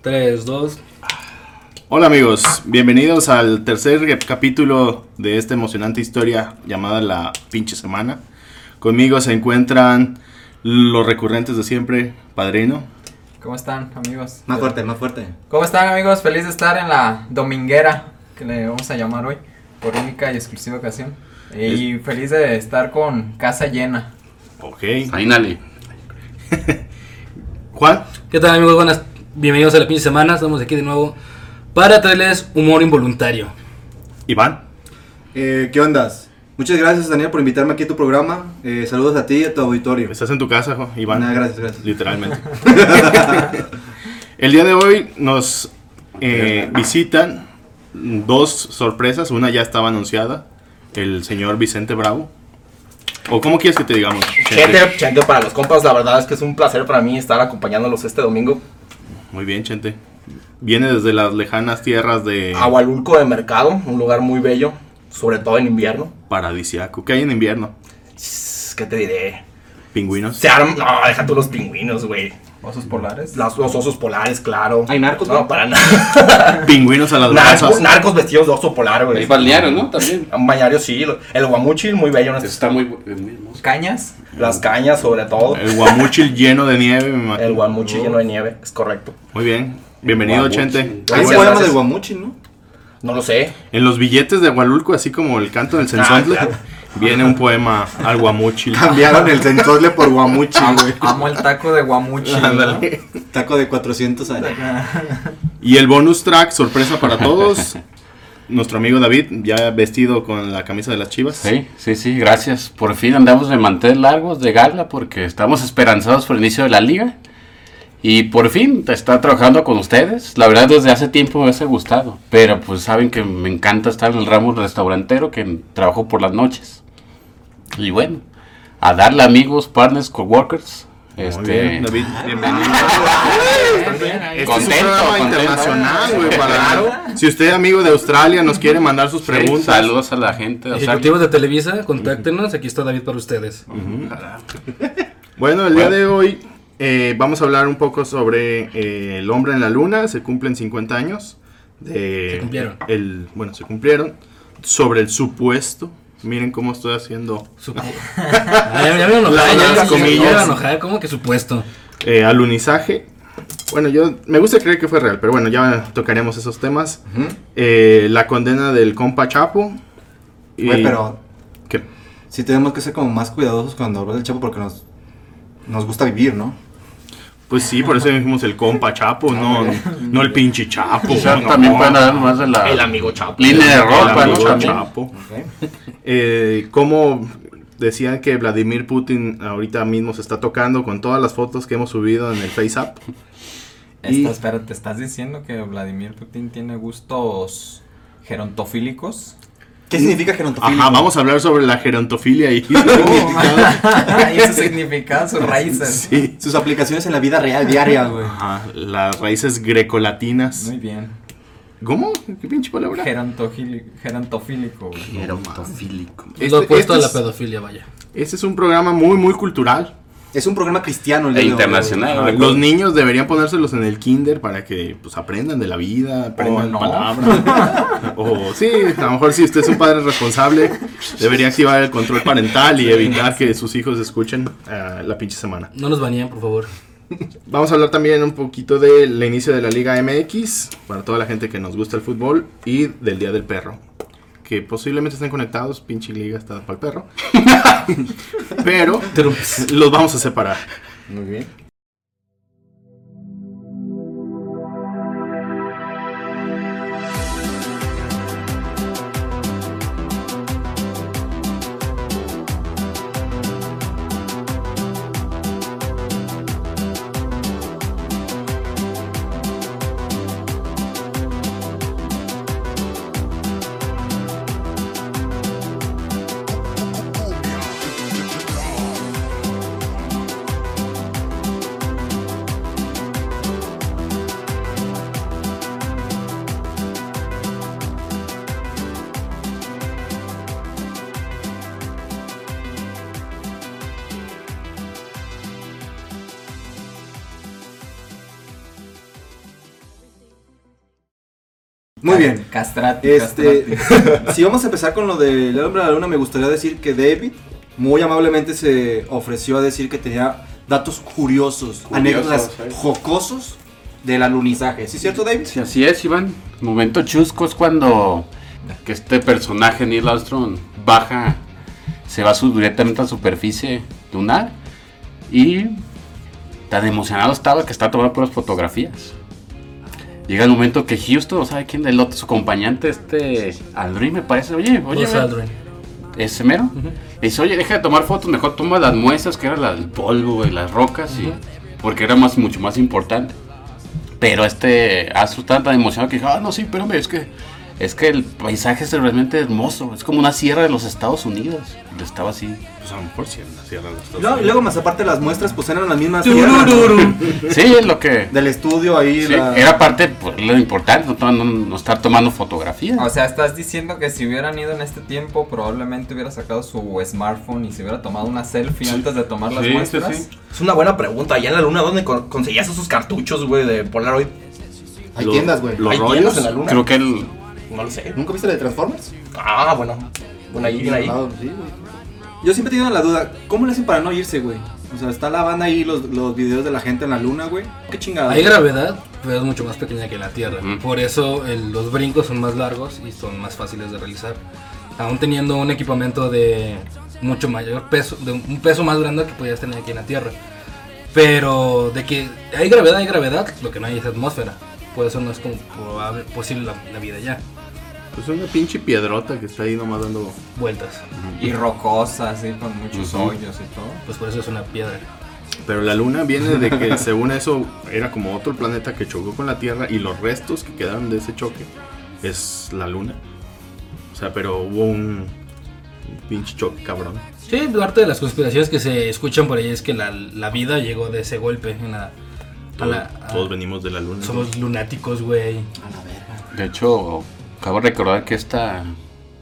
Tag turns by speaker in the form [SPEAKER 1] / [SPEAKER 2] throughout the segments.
[SPEAKER 1] 3, 2.
[SPEAKER 2] Hola amigos, bienvenidos al tercer capítulo de esta emocionante historia llamada La pinche semana. Conmigo se encuentran los recurrentes de siempre, Padrino.
[SPEAKER 3] ¿Cómo están, amigos?
[SPEAKER 4] Más fuerte, más fuerte.
[SPEAKER 3] ¿Cómo están, amigos? Feliz de estar en la dominguera, que le vamos a llamar hoy, por única y exclusiva ocasión. Y feliz de estar con casa llena.
[SPEAKER 2] Ok.
[SPEAKER 4] Ainale.
[SPEAKER 2] Juan.
[SPEAKER 1] ¿Qué tal amigos? Buenas, bienvenidos a la pinche semana. Estamos aquí de nuevo para traerles humor involuntario.
[SPEAKER 2] Iván.
[SPEAKER 5] Eh, ¿Qué ondas? Muchas gracias, Daniel, por invitarme aquí a tu programa. Eh, saludos a ti y a tu auditorio.
[SPEAKER 2] Estás en tu casa, Juan. Iván.
[SPEAKER 5] Nah, gracias, gracias.
[SPEAKER 2] Literalmente. El día de hoy nos eh, visitan dos sorpresas. Una ya estaba anunciada. El señor Vicente Bravo. ¿O cómo quieres que te digamos?
[SPEAKER 6] Gente, gente, para los compas, la verdad es que es un placer para mí estar acompañándolos este domingo.
[SPEAKER 2] Muy bien, Chente. Viene desde las lejanas tierras de
[SPEAKER 6] Agualulco de Mercado, un lugar muy bello, sobre todo en invierno.
[SPEAKER 2] Paradisiaco. ¿Qué hay en invierno?
[SPEAKER 6] Sss, ¿Qué te diré?
[SPEAKER 2] Pingüinos.
[SPEAKER 6] Se arman. No, deja tú los pingüinos, güey.
[SPEAKER 3] Osos polares.
[SPEAKER 6] Las- Los osos polares, claro.
[SPEAKER 4] Hay narcos,
[SPEAKER 6] No,
[SPEAKER 4] güey.
[SPEAKER 6] para nada.
[SPEAKER 2] Pingüinos a las
[SPEAKER 6] narcos,
[SPEAKER 2] brasas.
[SPEAKER 6] narcos vestidos de oso polar,
[SPEAKER 4] Hay
[SPEAKER 6] güey.
[SPEAKER 4] balneario, ¿no? También.
[SPEAKER 6] Un bañario, sí. lo- El guamuchil, muy bello.
[SPEAKER 4] Eso
[SPEAKER 6] unas-
[SPEAKER 4] está muy, bu- eh, muy hermoso.
[SPEAKER 3] Cañas.
[SPEAKER 6] Las cañas, sobre todo.
[SPEAKER 2] El guamuchil lleno de nieve. me imagino.
[SPEAKER 6] El guamuchil lleno de nieve, es correcto.
[SPEAKER 2] Muy bien. Bienvenido,
[SPEAKER 4] Guamuchil.
[SPEAKER 2] Chente.
[SPEAKER 5] Hay un
[SPEAKER 6] Gracias,
[SPEAKER 5] poema
[SPEAKER 6] gracias.
[SPEAKER 5] de Guamuchi, ¿no?
[SPEAKER 6] No lo sé.
[SPEAKER 2] En los billetes de Agualulco, así como el canto del censontle,
[SPEAKER 6] Ah, claro.
[SPEAKER 2] viene un poema al guamuchil.
[SPEAKER 5] Cambiaron el censole por Guamuchi, güey.
[SPEAKER 3] Amo el taco de guamuchi.
[SPEAKER 2] Ándale.
[SPEAKER 5] Ah, Taco de 400 años.
[SPEAKER 2] Y el bonus track, sorpresa para todos. Nuestro amigo David, ya vestido con la camisa de las chivas.
[SPEAKER 7] Sí, sí, sí, gracias. Por fin andamos de mantel largos de gala porque estamos esperanzados por el inicio de la liga. Y por fin está trabajando con ustedes. La verdad, desde hace tiempo me hubiese gustado. Pero pues saben que me encanta estar en el ramo restaurantero que trabajo por las noches. Y bueno, a darle amigos, partners, coworkers.
[SPEAKER 2] Muy
[SPEAKER 7] Este,
[SPEAKER 2] bien, David, bienvenido. Este es un
[SPEAKER 7] Contento,
[SPEAKER 2] programa
[SPEAKER 7] contento.
[SPEAKER 2] internacional, güey. para- Si usted, amigo de Australia, nos quiere mandar sus
[SPEAKER 7] sí,
[SPEAKER 2] preguntas.
[SPEAKER 7] saludos a la gente. de Australia.
[SPEAKER 1] Ejecutivos de Televisa, contáctenos. Aquí está David para ustedes.
[SPEAKER 2] Bueno, el día de hoy eh, vamos a hablar un poco sobre eh, El hombre en la luna. Se cumplen 50 años. De
[SPEAKER 1] Se cumplieron.
[SPEAKER 2] El, bueno, se cumplieron. Sobre el supuesto. Miren cómo estoy haciendo
[SPEAKER 1] Supu- Ah, ya, ya me enojé,
[SPEAKER 2] Las
[SPEAKER 1] ya- ya- ya
[SPEAKER 2] comillas.
[SPEAKER 1] me iba a enojar, ¿Cómo que supuesto?
[SPEAKER 2] eh, alunizaje. Bueno, yo me gusta creer que fue real, pero bueno, ya tocaremos esos temas. Eh, la condena del compa Chapo. y-
[SPEAKER 5] Güey, pero
[SPEAKER 2] ¿Qué?
[SPEAKER 5] sí tenemos que ser como más cuidadosos cuando hablamos del Chapo porque nos, nos gusta vivir, ¿no?
[SPEAKER 2] Pues sí, por eso dijimos el compa Chapo,
[SPEAKER 7] Ah,
[SPEAKER 2] no, no el pinche Chapo.
[SPEAKER 7] Quizá
[SPEAKER 2] no,
[SPEAKER 7] también
[SPEAKER 2] no.
[SPEAKER 7] pueden hablar más de
[SPEAKER 2] Ah.
[SPEAKER 7] la
[SPEAKER 6] El amigo Chapo.
[SPEAKER 7] línea de ropa, ¿no?
[SPEAKER 2] amigo
[SPEAKER 7] También.
[SPEAKER 2] Chapo. Eh, como decían que Vladimir Putin ahorita mismo se está tocando con todas las fotos que hemos subido en el FaceApp. Y-
[SPEAKER 3] Esta, espera, ¿te estás diciendo que Vladimir Putin tiene gustos gerontofílicos?
[SPEAKER 5] ¿Qué significa gerontofilia?
[SPEAKER 2] Ajá, vamos a hablar sobre la gerontofilia y sus significados.
[SPEAKER 3] Uh. y eso significa sus raíces.
[SPEAKER 2] Sí.
[SPEAKER 5] Sus aplicaciones en la vida real diaria, güey.
[SPEAKER 2] Ajá, las raíces grecolatinas.
[SPEAKER 3] Muy bien.
[SPEAKER 2] ¿Cómo? ¿Qué pinche palabra?
[SPEAKER 3] Gerontogili- gerontofílico. güey.
[SPEAKER 4] Gerontofílico.
[SPEAKER 2] Este-
[SPEAKER 1] Lo opuesto
[SPEAKER 2] este
[SPEAKER 1] a la
[SPEAKER 2] es-
[SPEAKER 1] pedofilia, vaya.
[SPEAKER 2] Este es un programa muy, muy cultural.
[SPEAKER 5] Es un programa cristiano el día
[SPEAKER 7] E
[SPEAKER 5] de hoy,
[SPEAKER 7] internacional.
[SPEAKER 2] Ajá, Los niños deberían ponérselos en el kinder para que pues, aprendan de la vida, aprendan
[SPEAKER 3] no.
[SPEAKER 2] palabras. o sí, a lo mejor si usted es un padre responsable, debería activar el control parental y evitar que sus hijos escuchen eh, la pinche semana.
[SPEAKER 1] No nos banían, por favor.
[SPEAKER 2] Vamos a hablar también un poquito del inicio de la Liga MX, para toda la gente que nos gusta el fútbol, y del Día del Perro. Que posiblemente estén conectados, pinche liga está para el perro. Pero
[SPEAKER 1] Trumps.
[SPEAKER 2] los vamos a separar.
[SPEAKER 5] Muy bien. Muy bien.
[SPEAKER 3] Castrate,
[SPEAKER 5] Este,
[SPEAKER 3] castrate.
[SPEAKER 5] si vamos a empezar con lo del hombre a la luna, me gustaría decir que David muy amablemente se ofreció a decir que tenía datos curiosos, anécdotas
[SPEAKER 4] ¿eh?
[SPEAKER 5] jocosos del alunizaje. ¿Sí es cierto, David?
[SPEAKER 7] Sí, así es, Iván. Momento chusco es cuando que este personaje Neil Armstrong baja, se va su- directamente a la superficie lunar y tan emocionado estaba que está tomando puras fotografías. Llega el momento que Houston, no sabe quién, el otro, su acompañante, este Aldrin, me parece, oye, oye,
[SPEAKER 1] Buzz
[SPEAKER 7] ve,
[SPEAKER 1] Aldrin.
[SPEAKER 7] ese mero. Le dice, oye, deja de tomar fotos, mejor toma las muestras, que era la- el polvo y las rocas, y, porque era más, mucho más importante. Pero este astro estaba tan emocionado que dijo, ah, no, sí, espérame, es que, es que el paisaje es realmente hermoso, es como una sierra de los Estados Unidos. Y estaba así.
[SPEAKER 2] Pues a lo mejor sí, así eran los dos.
[SPEAKER 5] No, y luego más aparte las muestras pues eran las mismas tierras, ¿no?
[SPEAKER 1] Turururum.
[SPEAKER 7] Sí, es lo que...
[SPEAKER 5] del estudio ahí.
[SPEAKER 7] sí,
[SPEAKER 5] la-
[SPEAKER 7] era parte, pues, lo importante, no, to- no- no estar tomando fotografías.
[SPEAKER 3] O sea, estás diciendo que si hubieran ido en este tiempo, probablemente hubiera sacado su smartphone y se hubiera tomado una selfie antes de tomar las
[SPEAKER 7] Sí, sí,
[SPEAKER 3] muestras.
[SPEAKER 7] sí.
[SPEAKER 6] Es una buena pregunta. Allá en la luna, ¿dónde con- conseguías esos cartuchos, güey, de Polaroid?
[SPEAKER 5] Hay
[SPEAKER 2] Lo-
[SPEAKER 5] tiendas, güey.
[SPEAKER 2] ¿Los
[SPEAKER 6] ¿Hay
[SPEAKER 2] rollos?
[SPEAKER 6] tiendas en la luna?
[SPEAKER 7] Creo que el...
[SPEAKER 6] No lo sé.
[SPEAKER 5] ¿Nunca viste la de Transformers?
[SPEAKER 6] Ah, bueno. Bueno, ahí, bien ahí.
[SPEAKER 5] Ah, sí, güey. Yo siempre he tenido la duda, ¿cómo le hacen para no irse, güey? O sea, está la banda ahí, los, los videos de la gente en la luna, güey. Qué chingada.
[SPEAKER 1] Hay gravedad, pero es mucho más pequeña que la Tierra.
[SPEAKER 7] Ujú.
[SPEAKER 1] Por eso el- los brincos son más largos y son más fáciles de realizar. Aún teniendo un equipamiento de mucho mayor peso, de un peso más grande que podías tener aquí en la Tierra. Pero de que hay gravedad, hay gravedad, lo que no hay es atmósfera. Por eso no es como probable- posible la, la vida ya.
[SPEAKER 2] Pues una pinche piedrota que está ahí nomás dando.
[SPEAKER 1] Vueltas.
[SPEAKER 3] Y rocosa, así, con muchos
[SPEAKER 7] Ujú.
[SPEAKER 3] hoyos y todo.
[SPEAKER 1] Pues por eso es una piedra.
[SPEAKER 2] Pero la luna viene de que, según eso, era como otro planeta que chocó con la Tierra y los restos que quedaron de ese choque es la luna. O sea, pero hubo un, un pinche choque cabrón.
[SPEAKER 1] Sí, parte de las conspiraciones que se escuchan por ahí es que la, la vida llegó de ese golpe en la... a
[SPEAKER 2] Todos,
[SPEAKER 1] la- a-
[SPEAKER 2] todos venimos de la luna.
[SPEAKER 1] ah, somos lunáticos, güey.
[SPEAKER 7] De hecho, acabo de recordar que esta,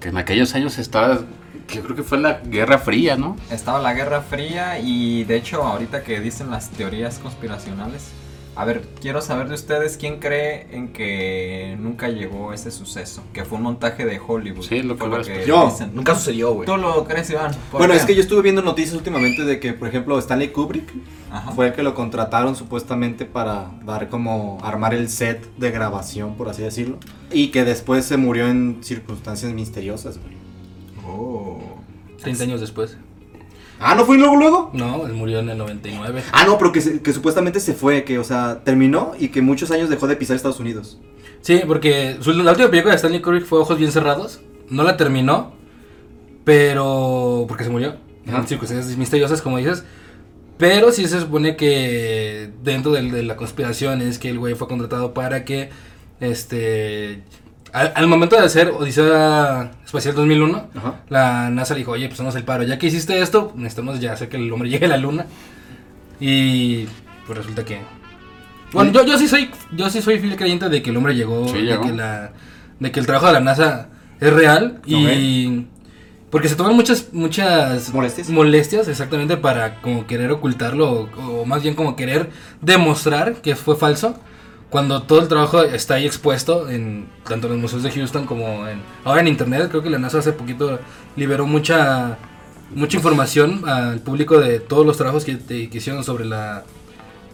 [SPEAKER 7] que en aquellos años estaba, que yo creo que fue la Guerra Fría, ¿no?
[SPEAKER 3] Estaba la Guerra Fría y de hecho ahorita que dicen las teorías conspiracionales, a ver, quiero saber de ustedes quién cree en que nunca llegó ese suceso, que fue un montaje de Hollywood.
[SPEAKER 7] Sí, lo que
[SPEAKER 3] Fue
[SPEAKER 7] voy a explicar.
[SPEAKER 5] Yo.
[SPEAKER 3] dicen.
[SPEAKER 6] Nunca sucedió, güey.
[SPEAKER 3] ¿Tú lo crees, Iván? ¿Por
[SPEAKER 5] Bueno,
[SPEAKER 3] qué?
[SPEAKER 5] es que yo estuve viendo noticias últimamente de que, por ejemplo, Stanley Kubrick
[SPEAKER 3] Ajá.
[SPEAKER 5] fue el que lo contrataron supuestamente para dar como armar el set de grabación, por así decirlo, y que después se murió en circunstancias misteriosas, güey.
[SPEAKER 3] Oh.
[SPEAKER 1] 30 años después.
[SPEAKER 5] Ah, ¿no fue luego luego?
[SPEAKER 1] No, él murió en el 99.
[SPEAKER 5] Ah, no, pero que, se- que supuestamente se fue, que, o sea, terminó y que muchos años dejó de pisar Estados Unidos.
[SPEAKER 1] Sí, porque su, la última película de Stanley Kubrick fue Ojos Bien Cerrados. No la terminó, pero. porque se murió. En circunstancias misteriosas, como dices. Pero sí se supone que dentro del- de la conspiración es que el güey fue contratado para que. Este. Al, al momento de hacer Odisea Espacial 2001,
[SPEAKER 5] Ajá.
[SPEAKER 1] la NASA dijo: Oye, pues vamos el paro. Ya que hiciste esto, necesitamos ya hacer que el hombre llegue a la luna. Y. pues resulta que. Bueno, yo, yo sí soy yo sí soy fiel creyente de que el hombre llegó,
[SPEAKER 7] Sí,
[SPEAKER 1] de,
[SPEAKER 7] llegó.
[SPEAKER 1] Que la, de que el trabajo de la NASA es real y porque se toman muchas muchas
[SPEAKER 5] Molestias.
[SPEAKER 1] molestias exactamente para como querer ocultarlo o, o más bien como querer demostrar que fue falso cuando todo el trabajo está ahí expuesto en tanto en los museos de Houston como en ahora en internet creo que la NASA hace poquito liberó mucha mucha información al público de todos los trabajos que, que hicieron sobre la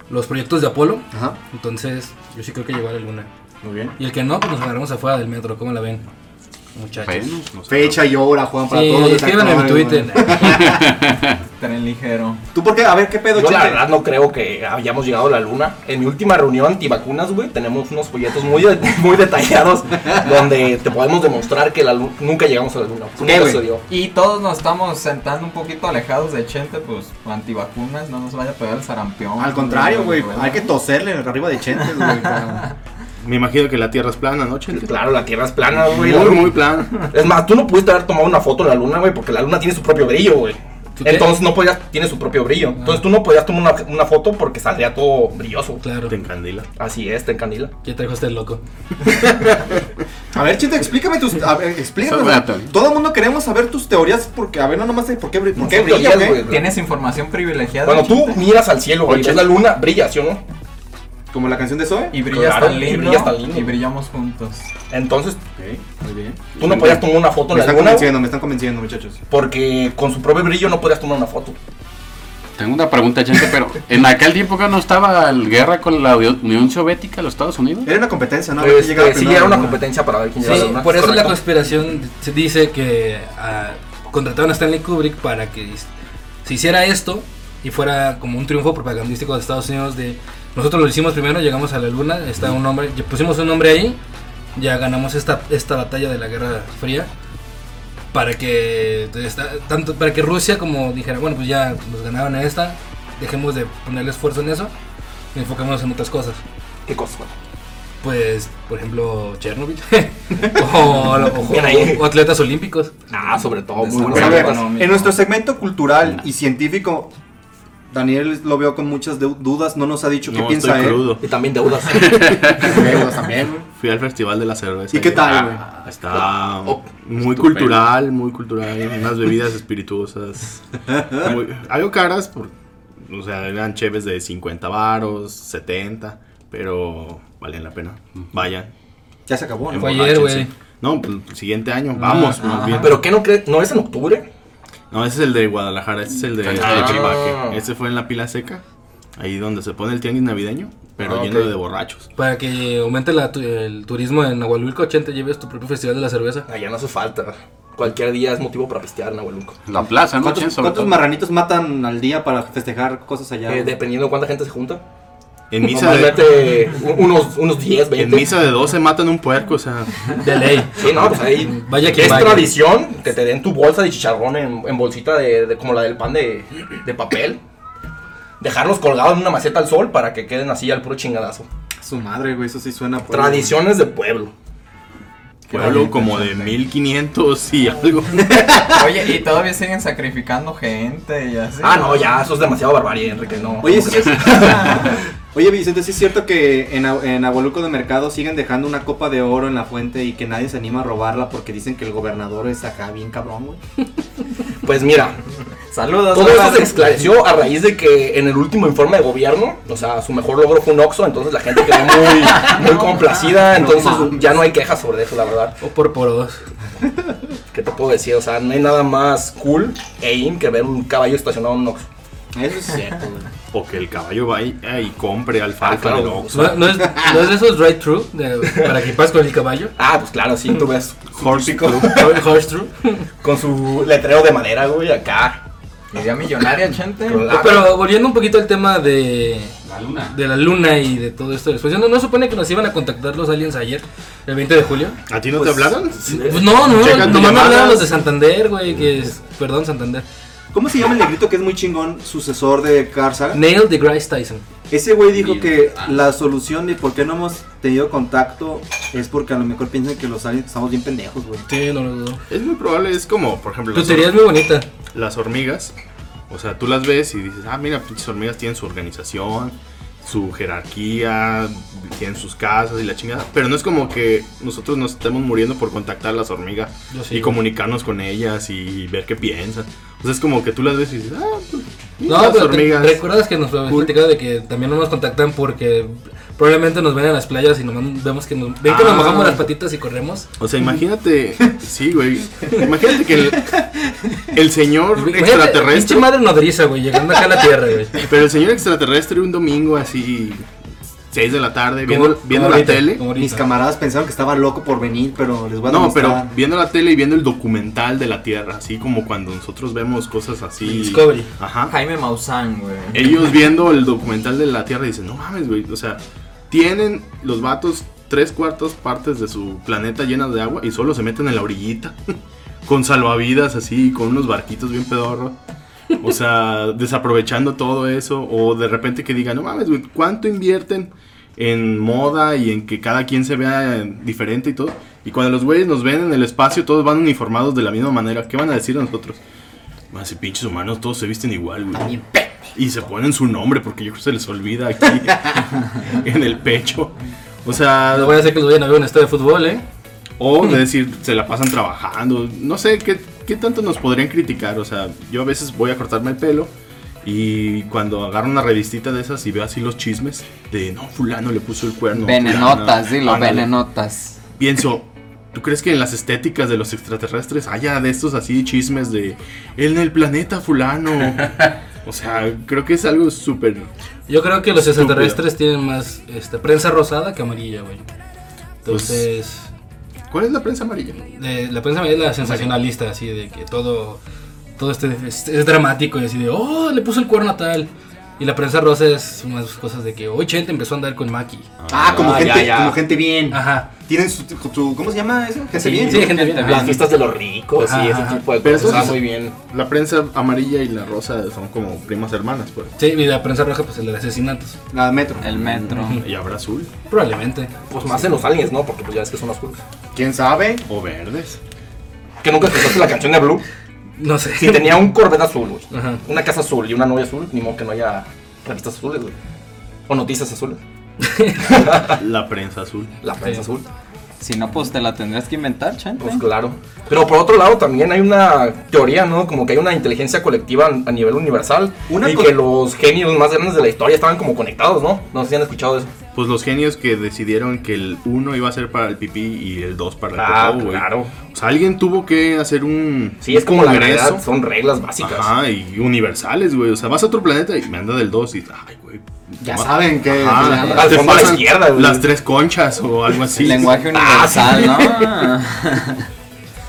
[SPEAKER 1] los proyectos de Apolo
[SPEAKER 5] Ajá.
[SPEAKER 1] entonces, yo sí creo que llegó a la luna.
[SPEAKER 5] Muy bien.
[SPEAKER 1] Y el que no, pues nos agarramos afuera del metro. ¿Cómo la ven? Muchachos.
[SPEAKER 7] Bueno,
[SPEAKER 5] Fecha y hora, Juan, para
[SPEAKER 1] Sí,
[SPEAKER 5] todos los que se
[SPEAKER 1] escríbanme en mi
[SPEAKER 5] acabaron,
[SPEAKER 1] Twitter.
[SPEAKER 5] güey.
[SPEAKER 3] Tren ligero.
[SPEAKER 5] ¿Tú por qué? A ver, ¿qué pedo,
[SPEAKER 6] Yo la
[SPEAKER 5] chiste?
[SPEAKER 6] verdad no creo que hayamos llegado a la luna. En mi última reunión antivacunas, güey, tenemos unos folletos muy, de- muy detallados donde te podemos demostrar que la lu- nunca llegamos a la luna. Nunca
[SPEAKER 5] güey?
[SPEAKER 6] sucedió.
[SPEAKER 3] Y todos nos estamos sentando un poquito alejados de Chente, pues antivacunas, no nos vaya a pegar el sarampión.
[SPEAKER 5] Al contrario, güey. Hay que toserle arriba de Chentes, güey. para-
[SPEAKER 2] Me imagino que la Tierra es plana, ¿no, Chente?
[SPEAKER 6] Claro, la Tierra es plana, güey. la
[SPEAKER 2] Muy,
[SPEAKER 6] luna-
[SPEAKER 2] muy plana.
[SPEAKER 6] Es más, tú no pudiste haber tomado una foto en la luna, güey, porque la luna tiene su propio brillo, güey.
[SPEAKER 1] ¿Tú qué?
[SPEAKER 6] Entonces no podías, tiene su propio brillo. Entonces tú no podías tomar una, una foto porque saldría todo brilloso.
[SPEAKER 1] Claro.
[SPEAKER 2] Te encandila.
[SPEAKER 6] Así es, te encandila.
[SPEAKER 1] Ya trajo este loco.
[SPEAKER 5] A ver, Chente, explícame tus. A ver, explícanos.
[SPEAKER 7] Eso, vato.
[SPEAKER 5] Todo el mundo queremos saber tus teorías porque, a ver, no nomás de por qué, bri- por qué eh?
[SPEAKER 6] sé,
[SPEAKER 5] brilla,
[SPEAKER 6] teorías,
[SPEAKER 5] güey.
[SPEAKER 6] güey.
[SPEAKER 3] Tienes información privilegiada.
[SPEAKER 6] Cuando tú miras al cielo, güey,
[SPEAKER 7] Oye.
[SPEAKER 6] ves la luna, brilla, ¿sí o no?
[SPEAKER 5] Como la canción de Zoe.
[SPEAKER 3] Y brilla
[SPEAKER 6] Claro,
[SPEAKER 3] hasta el
[SPEAKER 6] y
[SPEAKER 3] himno,
[SPEAKER 6] brilla hasta el himno.
[SPEAKER 3] y brillamos juntos.
[SPEAKER 6] Entonces,
[SPEAKER 5] Ok, muy bien.
[SPEAKER 6] tú no podías tomar una foto
[SPEAKER 5] Me
[SPEAKER 6] en la
[SPEAKER 5] están
[SPEAKER 6] luna
[SPEAKER 5] convenciendo, me están convenciendo, muchachos.
[SPEAKER 6] porque con su propio brillo no podías tomar una foto.
[SPEAKER 7] Tengo una pregunta, gente, pero en aquel tiempo que no estaba la guerra con la Unión Soviética, los Estados Unidos.
[SPEAKER 5] Era una competencia, ¿no? A ver quién
[SPEAKER 6] Este,
[SPEAKER 5] llegaba
[SPEAKER 6] sí,
[SPEAKER 5] primero
[SPEAKER 6] era
[SPEAKER 5] a la
[SPEAKER 6] una
[SPEAKER 5] luna.
[SPEAKER 6] competencia para ver quién
[SPEAKER 1] Sí,
[SPEAKER 6] llegaba a la luna,
[SPEAKER 1] por eso la
[SPEAKER 6] correcto.
[SPEAKER 1] conspiración se dice que ah, contrataron a Stanley Kubrick para que is- se hiciera esto y fuera como un triunfo propagandístico de Estados Unidos de nosotros lo hicimos primero, llegamos a la luna, está un nombre, ya pusimos un nombre ahí, ya ganamos esta esta batalla de la Guerra Fría para que esta- tanto para que Rusia como dijera, bueno, pues ya nos ganaron en esta, dejemos de ponerle esfuerzo en eso y enfocémonos en otras cosas
[SPEAKER 6] ¿Qué cosa? güey?
[SPEAKER 1] pues, por ejemplo, Chernobyl. o, o-
[SPEAKER 6] Bien ahí.
[SPEAKER 1] o atletas olímpicos.
[SPEAKER 6] Ah, sobre todo, muy
[SPEAKER 3] Desarrollo
[SPEAKER 5] Pues,
[SPEAKER 6] buenas
[SPEAKER 5] a ver,
[SPEAKER 6] preguntas.
[SPEAKER 3] económico.
[SPEAKER 5] en nuestro segmento cultural y científico, Daniel lo veo con muchas deu- dudas, no nos ha dicho qué
[SPEAKER 2] No,
[SPEAKER 5] piensa ¿eh?
[SPEAKER 2] estoy
[SPEAKER 5] él.
[SPEAKER 2] crudo.
[SPEAKER 6] Y también deudas.
[SPEAKER 2] Fui al festival de la cerveza.
[SPEAKER 5] ¿Y qué
[SPEAKER 2] ayer.
[SPEAKER 5] tal, güey?
[SPEAKER 2] Está
[SPEAKER 7] Oh,
[SPEAKER 2] muy
[SPEAKER 7] estupendo.
[SPEAKER 2] cultural, muy cultural. Unas bebidas espirituosas. muy- algo caras, por- o sea, eran cheves de 50 varos, 70, pero valían la pena. Vayan.
[SPEAKER 5] ya se acabó, ¿no? Ah,
[SPEAKER 1] Fue ayer, güey.
[SPEAKER 2] emborráchense. No, pues, el siguiente año. Vamos, más bien.
[SPEAKER 6] ¿Pero qué no crees? ¿No es en octubre?
[SPEAKER 2] No, ese es el de Guadalajara, ese es el de
[SPEAKER 7] Ah.
[SPEAKER 2] el de Chimbaque. Ese fue en la pila seca, ahí donde se pone el tianguis navideño, pero
[SPEAKER 6] Ah,
[SPEAKER 2] lleno
[SPEAKER 6] ok.
[SPEAKER 2] de borrachos.
[SPEAKER 1] Para que aumente la tu- el turismo en Nahualulco 80, lleves tu propio festival de la cerveza.
[SPEAKER 6] Allá no hace falta. Cualquier día es motivo para pistear, Nahuelunco.
[SPEAKER 7] La plaza, ¿no? Chen?
[SPEAKER 5] ¿Cuántos,
[SPEAKER 7] Sobre
[SPEAKER 5] cuántos
[SPEAKER 7] todo.
[SPEAKER 5] marranitos matan al día para festejar cosas allá?
[SPEAKER 6] Eh,
[SPEAKER 5] güey?
[SPEAKER 6] dependiendo de cuánta gente se junta.
[SPEAKER 2] En misa, de,
[SPEAKER 6] Normalmente un- unos, unos 10, 20.
[SPEAKER 2] en misa de 12 matan un puerco, o sea,
[SPEAKER 1] De ley.
[SPEAKER 6] Sí, no, pues ahí.
[SPEAKER 1] Vaya
[SPEAKER 6] que
[SPEAKER 1] quien
[SPEAKER 6] es
[SPEAKER 1] vaya.
[SPEAKER 6] tradición que te den tu bolsa de chicharrón en, en bolsita de, de- como la del pan de, de papel. Dejarlos colgados en una maceta al sol para que queden así al puro chingadazo.
[SPEAKER 5] Su madre, güey, eso sí suena. pues.
[SPEAKER 6] Tradiciones de pueblo.
[SPEAKER 2] pueblo como de 1500 y algo.
[SPEAKER 3] Oye, y todavía siguen sacrificando gente y así.
[SPEAKER 6] Ah, no, ya, eso es demasiado barbarie, Enrique, no.
[SPEAKER 5] Oye, sí, sí. Oye, Vicente, sí es cierto que en, Au- en Agualuco de Mercado siguen dejando una copa de oro en la fuente y que nadie se anima a robarla porque dicen que el gobernador es acá bien cabrón, güey.
[SPEAKER 6] Pues mira,
[SPEAKER 3] Saludos.
[SPEAKER 6] todo
[SPEAKER 3] hola.
[SPEAKER 6] eso se esclareció a raíz de que en el último informe de gobierno, o sea, su mejor logro fue un Oxxo, entonces la gente quedó muy, muy complacida, entonces ya no hay quejas sobre eso, la verdad.
[SPEAKER 1] O por poros.
[SPEAKER 6] ¿Qué te puedo decir? O sea, no hay nada más cool e in que ver un caballo estacionado en un Oxxo.
[SPEAKER 5] Eso es cierto, güey.
[SPEAKER 2] O que el caballo vaya y compre alfalfa
[SPEAKER 6] Ah, claro.
[SPEAKER 2] de Oxxo.
[SPEAKER 1] ¿No, no es, no es de esos drive thru de- para que pases con el caballo?
[SPEAKER 6] Ah, pues claro, sí,
[SPEAKER 1] Mm.
[SPEAKER 6] tú ves
[SPEAKER 2] Horse Club.
[SPEAKER 1] Horse thru.
[SPEAKER 6] con su letrero de madera, güey, acá.
[SPEAKER 3] Idea millonaria, gente.
[SPEAKER 6] Claro.
[SPEAKER 1] Pero volviendo un poquito al tema de,
[SPEAKER 7] La luna.
[SPEAKER 1] de la luna y de todo esto. Después, ¿no, ¿No supone que nos iban a contactar los aliens ayer, el 20 de julio?
[SPEAKER 2] ¿A ti no te hablaron?
[SPEAKER 1] Pues no, no,
[SPEAKER 2] Checa tu
[SPEAKER 1] nomás me
[SPEAKER 2] llamada.
[SPEAKER 1] hablaron los de Santander, güey, que es, perdón, Santander.
[SPEAKER 5] ¿Cómo se llama el negrito que es muy chingón, sucesor de Carl Sagan?
[SPEAKER 1] Neil deGrasse Tyson.
[SPEAKER 5] Ese güey dijo
[SPEAKER 7] Neil.
[SPEAKER 5] que
[SPEAKER 7] Ah.
[SPEAKER 5] la solución de por qué no hemos tenido contacto es porque a lo mejor piensan que los aliens estamos bien pendejos, güey.
[SPEAKER 1] Sí, no lo dudo.
[SPEAKER 2] Es muy probable, es como, por ejemplo,
[SPEAKER 1] Tu
[SPEAKER 2] las,
[SPEAKER 1] teoría es muy bonita.
[SPEAKER 2] las hormigas. O sea, tú las ves y dices, ah, mira, pinches hormigas tienen su organización, su jerarquía, tienen sus casas y la chingada. Pero no es como que nosotros nos estemos muriendo por contactar a las hormigas
[SPEAKER 1] Yo
[SPEAKER 2] y comunicarnos con ellas y ver qué piensan. O sea, es como que tú las ves y dices, ah, pues, mira,
[SPEAKER 1] No,
[SPEAKER 2] las
[SPEAKER 1] pero te-
[SPEAKER 2] hormigas.
[SPEAKER 1] ¿recuerdas que nos habías platicado de que también no nos contactan porque probablemente nos ven en las playas y nomás vemos que nos, ven que nos
[SPEAKER 2] Ah.
[SPEAKER 1] mojamos las patitas y corremos?
[SPEAKER 2] O sea, imagínate, sí, güey. Imagínate que el, el señor
[SPEAKER 1] Imagínate, Pinche
[SPEAKER 2] extraterrestre.
[SPEAKER 1] madre nodriza, güey, llegando acá a la Tierra, güey.
[SPEAKER 2] Pero el señor extraterrestre un domingo así 6 de la tarde
[SPEAKER 1] Como-
[SPEAKER 2] viendo, viendo
[SPEAKER 1] como
[SPEAKER 2] la
[SPEAKER 1] ahorita,
[SPEAKER 2] tele.
[SPEAKER 1] como ahorita.
[SPEAKER 5] Mis camaradas pensaron que estaba loco por venir, pero les voy a
[SPEAKER 2] No, pero
[SPEAKER 5] demostrar.
[SPEAKER 2] viendo la tele y viendo el documental de la Tierra, así como cuando nosotros vemos cosas así.
[SPEAKER 1] Discovery.
[SPEAKER 2] Ajá.
[SPEAKER 3] Jaime Maussan, güey.
[SPEAKER 2] Ellos viendo el documental de la Tierra dicen, no mames, güey. O sea, tienen los vatos tres cuartos partes de su planeta llenas de agua y solo se meten en la orillita. con salvavidas así, con unos barquitos bien pedorros. O sea, desaprovechando todo eso. O de repente que digan, no mames, güey, ¿cuánto invierten en moda y en que cada quien se vea eh, diferente y todo? Y cuando los güeyes nos ven en el espacio, todos van uniformados de la misma manera. ¿Qué van a decir a nosotros? Más y pinches humanos, todos se visten igual, güey. Y se ponen su nombre porque yo creo que se les olvida aquí en el pecho. O sea,
[SPEAKER 1] Lo voy a hacer que los vayan a ver un estadio de fútbol, ¿eh?
[SPEAKER 2] o de decir, se la pasan trabajando. No sé, ¿qué, qué tanto nos podrían criticar? O sea, yo a veces voy a cortarme el pelo Y cuando agarro una revistita de esas y veo así los chismes de no, fulano le puso el cuerno. fulana,
[SPEAKER 3] venenotas, dilo,
[SPEAKER 2] ándale".
[SPEAKER 3] venenotas.
[SPEAKER 2] Pienso, ¿tú crees que en las estéticas de los extraterrestres haya de estos así chismes de en el planeta fulano? O sea, creo que es algo súper...
[SPEAKER 1] Yo creo que los
[SPEAKER 2] Estúpido.
[SPEAKER 1] extraterrestres tienen más este, prensa rosada que amarilla, güey.
[SPEAKER 2] Pues,
[SPEAKER 1] Entonces,
[SPEAKER 2] ¿Cuál es la prensa amarilla?
[SPEAKER 1] de- la prensa amarilla es la sensacionalista, así de que todo, todo este, es, es dramático y así de, oh, le puso el cuerno a tal. Y la prensa rosa es unas cosas de que, hoy gente empezó a andar con Maki.
[SPEAKER 5] Ah, como,
[SPEAKER 6] Ah, ya,
[SPEAKER 5] gente,
[SPEAKER 6] ya.
[SPEAKER 5] como gente bien.
[SPEAKER 1] Ajá.
[SPEAKER 5] Tienen su, su- ¿Cómo se llama eso? Gente
[SPEAKER 1] Ah. Sí,
[SPEAKER 5] bien.
[SPEAKER 1] sí,
[SPEAKER 5] ¿no?
[SPEAKER 1] gente bien.
[SPEAKER 6] Las fiestas de los ricos y ese
[SPEAKER 1] Ajá.
[SPEAKER 6] tipo de
[SPEAKER 2] Pero
[SPEAKER 6] cosas.
[SPEAKER 2] eso
[SPEAKER 6] Está
[SPEAKER 2] es-
[SPEAKER 6] muy bien.
[SPEAKER 2] La prensa amarilla y la rosa son como primas hermanas, pues.
[SPEAKER 1] Sí, y la prensa roja, pues el de asesinatos.
[SPEAKER 5] La metro.
[SPEAKER 3] El metro.
[SPEAKER 2] Y habrá azul.
[SPEAKER 1] Probablemente.
[SPEAKER 6] Pues más en los aliens, ¿no? Porque pues ya ves que son azules.
[SPEAKER 5] ¿Quién sabe?
[SPEAKER 2] O verdes.
[SPEAKER 6] Que nunca escuchaste la canción de Blue.
[SPEAKER 1] No sé.
[SPEAKER 6] Si tenía un Corvette azul, güey.
[SPEAKER 1] Ajá.
[SPEAKER 6] Una casa azul y una novia azul, ni modo que no haya revistas azules, güey. O noticias azules.
[SPEAKER 2] La prensa azul.
[SPEAKER 6] La prensa azul.
[SPEAKER 3] Si no, pues te la tendrías que inventar, chente.
[SPEAKER 6] Pues claro. Pero por otro lado también hay una teoría, ¿no? Como que hay una inteligencia colectiva a nivel universal.
[SPEAKER 5] Una
[SPEAKER 6] y
[SPEAKER 5] co-
[SPEAKER 6] que los genios más grandes de la historia estaban como conectados, ¿no? No sé si han escuchado eso.
[SPEAKER 2] Pues los genios que decidieron que el 1 iba a ser para el pipí y el 2 para el popó, güey. O sea, alguien tuvo que hacer un
[SPEAKER 6] Ah, Sí, es como la
[SPEAKER 2] congreso.
[SPEAKER 6] verdad, son reglas básicas.
[SPEAKER 2] Ajá, y universales, güey. O sea, vas a otro planeta y me anda del 2 y ay, güey.
[SPEAKER 5] Ya
[SPEAKER 2] ma-
[SPEAKER 5] saben que.
[SPEAKER 2] Ajá,
[SPEAKER 5] que-
[SPEAKER 6] Al
[SPEAKER 2] te
[SPEAKER 6] fondo a la
[SPEAKER 2] pasan
[SPEAKER 6] izquierda, güey.
[SPEAKER 2] Las tres conchas o algo así.
[SPEAKER 3] Lenguaje universal,
[SPEAKER 6] Ah,
[SPEAKER 3] ¿no?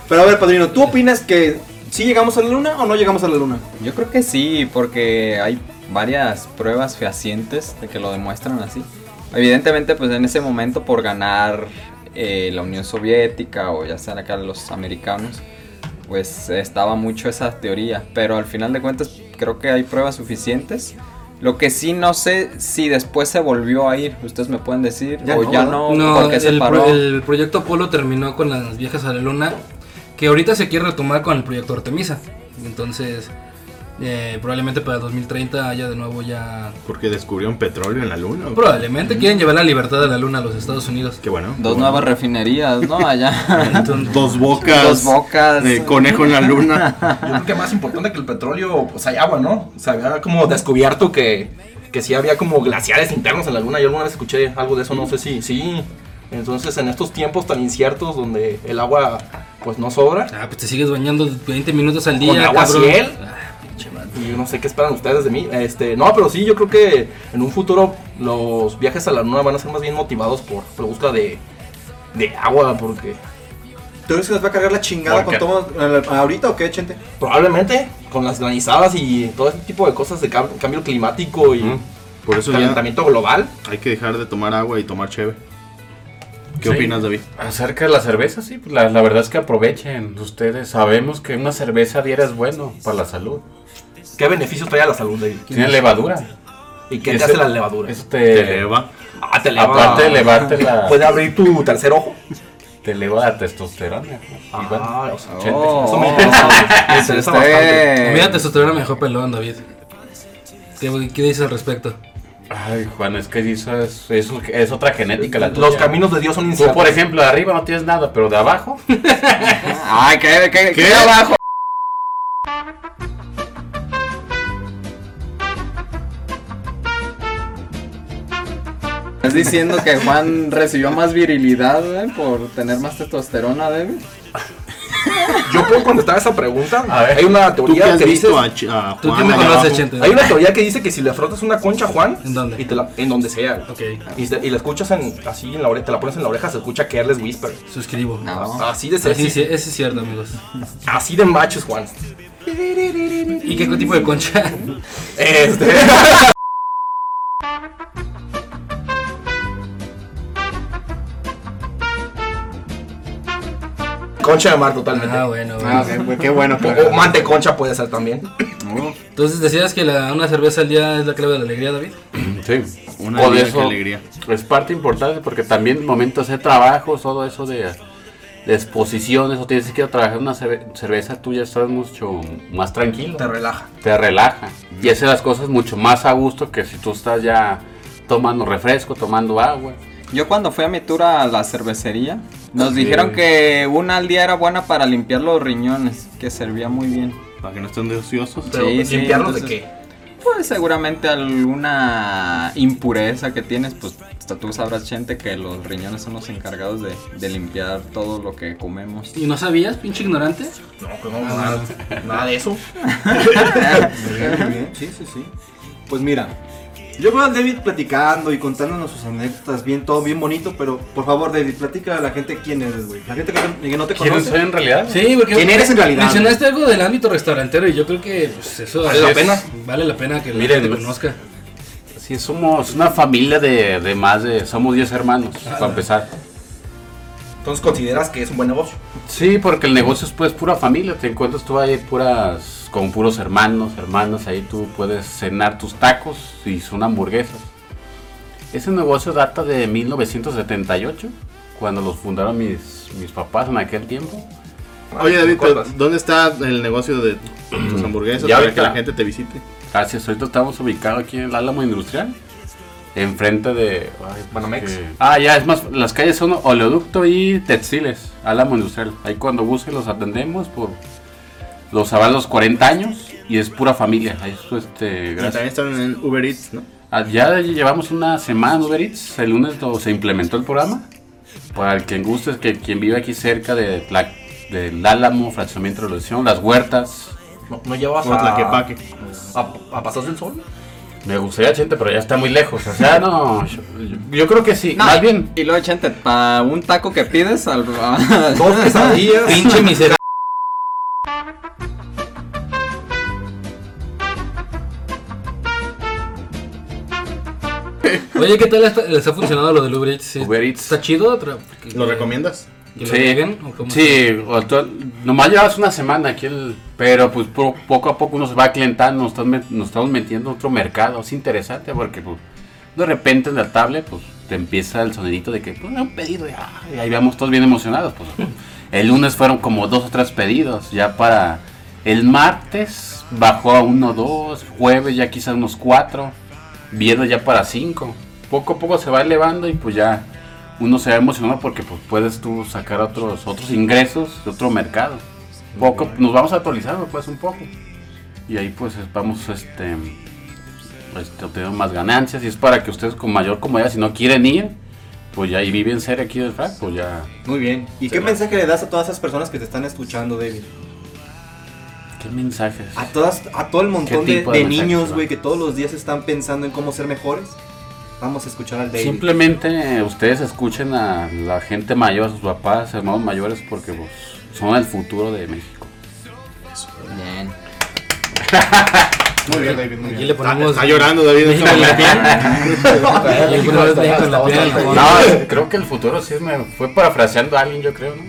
[SPEAKER 5] Pero a ver, padrino, ¿tú opinas que sí llegamos a la luna o no llegamos a la luna?
[SPEAKER 3] Yo creo que sí, porque hay varias pruebas fehacientes de que lo demuestran así. Evidentemente, pues en ese momento por ganar eh, la Unión Soviética o ya sean acá los americanos, pues estaba mucho esa teoría. Pero al final de cuentas creo que hay pruebas suficientes. Lo que sí no sé si después se volvió a ir, ustedes me pueden decir,
[SPEAKER 5] Ya
[SPEAKER 3] o
[SPEAKER 5] no,
[SPEAKER 3] ya
[SPEAKER 5] ¿verdad?
[SPEAKER 3] no,
[SPEAKER 1] No,
[SPEAKER 3] porque se
[SPEAKER 1] el,
[SPEAKER 3] paró.
[SPEAKER 1] pro- el proyecto Polo terminó con las viejas a la luna, que ahorita se quiere retomar con el proyecto Artemisa. Entonces, eh, probablemente para 2030 haya de nuevo ya...
[SPEAKER 2] Porque descubrieron petróleo en la luna. ¿o qué?
[SPEAKER 1] Probablemente quieren llevar la libertad de la luna a los Estados Unidos.
[SPEAKER 2] Qué bueno.
[SPEAKER 3] Dos
[SPEAKER 2] qué
[SPEAKER 3] nuevas
[SPEAKER 2] bueno.
[SPEAKER 3] refinerías, ¿no? Allá.
[SPEAKER 1] Entonces,
[SPEAKER 2] Dos bocas.
[SPEAKER 3] Dos bocas.
[SPEAKER 2] De conejo en la luna.
[SPEAKER 6] Yo creo que más importante que el petróleo, pues hay agua, ¿no? O sea, había como descubierto que, que sí había como glaciares internos en la luna. Yo alguna vez escuché algo de eso, no sé si. Sí. Entonces, en estos tiempos tan inciertos donde el agua, pues no sobra.
[SPEAKER 1] Ah, pues te sigues bañando 20 minutos al día.
[SPEAKER 6] Con agua
[SPEAKER 1] cabrón.
[SPEAKER 6] ciel.
[SPEAKER 1] Ah, pinche madre.
[SPEAKER 6] Y yo no sé qué esperan ustedes de mí. Este, no, pero sí, yo creo que en un futuro los viajes a la luna van a ser más bien motivados por la busca de, de agua, porque
[SPEAKER 5] ¿Tú crees que nos va a cargar la chingada
[SPEAKER 6] ¿Por
[SPEAKER 5] con
[SPEAKER 6] qué?
[SPEAKER 5] todo eh, ahorita o qué, Chente?
[SPEAKER 6] probablemente con las granizadas y todo ese tipo de cosas de cam- cambio climático y
[SPEAKER 2] Ujú. Por eso ya
[SPEAKER 6] calentamiento global.
[SPEAKER 2] hay que dejar de tomar agua y tomar cheve. ¿Qué
[SPEAKER 7] Sí.
[SPEAKER 2] opinas, David?
[SPEAKER 7] Acerca de la cerveza, sí, pues, la, la verdad es que aprovechen ustedes. Sabemos que una cerveza diaria es bueno para la salud.
[SPEAKER 6] ¿Qué beneficios trae a la salud, David?
[SPEAKER 7] Tiene levadura.
[SPEAKER 6] ¿Y qué te
[SPEAKER 7] Ese-
[SPEAKER 6] hace la levadura?
[SPEAKER 7] Este,
[SPEAKER 2] Eva.
[SPEAKER 6] Ah, te eleva.
[SPEAKER 7] aparte de elevarte la,
[SPEAKER 6] ¿Puede abrir tu tercer ojo?
[SPEAKER 7] te eleva la testosterona. Y bueno,
[SPEAKER 6] Ah, o sea,
[SPEAKER 7] gente,
[SPEAKER 6] eso me
[SPEAKER 3] Oh,
[SPEAKER 6] interesa.
[SPEAKER 3] usted-
[SPEAKER 6] Me interesa bastante.
[SPEAKER 1] Mira, testosterona me dejó pelón, David. ¿Qué, qué dices al respecto?
[SPEAKER 7] Ay, Juan, es que eso es, eso es otra genética la
[SPEAKER 6] Los
[SPEAKER 7] tuya.
[SPEAKER 6] caminos de Dios son
[SPEAKER 7] Tú,
[SPEAKER 6] inciertos.
[SPEAKER 7] por ejemplo, de arriba no tienes nada, pero de abajo.
[SPEAKER 3] Ay, que, que, que abajo. ¿Estás diciendo que Juan recibió más virilidad eh, por tener más testosterona, David?
[SPEAKER 6] Yo puedo contestar esa pregunta.
[SPEAKER 7] A ver.
[SPEAKER 6] hay una
[SPEAKER 2] ¿Tú qué
[SPEAKER 6] teoría
[SPEAKER 2] has
[SPEAKER 6] que dice.
[SPEAKER 2] visto a, Ch- a Juan?
[SPEAKER 1] ¿Tú quién me
[SPEAKER 2] allá
[SPEAKER 1] conoces,
[SPEAKER 2] abajo?
[SPEAKER 1] Chente?
[SPEAKER 6] Hay una teoría que dice que si le frotas una concha a Juan,
[SPEAKER 1] ¿En dónde?
[SPEAKER 6] Y te la, en donde sea, güey,
[SPEAKER 1] Ok,
[SPEAKER 6] y, te- y la escuchas en, así en la oreja, te la pones en la oreja, se escucha Careless Whisper.
[SPEAKER 1] suscribo.
[SPEAKER 3] No.
[SPEAKER 6] Así de
[SPEAKER 1] Así,
[SPEAKER 6] sexy,
[SPEAKER 1] sí, ese es cierto, amigos.
[SPEAKER 6] así de machos, Juan.
[SPEAKER 1] ¿Y qué tipo de concha?
[SPEAKER 6] Este. Concha de mar totalmente.
[SPEAKER 1] Ah, bueno, bueno.
[SPEAKER 5] Ah, ok, pues, qué bueno. que-
[SPEAKER 6] O- o mante concha puede ser también.
[SPEAKER 1] Entonces decías que la- una cerveza al día es la clave de la alegría, David.
[SPEAKER 7] Sí.
[SPEAKER 2] Una
[SPEAKER 7] O de
[SPEAKER 2] alegría, qué
[SPEAKER 7] eso-
[SPEAKER 2] alegría.
[SPEAKER 7] Es parte importante porque también momentos de trabajo, todo eso de, de exposiciones, o tienes que ir a trabajar una cerve- cerveza, tú ya estás mucho más tranquilo,
[SPEAKER 6] Te relaja.
[SPEAKER 7] te relaja y hace las cosas mucho más a gusto que si tú estás ya tomando refresco, tomando agua.
[SPEAKER 3] Yo cuando fui a mi tour a la cervecería, nos
[SPEAKER 7] Ok.
[SPEAKER 3] dijeron que una al día era buena para limpiar los riñones, que servía muy bien.
[SPEAKER 2] Para que no estén de ociosos.
[SPEAKER 1] Pero,
[SPEAKER 3] sí, sí,
[SPEAKER 6] ¿Limpiarlos
[SPEAKER 3] entonces-
[SPEAKER 6] de qué?
[SPEAKER 3] Pues seguramente alguna impureza que tienes, pues hasta tú sabrás, gente, que los riñones son los encargados de, de limpiar todo lo que comemos.
[SPEAKER 8] ¿Y no sabías, pinche ignorante?
[SPEAKER 6] No, pues no, nada, nada de eso.
[SPEAKER 5] Muy bien, muy bien. Sí, sí, sí. Pues mira, yo veo al David platicando y contándonos sus anécdotas, bien, todo bien bonito, pero por favor, David, platícale a la gente quién eres, güey. La gente que, que no te
[SPEAKER 7] ¿Quién soy
[SPEAKER 5] conoce.
[SPEAKER 7] en realidad?
[SPEAKER 1] Sí, porque
[SPEAKER 5] ¿Quién eres en realidad?
[SPEAKER 1] Mencionaste algo del ámbito restaurantero y yo creo que pues, eso
[SPEAKER 6] Vale la
[SPEAKER 1] es-
[SPEAKER 6] pena.
[SPEAKER 1] Vale la pena que la
[SPEAKER 7] Miren,
[SPEAKER 1] gente
[SPEAKER 7] pues,
[SPEAKER 1] conozca.
[SPEAKER 7] Sí, somos una familia de, de más de... Somos 10 hermanos, para empezar.
[SPEAKER 6] Entonces consideras que es un buen negocio.
[SPEAKER 7] Sí, porque el negocio es pues pura familia. Te encuentras tú ahí puras... Con puros hermanos, hermanas. Ahí tú puedes cenar tus tacos y son hamburguesas. Ese negocio data de 1978, cuando los fundaron mis, mis papás en aquel tiempo.
[SPEAKER 2] Oye, David, pero
[SPEAKER 6] Cortas.
[SPEAKER 2] ¿dónde está el negocio de tus hamburguesas
[SPEAKER 7] Ya
[SPEAKER 2] para
[SPEAKER 7] ahorita.
[SPEAKER 2] que la gente te visite?
[SPEAKER 7] Gracias, ahorita estamos ubicados aquí en el Álamo Industrial, enfrente de... ay,
[SPEAKER 6] Banamex.
[SPEAKER 7] eh, ah, ya, es más, las calles son Oleoducto y Textiles, Álamo Industrial. Ahí cuando busquen los atendemos por los avanzos 40 años y es pura familia. Ahí es, este,
[SPEAKER 2] Y
[SPEAKER 7] gracias.
[SPEAKER 2] también están en Uber Eats, ¿no?
[SPEAKER 7] Ah, Ya llevamos una semana en Uber Eats, el lunes lo- se implementó el programa. Para el quien guste, que quien vive aquí cerca de Tla- del Álamo, Fraccionamiento de Revolución, Las Huertas.
[SPEAKER 6] No, no llevas
[SPEAKER 2] Por
[SPEAKER 6] a,
[SPEAKER 2] Tlaquepaque.
[SPEAKER 6] a, a Pasos del Sol.
[SPEAKER 7] Me gustaría, gente, pero ya está muy lejos. O sea, no, yo, yo creo que sí. Más bien,
[SPEAKER 3] Y luego, gente, para un taco que pides, al,
[SPEAKER 6] Dos quesadillas.
[SPEAKER 1] Pinche miserable. Oye, ¿qué tal les- les ha funcionado lo del Uber Eats? Sí,
[SPEAKER 7] Uber Eats.
[SPEAKER 1] ¿Está chido? Otra- que-
[SPEAKER 2] ¿Lo recomiendas?
[SPEAKER 1] ¿Que lo
[SPEAKER 7] Sí.
[SPEAKER 1] lleguen? ¿O cómo
[SPEAKER 7] Sí, o tú- nomás llevas una semana aquí, el, pero pues po- poco a poco uno se va aclientando, nos, están met- nos estamos metiendo a otro mercado. Es interesante porque pues, de repente en la tablet pues, te empieza el sonidito de que pues, un pedido, ya, y ahí vamos todos bien emocionados. Pues. El lunes fueron como dos o tres pedidos, ya para el martes bajó a uno o dos, jueves ya quizás unos cuatro, viernes ya para cinco. Poco a poco se va elevando y pues ya uno se va emocionado porque pues puedes tú sacar otros otros ingresos de otro mercado. Poco, nos vamos actualizando pues un poco. Y ahí pues es- vamos este, este obteniendo más ganancias y es para que ustedes con mayor comodidad si no quieren ir, pues ya y viven cerca aquí del frac, pues ya
[SPEAKER 5] Muy bien. ¿Y qué mensaje le das a todas esas personas que te están escuchando, David?
[SPEAKER 7] qué mensajes.
[SPEAKER 5] A todas, a todo el montón de,
[SPEAKER 7] tipo de
[SPEAKER 5] de
[SPEAKER 7] mensajes,
[SPEAKER 5] niños,
[SPEAKER 7] va?
[SPEAKER 5] güey, que todos los días están pensando en cómo ser mejores. Vamos a escuchar al David.
[SPEAKER 7] Simplemente eh, ustedes escuchen a la gente mayor, a sus papás, hermanos mayores porque pues, son el futuro de México.
[SPEAKER 3] Bien.
[SPEAKER 5] Muy bien, David, muy
[SPEAKER 1] Aquí
[SPEAKER 5] bien.
[SPEAKER 1] le
[SPEAKER 2] Está,
[SPEAKER 1] ponemos.
[SPEAKER 2] está llorando David en este
[SPEAKER 1] México en la
[SPEAKER 2] momento.
[SPEAKER 1] piel. Y alguna vez México en la piel, a lo mejor.
[SPEAKER 7] No, creo que el futuro sí me fue parafraseando a alguien, yo creo. ¿no?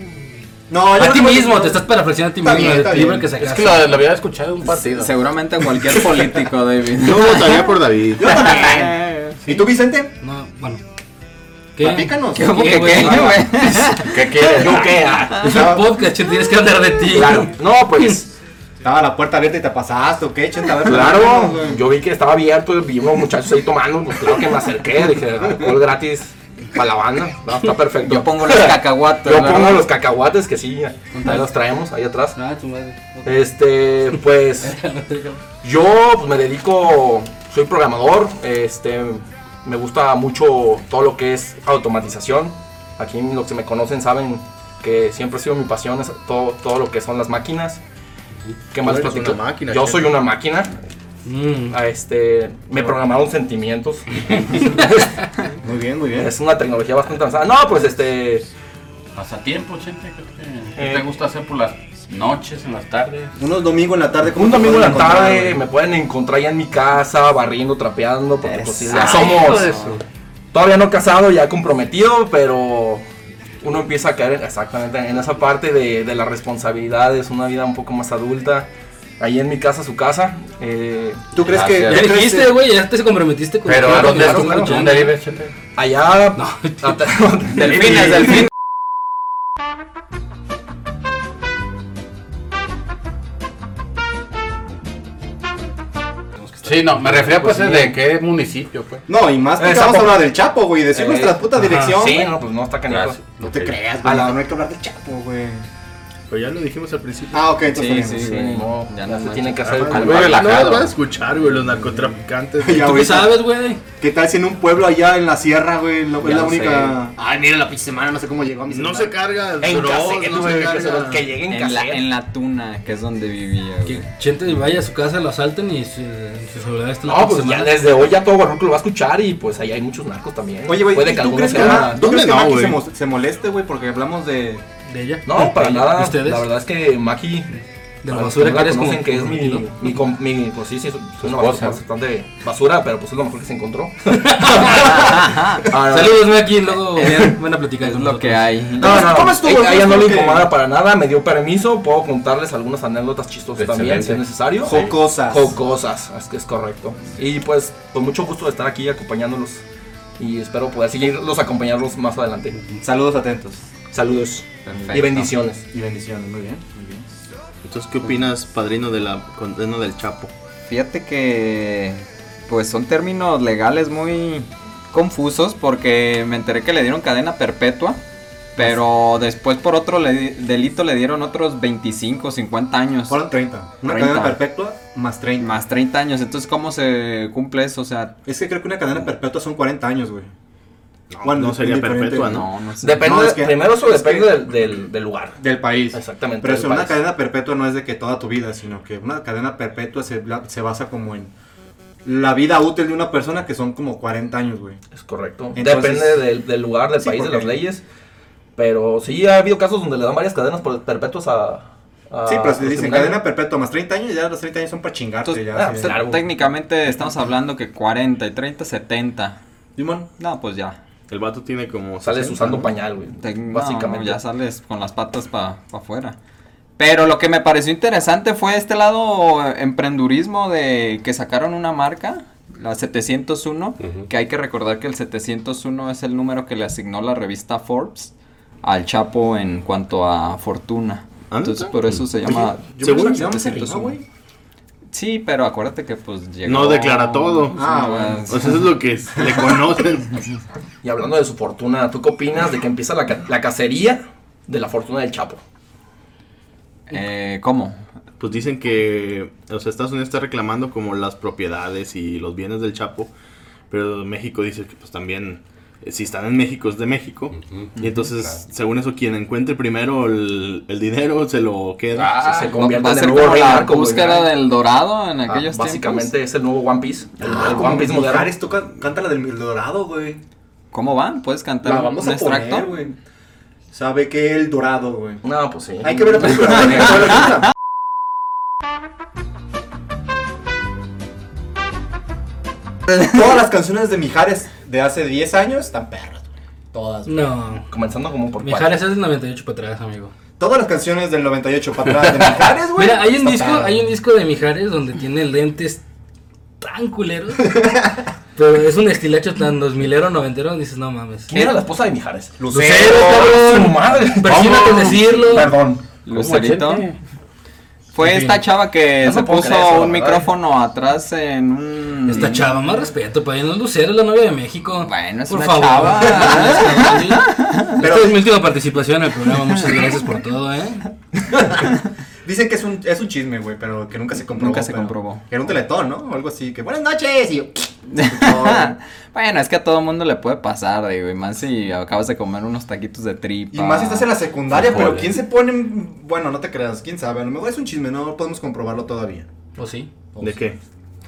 [SPEAKER 5] No, yo
[SPEAKER 1] A
[SPEAKER 5] no
[SPEAKER 1] ti
[SPEAKER 5] creo-
[SPEAKER 1] mismo, te estás parafraseando a ti
[SPEAKER 2] Está
[SPEAKER 1] mismo.
[SPEAKER 2] bien,
[SPEAKER 1] del
[SPEAKER 2] está
[SPEAKER 1] libro
[SPEAKER 2] bien.
[SPEAKER 1] que sacaste.
[SPEAKER 7] Es que lo, lo había escuchado en un partido.
[SPEAKER 3] Seguramente cualquier político, David.
[SPEAKER 2] Yo votaría por David.
[SPEAKER 5] Yo también. ¿Y tú, Vicente?
[SPEAKER 1] No, bueno. ¿Qué?
[SPEAKER 5] Platícanos.
[SPEAKER 1] ¿Qué?
[SPEAKER 3] ¿Cómo que
[SPEAKER 1] güey?
[SPEAKER 3] qué, güey?
[SPEAKER 7] ¿Qué quieres?
[SPEAKER 6] ¿Yo qué? Ah,
[SPEAKER 1] Es un podcast, che, tienes que hablar de ti.
[SPEAKER 6] Claro. No, pues.
[SPEAKER 5] Estaba la puerta abierta y te pasaste, ¿o qué? Chenta, a ver, platícanos,
[SPEAKER 6] Claro.
[SPEAKER 5] güey.
[SPEAKER 6] Yo vi que estaba abierto, vi unos muchachos ahí tomando. Pues claro que me acerqué. Dije, alcohol gratis para la banda. No, está perfecto.
[SPEAKER 3] Yo pongo los cacahuates.
[SPEAKER 6] Yo
[SPEAKER 3] ¿verdad?
[SPEAKER 6] pongo los cacahuates que sí. Ahí los traemos, ahí atrás.
[SPEAKER 8] Ah, tu madre.
[SPEAKER 6] Este, pues. Yo pues, me dedico, soy programador, este, me gusta mucho todo lo que es automatización. Aquí los que me conocen saben que siempre ha sido mi pasión es todo, todo lo que son las máquinas. ¿Qué más
[SPEAKER 2] Tú
[SPEAKER 6] les
[SPEAKER 2] eres
[SPEAKER 6] platico?
[SPEAKER 2] una máquina,
[SPEAKER 6] Yo
[SPEAKER 2] gente.
[SPEAKER 6] soy una máquina.
[SPEAKER 1] Mm.
[SPEAKER 6] ah, Este, me programaron sentimientos.
[SPEAKER 5] Muy bien, muy bien.
[SPEAKER 6] es una tecnología bastante avanzada. No, pues este,
[SPEAKER 7] Pasatiempo, gente. ¿Qué te- ¿Qué
[SPEAKER 6] Eh.
[SPEAKER 7] te gusta hacer por las noches, en las tardes?
[SPEAKER 5] Unos domingos en la tarde. ¿cómo
[SPEAKER 6] un
[SPEAKER 5] te
[SPEAKER 6] domingo en
[SPEAKER 5] pueden
[SPEAKER 6] la tarde
[SPEAKER 5] encontrar,
[SPEAKER 6] me pueden encontrar ya en mi casa, barriendo, trapeando, porque pues, sí, ya
[SPEAKER 5] Exacto.
[SPEAKER 6] somos. Todavía no casado, ya comprometido, pero uno empieza a caer exactamente en esa parte de, de las responsabilidades, una vida un poco más adulta. Ahí en mi casa, su casa. eh,
[SPEAKER 5] güey? ¿Tú crees que.?
[SPEAKER 1] Ya
[SPEAKER 7] Gracias.
[SPEAKER 5] tú crees
[SPEAKER 1] dijiste,
[SPEAKER 5] que-
[SPEAKER 1] güey, ya te comprometiste con
[SPEAKER 7] Pero ¿a
[SPEAKER 1] Claro,
[SPEAKER 7] dónde,
[SPEAKER 1] claro,
[SPEAKER 6] tú-
[SPEAKER 1] claro.
[SPEAKER 7] dónde vives, gente?
[SPEAKER 6] allá.
[SPEAKER 3] Delfines, delfines.
[SPEAKER 7] Sí, no, me refería pues de qué municipio, pues.
[SPEAKER 5] No, y más porque
[SPEAKER 6] Esa
[SPEAKER 5] vamos a
[SPEAKER 6] po-
[SPEAKER 5] hablar del Chapo, güey. Decir
[SPEAKER 6] Eh,
[SPEAKER 5] nuestra puta dirección.
[SPEAKER 6] Sí,
[SPEAKER 5] güey.
[SPEAKER 6] no, pues no está canijo.
[SPEAKER 5] No te
[SPEAKER 7] Ok.
[SPEAKER 5] creas,
[SPEAKER 6] A
[SPEAKER 5] güey.
[SPEAKER 6] la-
[SPEAKER 5] No hay que hablar del Chapo, güey.
[SPEAKER 2] Pero ya lo dijimos al principio.
[SPEAKER 5] Ah, ok, entonces.
[SPEAKER 3] Sí,
[SPEAKER 5] está
[SPEAKER 3] sí,
[SPEAKER 5] bien.
[SPEAKER 3] güey.
[SPEAKER 6] No,
[SPEAKER 3] Ya
[SPEAKER 6] no
[SPEAKER 3] no
[SPEAKER 6] se
[SPEAKER 3] manches.
[SPEAKER 6] tiene que hacer
[SPEAKER 2] Ah,
[SPEAKER 6] con-
[SPEAKER 2] güey,
[SPEAKER 7] relajado.
[SPEAKER 2] No lo van a escuchar, güey, los narcotraficantes.
[SPEAKER 5] Ya,
[SPEAKER 1] ¿Tú qué
[SPEAKER 5] güey.
[SPEAKER 1] sabes, güey?
[SPEAKER 5] ¿Qué tal si en un pueblo allá en la sierra, güey? la-
[SPEAKER 3] Ya
[SPEAKER 5] Es la
[SPEAKER 3] sé.
[SPEAKER 5] única. Ay, mira la pinche semana, no sé cómo llegó a mi
[SPEAKER 2] No se carga
[SPEAKER 6] En
[SPEAKER 2] Dross,
[SPEAKER 6] cassette,
[SPEAKER 2] no se
[SPEAKER 6] güey, que, se
[SPEAKER 2] carga.
[SPEAKER 6] lo- que llegue en,
[SPEAKER 3] En la,
[SPEAKER 6] cassette.
[SPEAKER 3] en la tuna, que es donde vivía, güey.
[SPEAKER 1] Que Chente vaya a su casa, lo asalten y su, su celular está en la
[SPEAKER 6] No, pues ya
[SPEAKER 1] semana.
[SPEAKER 6] desde hoy ya todo Guarronco lo va a escuchar y pues ahí hay muchos narcos también.
[SPEAKER 5] Oye, güey,
[SPEAKER 6] Puede que
[SPEAKER 5] ¿tú
[SPEAKER 6] alguno
[SPEAKER 5] crees que,
[SPEAKER 6] sea-
[SPEAKER 5] Ma- ¿tú
[SPEAKER 2] ¿Dónde
[SPEAKER 5] crees que
[SPEAKER 2] no,
[SPEAKER 5] Maki
[SPEAKER 2] güey?
[SPEAKER 5] se, mo- se moleste, güey? Porque hablamos de.
[SPEAKER 1] De ella.
[SPEAKER 6] No, para nada.
[SPEAKER 1] ¿Ustedes?
[SPEAKER 6] La verdad es que Maki.
[SPEAKER 1] De la
[SPEAKER 6] para-
[SPEAKER 1] basura
[SPEAKER 6] no
[SPEAKER 1] que eres como.
[SPEAKER 6] conocen, que es mi,
[SPEAKER 1] ¿no?
[SPEAKER 6] mi, com- mi- Pues sí, sí, es una
[SPEAKER 7] esposa.
[SPEAKER 6] basura, bastante basura, pero pues es lo mejor que se encontró. Ah, no,
[SPEAKER 1] Saludos, Maki, luego van a platicar.
[SPEAKER 3] Es
[SPEAKER 1] con
[SPEAKER 3] lo que
[SPEAKER 1] nosotros.
[SPEAKER 3] hay.
[SPEAKER 6] No, no,
[SPEAKER 5] ¿Cómo
[SPEAKER 6] no.
[SPEAKER 5] estuvo?
[SPEAKER 6] Ella,
[SPEAKER 5] ¿Cómo
[SPEAKER 6] ella no le
[SPEAKER 5] estuvo que-
[SPEAKER 6] incomoda para nada, me dio permiso. Puedo contarles algunas anécdotas chistosas también, si es
[SPEAKER 7] Excelente.
[SPEAKER 6] necesario.
[SPEAKER 5] Jocosas.
[SPEAKER 6] Jocosas, es que es correcto. Y pues, con mucho gusto de estar aquí acompañándolos. Y espero poder seguirlos acompañarlos más adelante.
[SPEAKER 5] Saludos atentos.
[SPEAKER 6] Saludos
[SPEAKER 3] Perfecto.
[SPEAKER 6] y bendiciones.
[SPEAKER 5] Y bendiciones, muy bien. Muy bien.
[SPEAKER 2] Entonces, ¿qué opinas, padrino de la condena del Chapo?
[SPEAKER 3] Fíjate que pues son términos legales muy confusos porque me enteré que le dieron cadena perpetua, pero después por otro le- delito le dieron otros 25, 50 años.
[SPEAKER 5] Fueron 30. Una
[SPEAKER 3] 30.
[SPEAKER 5] cadena perpetua más 30.
[SPEAKER 3] Pues, Más 30 años, entonces ¿cómo se cumple eso? O sea,
[SPEAKER 5] Es que creo que una cadena perpetua son 40 años, güey.
[SPEAKER 2] No, no sería
[SPEAKER 5] diferente
[SPEAKER 2] perpetua, ¿no?
[SPEAKER 3] no, no sé.
[SPEAKER 6] Depende,
[SPEAKER 5] No, es que-
[SPEAKER 6] primero eso
[SPEAKER 5] es que-
[SPEAKER 6] depende del, del- del lugar.
[SPEAKER 5] Del país.
[SPEAKER 6] Exactamente.
[SPEAKER 5] Pero
[SPEAKER 6] del
[SPEAKER 5] si una
[SPEAKER 6] país.
[SPEAKER 5] cadena perpetua no es de que toda tu vida, sino que una cadena perpetua se, bla- se basa como en la vida útil de una persona que son como 40 años, güey.
[SPEAKER 6] Es correcto.
[SPEAKER 5] Entonces-
[SPEAKER 6] Depende del, del lugar, del
[SPEAKER 5] Sí,
[SPEAKER 6] país, de las
[SPEAKER 5] porque-
[SPEAKER 6] leyes. Pero sí ha habido casos donde le dan varias cadenas por- perpetuas a. a
[SPEAKER 5] sí, pero si
[SPEAKER 6] los
[SPEAKER 5] dicen
[SPEAKER 6] criminales.
[SPEAKER 5] cadena perpetua más 30 años, ya los 30 años son para chingarte.
[SPEAKER 3] Entonces, pues,
[SPEAKER 5] ya,
[SPEAKER 6] pues, ah,
[SPEAKER 5] sí.
[SPEAKER 3] Te-
[SPEAKER 6] claro.
[SPEAKER 3] Técnicamente estamos hablando que 40 y 30, 70.
[SPEAKER 5] Simón,
[SPEAKER 3] No, pues ya.
[SPEAKER 2] El vato tiene como.
[SPEAKER 6] Sales
[SPEAKER 2] 60,
[SPEAKER 6] usando
[SPEAKER 2] ¿no?
[SPEAKER 6] pañal, güey.
[SPEAKER 3] Te- no,
[SPEAKER 6] Básicamente.
[SPEAKER 3] no, ya sales con las patas para afuera. Pero lo que me pareció interesante fue este lado eh, emprendurismo de que sacaron una marca, la 701,
[SPEAKER 7] Ujú.
[SPEAKER 3] que hay que recordar que el 701 es el número que le asignó la revista Forbes al Chapo en cuanto a fortuna.
[SPEAKER 2] ¿Ah,
[SPEAKER 3] Entonces
[SPEAKER 2] neta?
[SPEAKER 3] por eso se llama...
[SPEAKER 5] yo
[SPEAKER 2] Según-
[SPEAKER 5] pensaba que nada más se rimaba, güey.
[SPEAKER 3] Sí, pero acuérdate que pues llegó...
[SPEAKER 2] No declara todo.
[SPEAKER 5] Ah,
[SPEAKER 3] No,
[SPEAKER 5] bueno.
[SPEAKER 2] O sea, eso es lo que es- le conocen.
[SPEAKER 6] Y hablando de su fortuna, ¿tú qué opinas de que empieza la, ca- la cacería de la fortuna del Chapo?
[SPEAKER 3] eh, ¿Cómo?
[SPEAKER 2] Pues dicen que. O sea, Estados Unidos está reclamando como las propiedades y los bienes del Chapo. Pero México dice que, pues también. eh, Si están en México, es de México. Y entonces, según eso, quien encuentre primero el, el dinero se lo queda.
[SPEAKER 6] Ah, se convierte
[SPEAKER 3] Va a
[SPEAKER 6] en
[SPEAKER 3] ser
[SPEAKER 6] el
[SPEAKER 3] como
[SPEAKER 6] nuevo rey
[SPEAKER 3] la
[SPEAKER 6] narco, güey,
[SPEAKER 3] búsqueda
[SPEAKER 6] ¿verdad?
[SPEAKER 3] del dorado en
[SPEAKER 6] Ah,
[SPEAKER 3] aquellos tiempos.
[SPEAKER 6] básicamente es el nuevo One Piece. El,
[SPEAKER 5] Ah,
[SPEAKER 6] el
[SPEAKER 5] como
[SPEAKER 6] One Piece moderno.
[SPEAKER 5] Mijares, tú can- canta la del El Dorado, güey.
[SPEAKER 3] ¿Cómo van? ¿Puedes cantar
[SPEAKER 5] La vamos
[SPEAKER 3] un
[SPEAKER 5] a
[SPEAKER 3] extracto?
[SPEAKER 5] poner, güey. Sabe que El Dorado, güey.
[SPEAKER 6] No, pues sí.
[SPEAKER 5] Hay que ver la película. güey, toda la cosa. Todas las canciones de Mijares de hace 10 años están perras, güey. Todas. güey.
[SPEAKER 1] No.
[SPEAKER 6] Comenzando como por cuál.
[SPEAKER 1] Mijares es del 98 para atrás, amigo.
[SPEAKER 5] Todas las canciones del 98 para atrás de Mijares, güey.
[SPEAKER 1] Mira, hay un
[SPEAKER 5] están
[SPEAKER 1] disco,
[SPEAKER 5] perras,
[SPEAKER 1] hay un
[SPEAKER 5] güey.
[SPEAKER 1] disco de Mijares donde tiene lentes tan culeros. pero es un estilacho tan dos milero, noventero, dices, no mames.
[SPEAKER 6] ¿Quién era la esposa de Mijares?
[SPEAKER 5] Lucero,
[SPEAKER 6] ¡Su madre!
[SPEAKER 1] Persígnate en
[SPEAKER 6] Vamos.
[SPEAKER 1] decirlo.
[SPEAKER 6] Perdón.
[SPEAKER 3] Lucerito.
[SPEAKER 7] Chente?
[SPEAKER 3] Fue
[SPEAKER 1] En fin.
[SPEAKER 3] esta chava que
[SPEAKER 6] No
[SPEAKER 3] se
[SPEAKER 6] me puedo
[SPEAKER 3] puso
[SPEAKER 6] creer eso,
[SPEAKER 3] un
[SPEAKER 6] la verdad.
[SPEAKER 3] micrófono atrás en un...
[SPEAKER 1] Esta chava, más respeto, pues, para no Lucero, es la novia de México.
[SPEAKER 3] Bueno, es
[SPEAKER 1] Por
[SPEAKER 3] una
[SPEAKER 1] favor.
[SPEAKER 3] chava.
[SPEAKER 5] Pero-
[SPEAKER 1] Esta es mi última participación en el programa, muchas gracias por todo, ¿eh?
[SPEAKER 5] Dicen que es un, es un chisme, güey, pero que nunca se comprobó.
[SPEAKER 3] Nunca se
[SPEAKER 5] pero-
[SPEAKER 3] comprobó.
[SPEAKER 5] Que era un teletón, ¿no? O algo así. Que buenas noches. Y yo.
[SPEAKER 3] bueno, es que a todo mundo le puede pasar, digo, y más si acabas de comer unos taquitos de tripa.
[SPEAKER 5] Y más si estás en la secundaria, pero
[SPEAKER 7] Joder.
[SPEAKER 5] ¿quién se pone.? en- Bueno, no te creas, quién sabe. A lo mejor es un chisme, no podemos comprobarlo todavía.
[SPEAKER 1] ¿O Pues sí?
[SPEAKER 5] pues
[SPEAKER 2] ¿De qué?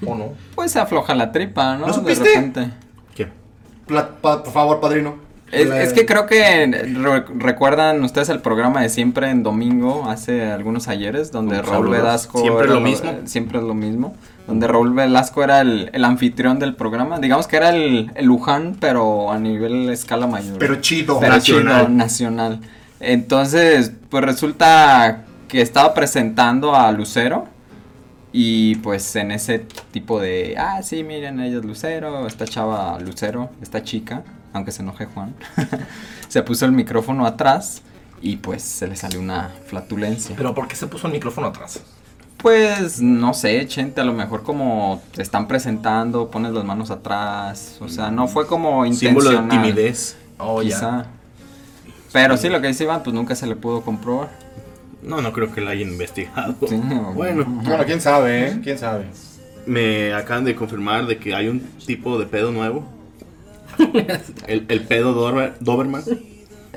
[SPEAKER 6] ¿O no?
[SPEAKER 3] Pues se afloja la tripa, ¿no?
[SPEAKER 5] ¿No supiste?
[SPEAKER 3] De repente.
[SPEAKER 2] ¿Qué?
[SPEAKER 5] Pla- pa- por favor, padrino.
[SPEAKER 3] Es,
[SPEAKER 5] La-
[SPEAKER 3] es que creo que re- recuerdan ustedes el programa de siempre en domingo, hace algunos ayeres, donde
[SPEAKER 2] Con
[SPEAKER 3] Raúl
[SPEAKER 2] Raúl Velasco.
[SPEAKER 3] Velasco...
[SPEAKER 2] Siempre
[SPEAKER 3] era
[SPEAKER 2] lo
[SPEAKER 3] lo-
[SPEAKER 2] mismo.
[SPEAKER 3] eh, Siempre es lo mismo. Donde Raúl Velasco era el, el anfitrión del programa. Digamos que era el, el Luján, pero a nivel escala mayor.
[SPEAKER 5] Pero chido.
[SPEAKER 3] Pero
[SPEAKER 2] nacional.
[SPEAKER 3] chido, nacional. Entonces, pues resulta que estaba presentando a Lucero. Y pues en ese tipo de, ah, sí, miren, ella es Lucero, esta chava Lucero, esta chica, aunque se enoje Juan, se puso el micrófono atrás y pues se le salió una flatulencia.
[SPEAKER 6] ¿Pero por qué se puso el micrófono atrás?
[SPEAKER 3] Pues no sé, gente, a lo mejor como te están presentando, pones las manos atrás, o sea, no fue como intencional.
[SPEAKER 2] Símbolo de timidez.
[SPEAKER 6] Oh, ya.
[SPEAKER 3] Quizá. Pero sí, lo que dice Iván, pues nunca se le pudo comprobar.
[SPEAKER 2] No, no creo que la hayan investigado.
[SPEAKER 3] Sí, no,
[SPEAKER 2] Bueno,
[SPEAKER 5] Bueno, quién sabe, ¿eh? ¿Quién sabe?
[SPEAKER 2] me acaban de confirmar de que hay un tipo de pedo nuevo. El, el pedo Dober- Doberman.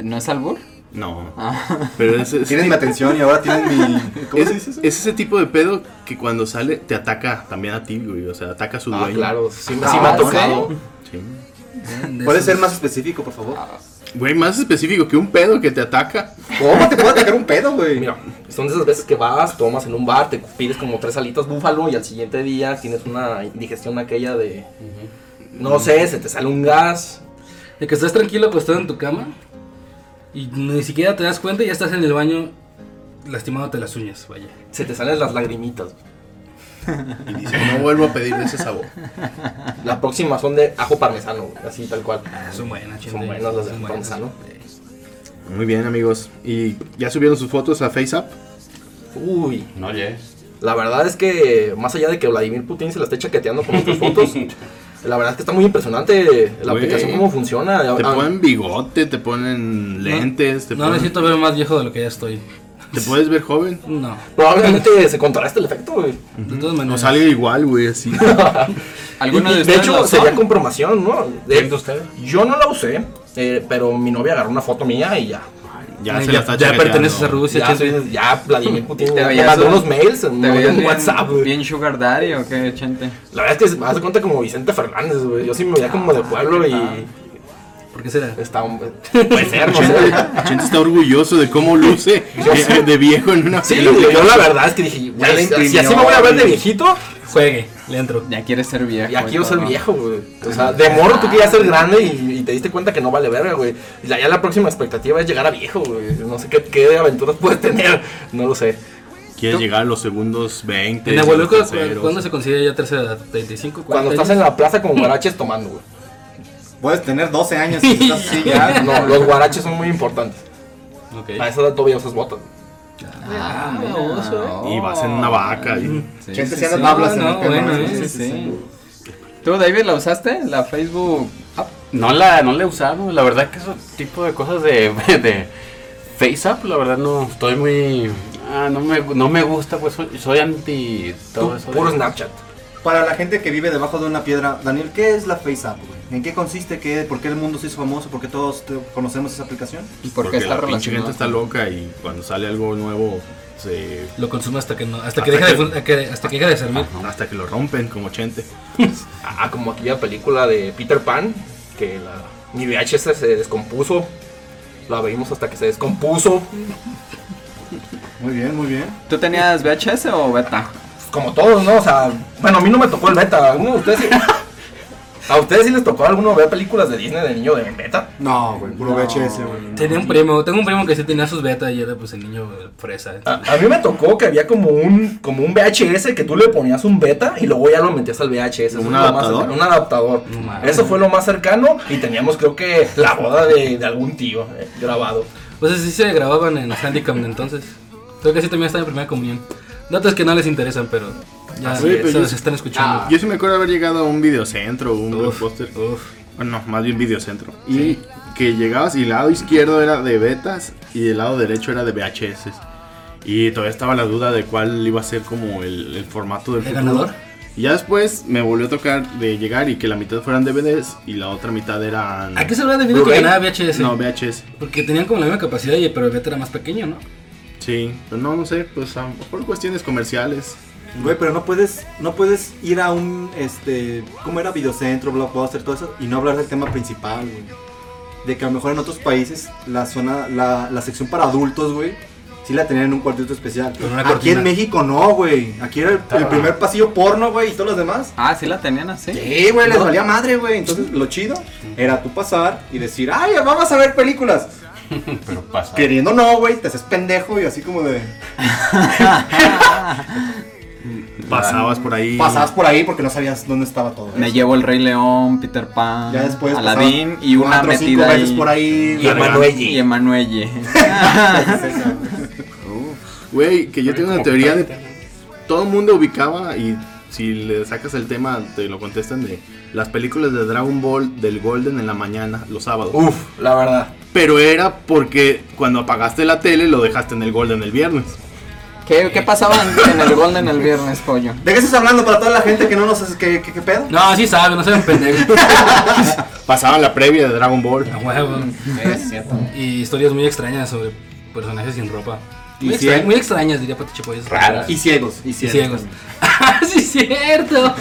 [SPEAKER 3] ¿No es albur?
[SPEAKER 2] No,
[SPEAKER 3] Ah,
[SPEAKER 2] pero es, es-
[SPEAKER 5] Tienen mi atención y ahora tienen mi... ¿Cómo
[SPEAKER 2] es-
[SPEAKER 5] se dice eso?
[SPEAKER 2] es ese tipo de pedo que cuando sale te ataca también a ti, güey. O sea, ataca a su
[SPEAKER 6] Ah,
[SPEAKER 2] dueño.
[SPEAKER 6] claro, sí, me-
[SPEAKER 3] Ah,
[SPEAKER 6] sí me ha
[SPEAKER 3] ¿sí?
[SPEAKER 6] tocado.
[SPEAKER 2] Sí.
[SPEAKER 1] De
[SPEAKER 5] ¿Puede
[SPEAKER 1] esos-
[SPEAKER 5] ser más específico, por favor?
[SPEAKER 2] Güey, más específico que un pedo que te ataca.
[SPEAKER 5] ¿Cómo te puede atacar un pedo, güey?
[SPEAKER 6] Mira, son de esas veces que vas, tomas en un bar, te pides como tres alitas búfalo y al siguiente día tienes una indigestión aquella de. No sé, se te sale un gas.
[SPEAKER 1] De que estás tranquilo acostado en tu cama y ni siquiera te das cuenta y ya estás en el baño lastimándote las uñas, vaya.
[SPEAKER 6] Se te salen las lagrimitas.
[SPEAKER 2] Y dice, no vuelvo a pedirle ese sabor.
[SPEAKER 6] La próxima son de ajo parmesano, güey, así tal cual.
[SPEAKER 1] Son buenas,
[SPEAKER 6] Son
[SPEAKER 1] chende,
[SPEAKER 6] buenas las de
[SPEAKER 1] buenas.
[SPEAKER 6] Gonzalo.
[SPEAKER 2] Muy bien, amigos. ¿Y ya subieron sus fotos a FaceApp?
[SPEAKER 6] Uy,
[SPEAKER 7] No, yes.
[SPEAKER 6] la verdad es que más allá de que Vladimir Putin se la esté chaqueteando con estas fotos, la verdad es que está muy impresionante la
[SPEAKER 2] Güey.
[SPEAKER 6] aplicación, cómo funciona.
[SPEAKER 2] Te
[SPEAKER 6] Ah,
[SPEAKER 2] ponen bigote, te ponen lentes, te,
[SPEAKER 1] No me
[SPEAKER 2] ponen-
[SPEAKER 1] siento ver más viejo de lo que ya estoy.
[SPEAKER 2] te puedes ver joven.
[SPEAKER 1] No,
[SPEAKER 6] probablemente se contraste el efecto, güey.
[SPEAKER 1] de todas
[SPEAKER 2] No
[SPEAKER 1] maneras.
[SPEAKER 2] sale igual, güey, así.
[SPEAKER 3] ¿Alguno
[SPEAKER 6] Y-
[SPEAKER 3] de
[SPEAKER 6] y de,
[SPEAKER 3] ustedes
[SPEAKER 6] hecho,
[SPEAKER 3] lo
[SPEAKER 6] sería
[SPEAKER 3] son?
[SPEAKER 6] comprobación, ¿no? De-
[SPEAKER 7] ¿Quién de ustedes?
[SPEAKER 6] Yo no la usé, eh, pero mi novia agarró una foto mía y ya.
[SPEAKER 2] Ya
[SPEAKER 1] Ay,
[SPEAKER 2] se
[SPEAKER 1] eh, ya-
[SPEAKER 2] la está
[SPEAKER 1] ya
[SPEAKER 2] chaqueteando.
[SPEAKER 1] perteneces a Rusia,
[SPEAKER 6] Ya,
[SPEAKER 1] chende.
[SPEAKER 6] soy- ya Vladimir Putin
[SPEAKER 3] Pues, Te
[SPEAKER 6] te,
[SPEAKER 3] veías
[SPEAKER 6] mandó
[SPEAKER 3] un-
[SPEAKER 6] unos mails, te
[SPEAKER 3] ¿Te veías
[SPEAKER 6] un WhatsApp,
[SPEAKER 3] bien,
[SPEAKER 6] güey.
[SPEAKER 3] bien sugar daddy o qué, chente?
[SPEAKER 6] La verdad es que me hace cuenta como Vicente Fernández, güey. Yo sí me veía como de pueblo
[SPEAKER 3] Ah.
[SPEAKER 6] y
[SPEAKER 1] ¿Por qué será?
[SPEAKER 6] está un... Puede ser, no sé.
[SPEAKER 2] Chente- Chente está orgulloso de cómo luce de, de viejo en una
[SPEAKER 6] Sí,
[SPEAKER 2] fila,
[SPEAKER 6] güey,
[SPEAKER 2] güey.
[SPEAKER 6] yo la verdad es que dije,
[SPEAKER 5] Ya la
[SPEAKER 6] güey, si- si
[SPEAKER 5] imprimió,
[SPEAKER 6] así me voy a ver de
[SPEAKER 5] güey.
[SPEAKER 6] viejito,
[SPEAKER 1] Juegue, le entro.
[SPEAKER 3] Ya quieres ser viejo.
[SPEAKER 6] ya
[SPEAKER 3] y
[SPEAKER 6] quiero ser
[SPEAKER 3] todo.
[SPEAKER 6] viejo, güey. O sea, de morro tú querías ser grande y, y te diste cuenta que no vale verga, güey. Y la- ya la próxima expectativa es llegar a viejo, güey. No sé qué, qué aventuras puedes tener, no lo sé.
[SPEAKER 2] Quiere llegar a los segundos 20.
[SPEAKER 1] En
[SPEAKER 2] los
[SPEAKER 1] Agualuca,
[SPEAKER 2] terceros.
[SPEAKER 1] ¿cuándo se considera ya tercera edad? ¿35?
[SPEAKER 6] Cuando
[SPEAKER 1] 40
[SPEAKER 6] estás en
[SPEAKER 1] años?
[SPEAKER 6] la plaza con guaraches tomando, güey.
[SPEAKER 5] Puedes tener 12 años y estás así ya.
[SPEAKER 6] No, los guaraches son muy importantes.
[SPEAKER 1] Ok.
[SPEAKER 6] A esa edad todavía usas botas.
[SPEAKER 3] Ah, mira,
[SPEAKER 2] Y vas en una vaca. y-
[SPEAKER 3] Sí,
[SPEAKER 5] Chente
[SPEAKER 3] sí,
[SPEAKER 5] se
[SPEAKER 3] sí.
[SPEAKER 5] anda tablas en
[SPEAKER 1] no,
[SPEAKER 5] el pelo,
[SPEAKER 1] bueno,
[SPEAKER 5] ¿no?
[SPEAKER 1] eh,
[SPEAKER 5] Sí,
[SPEAKER 3] Sí,
[SPEAKER 5] sí, sí.
[SPEAKER 3] sí. ¿Tú, David, la usaste? ¿La Facebook app?
[SPEAKER 7] No la, no la he usado. La verdad que ese tipo de cosas de, de FaceApp, la verdad no estoy muy... Ah, no me, no me gusta, pues soy, soy anti todo
[SPEAKER 6] Tú,
[SPEAKER 7] eso. de-
[SPEAKER 6] puro Snapchat.
[SPEAKER 5] Para la gente que vive debajo de una piedra, Daniel, ¿qué es la FaceApp, güey? ¿En qué consiste? ¿Qué, ¿Por qué el mundo se hizo famoso? ¿Por qué todos te- conocemos esa aplicación?
[SPEAKER 3] ¿Y por qué
[SPEAKER 2] Porque
[SPEAKER 3] está
[SPEAKER 2] la pinche
[SPEAKER 3] relacionado?
[SPEAKER 2] gente está loca y cuando sale algo nuevo se...
[SPEAKER 1] Lo consumo hasta que no, hasta, que deja
[SPEAKER 2] Hasta
[SPEAKER 1] de,
[SPEAKER 2] que- Ah,
[SPEAKER 1] fun- a que- hasta que deja de servir.
[SPEAKER 2] Hasta que lo rompen como Chente.
[SPEAKER 6] Ah, como aquella película de Peter Pan, que la, mi VHS se descompuso. La vimos hasta que se descompuso.
[SPEAKER 5] Muy bien, muy bien.
[SPEAKER 3] ¿Tú tenías VHS o beta?
[SPEAKER 6] Como todos, ¿no? O sea, bueno, a mí no me tocó el beta. ¿Alguno de ustedes sí? ¿A ustedes sí les tocó alguno ver películas de Disney de niño de beta?
[SPEAKER 5] No, güey, puro
[SPEAKER 3] No.
[SPEAKER 5] VHS, güey.
[SPEAKER 1] Tenía un primo, tengo un primo que sí tenía sus betas y era pues el niño eh, fresa.
[SPEAKER 6] A, a mí me tocó que había como un, como un VHS que tú le ponías un beta y luego ya lo metías al VHS. Eso
[SPEAKER 2] ¿Un
[SPEAKER 6] es lo más
[SPEAKER 2] adaptador?
[SPEAKER 6] cercano, un adaptador.
[SPEAKER 1] mames.
[SPEAKER 6] Eso fue lo más cercano y teníamos creo que la boda de, de algún tío eh, grabado.
[SPEAKER 1] O sea, sí se grababan en Handicam de entonces. Creo que sí también estaba en primera comunión. Datos que no les interesan, pero ya
[SPEAKER 2] Así es,
[SPEAKER 1] se
[SPEAKER 2] pero Ah,
[SPEAKER 1] los
[SPEAKER 2] yo-
[SPEAKER 1] están escuchando.
[SPEAKER 2] Yo sí me acuerdo haber llegado a un videocentro, un
[SPEAKER 1] Ah. Uf,
[SPEAKER 2] blockbuster.
[SPEAKER 1] uf.
[SPEAKER 2] Bueno, más bien videocentro. Y que llegabas y el lado izquierdo era de betas y el lado derecho era de VHS. Y todavía estaba la duda de cuál iba a ser como el, el formato del
[SPEAKER 1] ¿El
[SPEAKER 2] futuro.
[SPEAKER 1] ganador?
[SPEAKER 2] Y ya después me volvió a tocar de llegar y que la mitad fueran DVDs y la otra mitad eran...
[SPEAKER 1] ¿A qué se habrá debido que
[SPEAKER 6] Blu-ray?
[SPEAKER 1] ganaba VHS?
[SPEAKER 2] No, VHS.
[SPEAKER 1] Porque tenían como la misma capacidad, y- pero el beta era más pequeño, ¿no?
[SPEAKER 2] Sí, pero no, no sé, pues a lo mejor cuestiones comerciales.
[SPEAKER 5] Güey, pero no puedes, no puedes ir a un, este, ¿cómo era? Videocentro, Blockbuster, todo eso, y no hablar del tema principal, güey. De que a lo mejor en otros países la zona, la, la sección para adultos, güey, sí la tenían en un cuartito especial.
[SPEAKER 1] Con una
[SPEAKER 5] Aquí
[SPEAKER 1] cortina. Ah.
[SPEAKER 5] en México no, güey. Aquí era el, el primer pasillo porno, güey, y todos los demás.
[SPEAKER 3] Ah, sí la tenían así.
[SPEAKER 5] Sí, güey, les valía madre, güey. Entonces, lo chido era tú pasar y decir, ay, vamos a ver películas.
[SPEAKER 7] Pero pasa.
[SPEAKER 5] Queriendo no, güey, te haces pendejo y así como de...
[SPEAKER 3] Ah,
[SPEAKER 1] Ah,
[SPEAKER 2] Pasabas por ahí.
[SPEAKER 5] Pasabas por ahí porque no sabías dónde estaba todo.
[SPEAKER 3] Me
[SPEAKER 5] eso.
[SPEAKER 3] llevo el Rey León, Peter Pan,
[SPEAKER 5] Ya después
[SPEAKER 3] Aladdin
[SPEAKER 5] pasaban
[SPEAKER 3] y una
[SPEAKER 5] cuatro o cinco
[SPEAKER 3] metida
[SPEAKER 5] veces
[SPEAKER 3] ahí.
[SPEAKER 5] por ahí.
[SPEAKER 6] Y Emanuel
[SPEAKER 3] Y Emanuelle.
[SPEAKER 2] Güey, que yo tengo una teoría de... Todo el mundo ubicaba y si le sacas el tema te lo contestan de las películas de Dragon Ball del Golden en la mañana, los sábados.
[SPEAKER 6] Uf, la verdad.
[SPEAKER 2] pero era porque cuando apagaste la tele lo dejaste en el Golden el viernes.
[SPEAKER 8] ¿Qué, qué pasaba en, en el Golden el viernes, pollo?
[SPEAKER 5] ¿De qué estás hablando para toda la gente que no nos hace qué, qué, qué pedo?
[SPEAKER 1] No, sí sabe, no se ven pendejos.
[SPEAKER 2] Pasaban la previa de Dragon Ball.
[SPEAKER 1] A huevo.
[SPEAKER 3] Es cierto.
[SPEAKER 1] Y historias muy extrañas sobre personajes sin ropa.
[SPEAKER 5] Y
[SPEAKER 1] Muy,
[SPEAKER 5] ciegos.
[SPEAKER 1] extra- muy extrañas, diría Pati Chapoyes.
[SPEAKER 7] Raras.
[SPEAKER 5] Y ciegos. Y
[SPEAKER 1] Y
[SPEAKER 5] ciegos.
[SPEAKER 1] ciegos. ¡Ah, sí, cierto!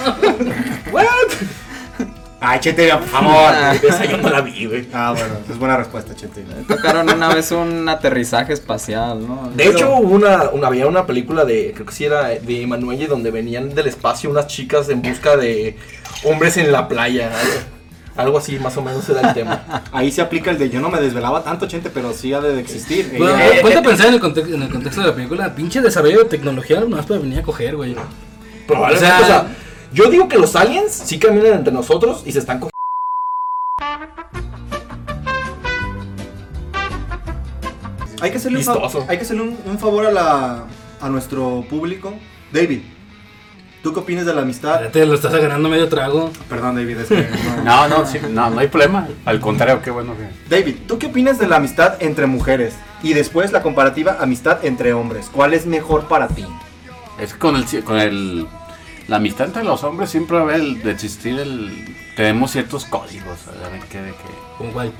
[SPEAKER 5] Ay, Chete, por favor.
[SPEAKER 8] Ah,
[SPEAKER 6] Esa yo no la vi, güey.
[SPEAKER 5] Ah, bueno, es buena respuesta, Chete.
[SPEAKER 8] tocaron una vez un aterrizaje espacial, ¿no?
[SPEAKER 6] De hecho, hubo una, una, había una película de, creo que sí era de Emanuelle, donde venían del espacio unas chicas en busca de hombres en la playa. Algo, algo así, más o menos era el tema.
[SPEAKER 5] Ahí se aplica el de yo no me desvelaba tanto, Chente, pero sí ha de existir.
[SPEAKER 1] Bueno,
[SPEAKER 5] Eh,
[SPEAKER 1] ponte a pensar en el, context- en el contexto de la película. Pinche desarrollo de tecnología, nomás para venir a coger, güey.
[SPEAKER 6] Probablemente,
[SPEAKER 1] O sea-
[SPEAKER 6] o sea, yo digo que los aliens sí caminan entre nosotros y se están cogiendo.
[SPEAKER 5] Hay que hacerle, un,
[SPEAKER 6] Vistoso.
[SPEAKER 5] fa- hay que hacerle un, un favor a, la, a nuestro público. David, ¿tú qué opinas de la
[SPEAKER 3] Ah.
[SPEAKER 5] amistad?
[SPEAKER 1] Espérate, lo estás agarrando medio trago.
[SPEAKER 5] Perdón, David, es que. no.
[SPEAKER 7] No, no, sí, no, no hay problema. Al contrario, qué bueno que.
[SPEAKER 5] David, ¿tú qué opinas de la amistad entre mujeres? Y después la comparativa amistad entre hombres. ¿Cuál es mejor para ti?
[SPEAKER 7] Es que con el, con el. La amistad entre los hombres siempre va a haber el- de existir el. Tenemos ciertos códigos. A ver, ¿qué, de qué?
[SPEAKER 1] Como cual.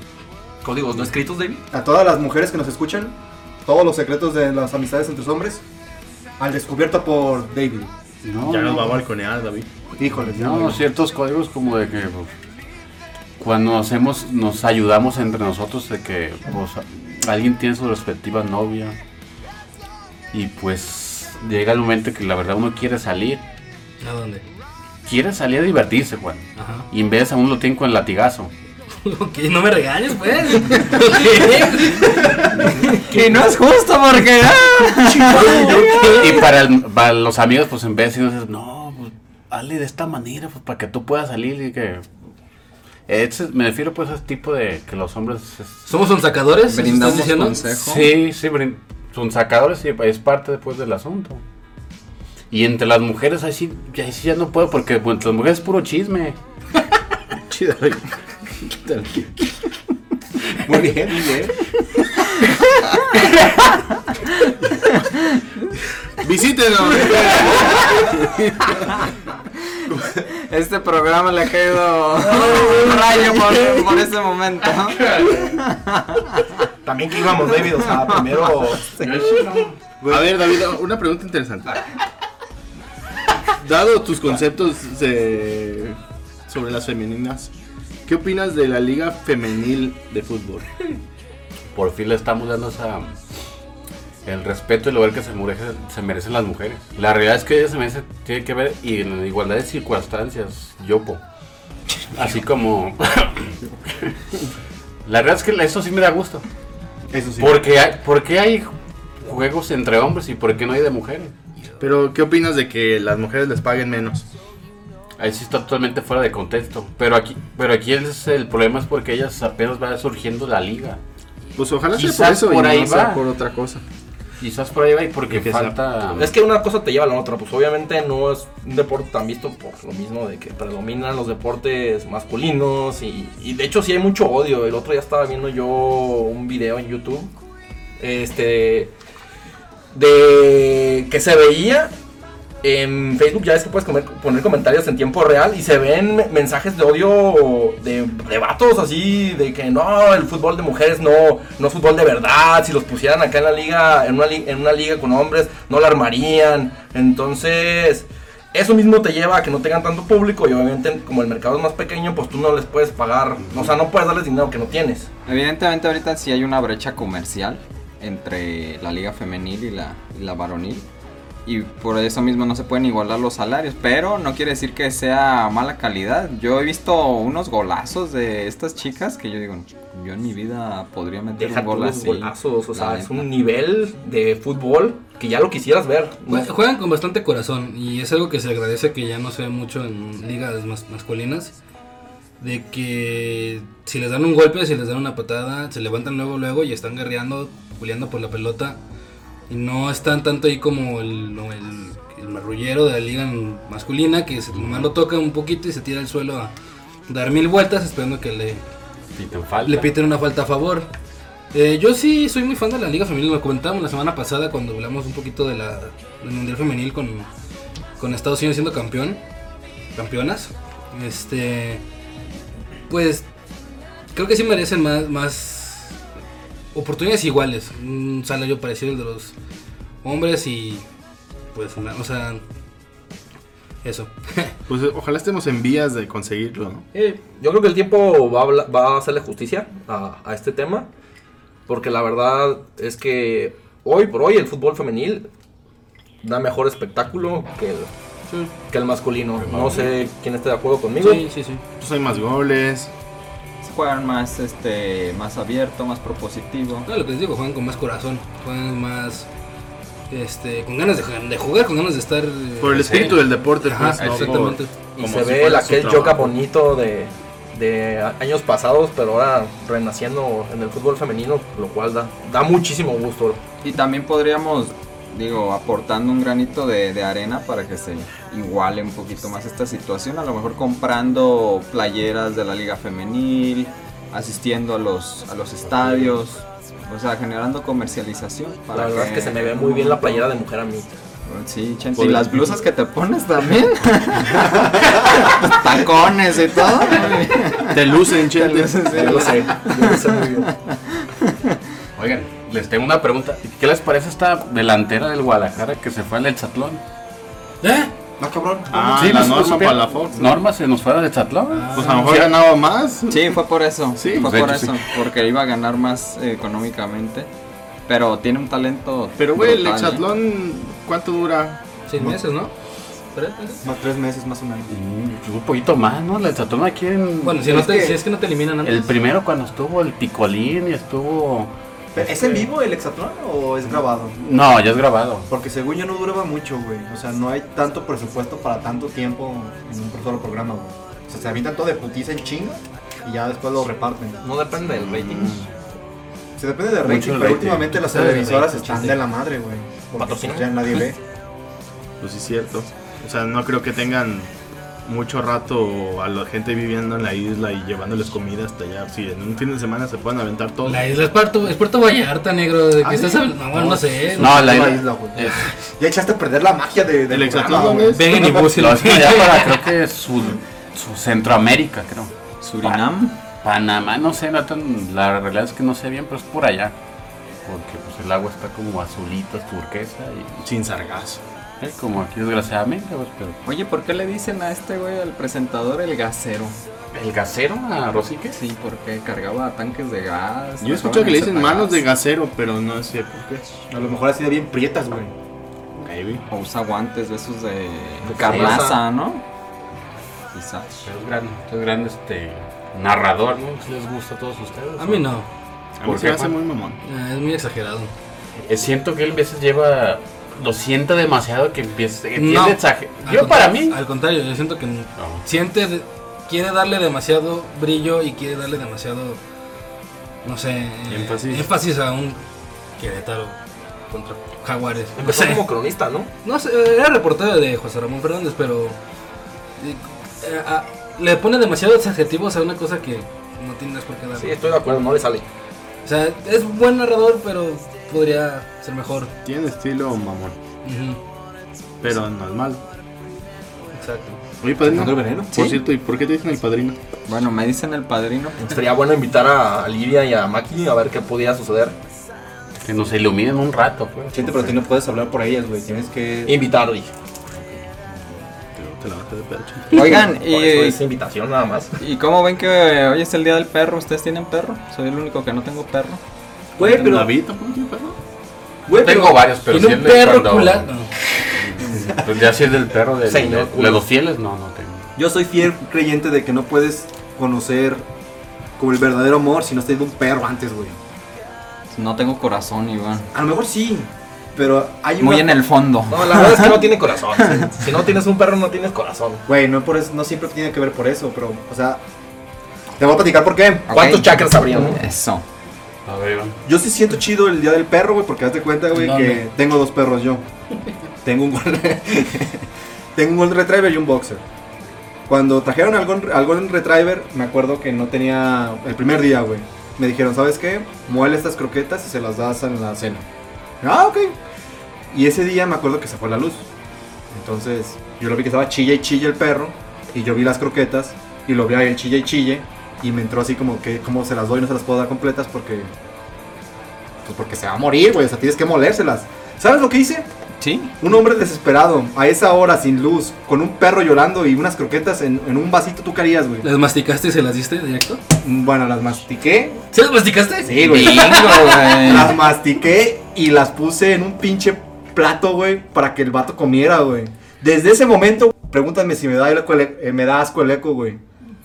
[SPEAKER 6] ¿Códigos no escritos, David?
[SPEAKER 5] A todas las mujeres que nos escuchan, todos los secretos de las amistades entre los hombres, al descubierto por David.
[SPEAKER 7] No,
[SPEAKER 2] Ya nos va a
[SPEAKER 7] no,
[SPEAKER 2] balconear, David.
[SPEAKER 5] Híjole, ya
[SPEAKER 7] no,
[SPEAKER 5] voy.
[SPEAKER 7] ciertos códigos como de que. pues, cuando hacemos, nos ayudamos entre nosotros de que pues, alguien tiene su respectiva novia. Y pues llega el momento que la verdad uno quiere salir.
[SPEAKER 1] ¿A dónde?
[SPEAKER 7] Quiere salir a divertirse, Juan.
[SPEAKER 1] Ajá.
[SPEAKER 7] Y en vez aún lo tienen con el latigazo.
[SPEAKER 1] Ok, no me regañes, pues. Ok.
[SPEAKER 8] Y no es justo porque... ¡ah!
[SPEAKER 7] Y para, el- para los amigos, pues en vez de decir, no, pues, hazle de esta manera, pues para que tú puedas salir y que... eh, Ese- me refiero pues a ese tipo de que los hombres... es-
[SPEAKER 1] Somos un sacadores,
[SPEAKER 3] Brindamos
[SPEAKER 1] ¿estás diciendo?
[SPEAKER 3] consejos.
[SPEAKER 7] sí, sí, brin- son sacadores y es parte después del asunto. Y entre las mujeres ahí sí, ahí sí ya no puedo porque bueno, entre las mujeres es puro chisme.
[SPEAKER 2] Chida.
[SPEAKER 5] Muy bien, muy bien.
[SPEAKER 2] Visítenos.
[SPEAKER 8] Este programa le ha caído un rayo por, por ese momento.
[SPEAKER 6] También que íbamos, David, o sea, primero...
[SPEAKER 2] A ver, David, una pregunta interesante. Dado tus conceptos de- eh, sobre las femeninas, ¿qué opinas de la liga femenil de fútbol?
[SPEAKER 7] Por fin le estamos dando esa, el respeto y el lugar que se, merece- se merecen las mujeres. La realidad es que ellas se merecen, tiene que ver y en la igualdad de circunstancias, yopo. Así como... la realidad es que eso sí me da gusto.
[SPEAKER 5] Eso sí.
[SPEAKER 7] Porque hay, porque hay juegos entre hombres y por qué no hay de mujeres.
[SPEAKER 2] Pero, ¿qué opinas de que las mujeres les paguen menos?
[SPEAKER 7] Ahí sí está totalmente fuera de contexto. Pero aquí, pero aquí es el problema es porque ellas apenas va surgiendo la liga.
[SPEAKER 2] Pues ojalá sea
[SPEAKER 7] Quizás
[SPEAKER 2] por eso
[SPEAKER 7] por
[SPEAKER 2] y
[SPEAKER 7] ahí
[SPEAKER 2] no sea
[SPEAKER 7] va.
[SPEAKER 2] por otra cosa.
[SPEAKER 7] Quizás por ahí va y porque
[SPEAKER 2] Que sea-
[SPEAKER 7] falta...
[SPEAKER 6] Es que una cosa te lleva a la otra, pues obviamente no es un deporte tan visto por lo mismo de que predominan los deportes masculinos y, y de hecho sí hay mucho odio. El otro día estaba viendo yo un video en YouTube, este, de que se veía en Facebook, ya es que puedes comer- poner comentarios en tiempo real y se ven me- mensajes de odio de, de vatos así, de que no, el fútbol de mujeres no, no es fútbol de verdad, si los pusieran acá en la liga, en una, li- en una liga con hombres, no la armarían. Entonces, eso mismo te lleva a que no tengan tanto público y obviamente como el mercado es más pequeño, pues tú no les puedes pagar, o sea, no puedes darles dinero que no tienes.
[SPEAKER 8] Evidentemente ahorita sí hay una brecha comercial entre la liga femenil y la, y la varonil. Y por eso mismo no se pueden igualar los salarios. Pero no quiere decir que sea mala calidad. Yo he visto unos golazos de estas chicas que yo digo, yo en mi vida podría meter
[SPEAKER 6] Deja
[SPEAKER 8] un
[SPEAKER 6] tú
[SPEAKER 8] gol
[SPEAKER 6] los
[SPEAKER 8] así.
[SPEAKER 6] golazos, o sea,
[SPEAKER 8] La
[SPEAKER 6] es
[SPEAKER 8] neta.
[SPEAKER 6] un nivel de fútbol que ya lo quisieras ver. ¿no?
[SPEAKER 1] Jue- Pues, Juegan con bastante corazón y es algo que se agradece que ya no se ve mucho en ligas mas- masculinas. De que si les dan un golpe, si les dan una patada, se levantan luego, luego y están guerreando, peleando por la pelota. Y no están tanto ahí como el, no, el, el marrullero de la liga en- masculina que se, nomás lo toca un poquito y se tira al suelo a dar mil vueltas esperando que le,
[SPEAKER 7] Piten falta.
[SPEAKER 1] le piten una falta a favor. Eh, yo sí soy muy fan de la Liga Femenil, lo comentábamos la semana pasada cuando hablamos un poquito de la, del Mundial Femenil con, con Estados Unidos siendo campeón, campeonas. Este, pues creo que sí merecen más, más oportunidades iguales, un salario parecido al de los hombres y pues, una- o sea, eso.
[SPEAKER 2] Pues eh, ojalá estemos en vías de conseguirlo, ¿no?
[SPEAKER 6] Eh, yo creo que el tiempo va a, habla- va a hacerle justicia a, a este tema, porque la verdad es que hoy por hoy el fútbol femenil da mejor espectáculo que el, que el masculino. No sé quién esté de acuerdo conmigo.
[SPEAKER 1] Sí, sí, sí.
[SPEAKER 2] Pues hay más goles.
[SPEAKER 3] Juegan más, este, más abierto, más propositivo.
[SPEAKER 1] No, lo que les digo, juegan con más corazón, juegan más, este, con ganas de, jugar- de jugar, con ganas de estar... eh,
[SPEAKER 2] Por el espíritu del deporte,
[SPEAKER 1] Ajá,
[SPEAKER 2] pues, no por-
[SPEAKER 1] exactamente.
[SPEAKER 6] Y
[SPEAKER 2] como
[SPEAKER 6] se
[SPEAKER 2] si
[SPEAKER 6] ve el
[SPEAKER 2] fuera su
[SPEAKER 6] aquel
[SPEAKER 2] trabajo.
[SPEAKER 6] yoga bonito de, de a- años pasados, pero ahora renaciendo en el fútbol femenino, lo cual da, da muchísimo gusto.
[SPEAKER 3] Y también podríamos, digo, aportando un granito de, de arena para que se iguale un poquito más esta situación. A lo mejor comprando playeras de la liga femenil, asistiendo a los, a los estadios, o sea, generando comercialización. para
[SPEAKER 6] La verdad es que se me ve muy bien la playera de mujer a mí.
[SPEAKER 3] Sí, Chente, Y las blusas que te pones también. Pues, Tacones y todo.
[SPEAKER 2] Te lucen, chente.
[SPEAKER 6] Yo lo sé, yo lo sé muy bien.
[SPEAKER 7] Oigan, les tengo una pregunta. ¿Qué les parece esta delantera del Guadalajara que se fue al Etzatlón?
[SPEAKER 1] ¿Eh?
[SPEAKER 5] No, cabrón.
[SPEAKER 2] Ah,
[SPEAKER 7] Sí,
[SPEAKER 2] la
[SPEAKER 7] pues,
[SPEAKER 2] norma
[SPEAKER 7] supe-
[SPEAKER 2] para la Fox. ¿no?
[SPEAKER 7] Norma se nos fue al Etzatlón.
[SPEAKER 2] Pues a lo mejor ganaba más.
[SPEAKER 3] Sí, fue por eso.
[SPEAKER 2] Sí,
[SPEAKER 3] fue
[SPEAKER 7] de
[SPEAKER 3] por
[SPEAKER 7] hecho, sí.
[SPEAKER 3] eso. Porque iba a ganar más eh, económicamente. Pero tiene un talento.
[SPEAKER 2] Pero, güey, el
[SPEAKER 3] brutal, ¿eh?
[SPEAKER 2] exatlón, ¿cuánto dura?
[SPEAKER 1] Seis meses, ¿no? ¿Tres meses?
[SPEAKER 5] Más tres meses, más un año.
[SPEAKER 7] Mm, Un poquito más, ¿no? El Etzatlón aquí en...
[SPEAKER 1] Bueno, si,
[SPEAKER 7] es
[SPEAKER 1] no te-
[SPEAKER 7] que
[SPEAKER 1] si es que no te eliminan antes.
[SPEAKER 7] El primero cuando estuvo el Picolín y estuvo...
[SPEAKER 5] ¿Es en vivo el Exatlón o es grabado?
[SPEAKER 7] No, ya es grabado.
[SPEAKER 5] Porque según yo no duraba mucho, güey. O sea, no hay tanto presupuesto para tanto tiempo en un solo programa, güey. O sea, se avientan todo de putiza en chinga y ya después lo reparten.
[SPEAKER 6] No depende del rating.
[SPEAKER 5] Se depende de
[SPEAKER 7] Mucho
[SPEAKER 5] rating, pero
[SPEAKER 7] rating.
[SPEAKER 5] últimamente las
[SPEAKER 1] Depende de
[SPEAKER 5] televisoras
[SPEAKER 1] rating,
[SPEAKER 5] están
[SPEAKER 1] sí.
[SPEAKER 5] de la madre, güey. Porque
[SPEAKER 6] Patrocina.
[SPEAKER 5] pues ya nadie ve.
[SPEAKER 2] Pues sí, es cierto. O sea, no creo que tengan mucho rato a la gente viviendo en la isla y llevándoles comida hasta allá. Si en un fin de semana se pueden aventar todo.
[SPEAKER 1] La isla es Puerto, es Puerto Vallarta, negro. ¿De qué
[SPEAKER 2] Ah,
[SPEAKER 1] estás
[SPEAKER 2] sí.
[SPEAKER 1] hablando? No, bueno, no sé.
[SPEAKER 7] No, la
[SPEAKER 5] Una
[SPEAKER 7] isla-
[SPEAKER 5] isla, güey.
[SPEAKER 7] es-
[SPEAKER 5] Ya echaste a perder la magia de, del
[SPEAKER 2] ¿El
[SPEAKER 5] programa,
[SPEAKER 2] Exatlón dónde
[SPEAKER 5] güey.
[SPEAKER 2] es?
[SPEAKER 1] Vengan y
[SPEAKER 7] Lo
[SPEAKER 1] búsquenlo.
[SPEAKER 7] es que ya para, creo que su, su Centroamérica, creo.
[SPEAKER 3] Surinam.
[SPEAKER 7] Panamá, no sé, no tan- la realidad es que no sé bien, pero es por allá. Porque pues el agua está como azulita, turquesa y...
[SPEAKER 2] Sin sargazo.
[SPEAKER 7] eh, como aquí desgraciadamente, pues, pero...
[SPEAKER 3] Oye, ¿por qué le dicen a este güey, al presentador, el gasero?
[SPEAKER 7] ¿El gasero a Rosique?
[SPEAKER 3] Sí, porque cargaba tanques de gas.
[SPEAKER 2] Yo he escuchado que le dicen
[SPEAKER 3] trabajaba en
[SPEAKER 2] manos de
[SPEAKER 3] Cepagás,
[SPEAKER 2] gasero, pero no sé por qué.
[SPEAKER 5] A lo mejor así de bien prietas, güey.
[SPEAKER 2] Maybe.
[SPEAKER 3] O usa guantes de esos de carnaza, ¿no? Quizás.
[SPEAKER 7] Es gran, es gran este, narrador, ¿no? Si les gusta a todos ustedes.
[SPEAKER 1] A mí no.
[SPEAKER 2] A mí
[SPEAKER 7] ¿Por
[SPEAKER 2] se
[SPEAKER 7] qué,
[SPEAKER 2] me hace
[SPEAKER 7] Juan?
[SPEAKER 2] muy mamón.
[SPEAKER 1] Eh, Es muy exagerado.
[SPEAKER 7] Eh, Siento que él a veces lleva. Lo siento demasiado que empieza. Que
[SPEAKER 1] No.
[SPEAKER 7] tiene exager-
[SPEAKER 1] Al
[SPEAKER 7] Yo,
[SPEAKER 1] contrario-
[SPEAKER 7] para mí.
[SPEAKER 1] Al contrario, yo siento que n-
[SPEAKER 7] No.
[SPEAKER 1] siente. de- Quiere darle demasiado brillo y quiere darle demasiado. No sé. eh,
[SPEAKER 2] Énfasis.
[SPEAKER 1] Énfasis a un Querétaro contra Jaguares. No
[SPEAKER 6] Empezó
[SPEAKER 1] sé.
[SPEAKER 6] Pues como cronista, ¿no?
[SPEAKER 1] No sé, era reportero de José Ramón Fernández, pero. eh, eh, a- le pone demasiados adjetivos a una cosa que no tienes por qué darle.
[SPEAKER 6] Sí, estoy de acuerdo, no le sale.
[SPEAKER 1] O sea, es buen narrador, pero podría ser mejor.
[SPEAKER 2] Tiene estilo mamón,
[SPEAKER 1] Ujú,
[SPEAKER 2] pero no es malo.
[SPEAKER 1] Exacto.
[SPEAKER 2] Oye, padrino.
[SPEAKER 5] Alejandro Veneno.
[SPEAKER 2] Por cierto, ¿y por qué te dicen el padrino?
[SPEAKER 3] Bueno, me dicen el padrino.
[SPEAKER 6] Sería bueno invitar a Lidia y a Maki a ver qué podía suceder.
[SPEAKER 7] Que nos iluminen un rato, pues.
[SPEAKER 5] Chente, pero tú no puedes hablar por ellas, güey. Tienes que.
[SPEAKER 6] Invitar, dije.
[SPEAKER 2] Te, te la vas a de pedo, chico.
[SPEAKER 3] Oigan,
[SPEAKER 6] Por eso
[SPEAKER 3] y,
[SPEAKER 6] es invitación nada más.
[SPEAKER 3] ¿y cómo ven que hoy es el día del perro? ¿Ustedes tienen perro? Soy el único que no tengo perro.
[SPEAKER 5] Güey, pero.
[SPEAKER 2] David tampoco tiene perro.
[SPEAKER 5] Güey, pero.
[SPEAKER 7] Tengo varios, pero
[SPEAKER 1] Tiene
[SPEAKER 7] sí
[SPEAKER 1] un
[SPEAKER 7] el de
[SPEAKER 1] perro
[SPEAKER 7] cuando-
[SPEAKER 1] culado.
[SPEAKER 7] Pues ya si es del perro del- de,
[SPEAKER 6] Señor
[SPEAKER 7] de
[SPEAKER 6] culo.
[SPEAKER 7] los fieles, no, no tengo.
[SPEAKER 5] Yo soy fiel creyente de que no puedes conocer como el verdadero amor si no has tenido un perro antes, güey.
[SPEAKER 3] No tengo corazón, Iván.
[SPEAKER 5] A lo mejor sí, pero hay
[SPEAKER 3] Muy
[SPEAKER 5] una-
[SPEAKER 3] en el fondo.
[SPEAKER 6] No, la verdad es que no tiene corazón. Si no tienes un perro, no tienes corazón.
[SPEAKER 5] Güey, no, por eso- no siempre tiene que ver por eso, pero, o sea, te voy a platicar por qué.
[SPEAKER 6] ¿Cuántos
[SPEAKER 3] Ok.
[SPEAKER 6] chakras habrían?
[SPEAKER 3] Eso.
[SPEAKER 7] A ver, Iván.
[SPEAKER 5] Yo sí siento chido el día del perro, güey, porque hazte cuenta, güey,
[SPEAKER 1] No,
[SPEAKER 5] que
[SPEAKER 1] no.
[SPEAKER 5] tengo dos perros yo. tengo un Golden- tengo un Golden Retriever y un Boxer. Cuando trajeron al Golden, al Golden Retriever, me acuerdo que no tenía el primer día, güey. me dijeron, ¿sabes qué? Muele estas croquetas y se las das en la cena. Ah, ok. Y ese día me acuerdo que se fue la luz. Entonces yo lo vi que estaba chille y chille el perro. Y yo vi las croquetas y lo vi a él chille y chille. Y me entró así como que, ¿cómo se las doy? No se las puedo dar completas porque. Pues porque se va a morir, güey. O sea, tienes que molérselas. ¿Sabes lo que hice?
[SPEAKER 3] Sí.
[SPEAKER 5] Un hombre desesperado, a esa hora, sin luz, con un perro llorando y unas croquetas en, en un vasito, ¿tú qué harías, güey?
[SPEAKER 1] ¿Las masticaste y se las diste directo?
[SPEAKER 5] Bueno, las mastiqué.
[SPEAKER 1] ¿Sí las masticaste?
[SPEAKER 5] Sí, güey. Las mastiqué y las puse en un pinche plato, güey, para que el vato comiera, güey. Desde ese momento, pregúntame si me da, el eco- el- eh, me da asco el eco, güey.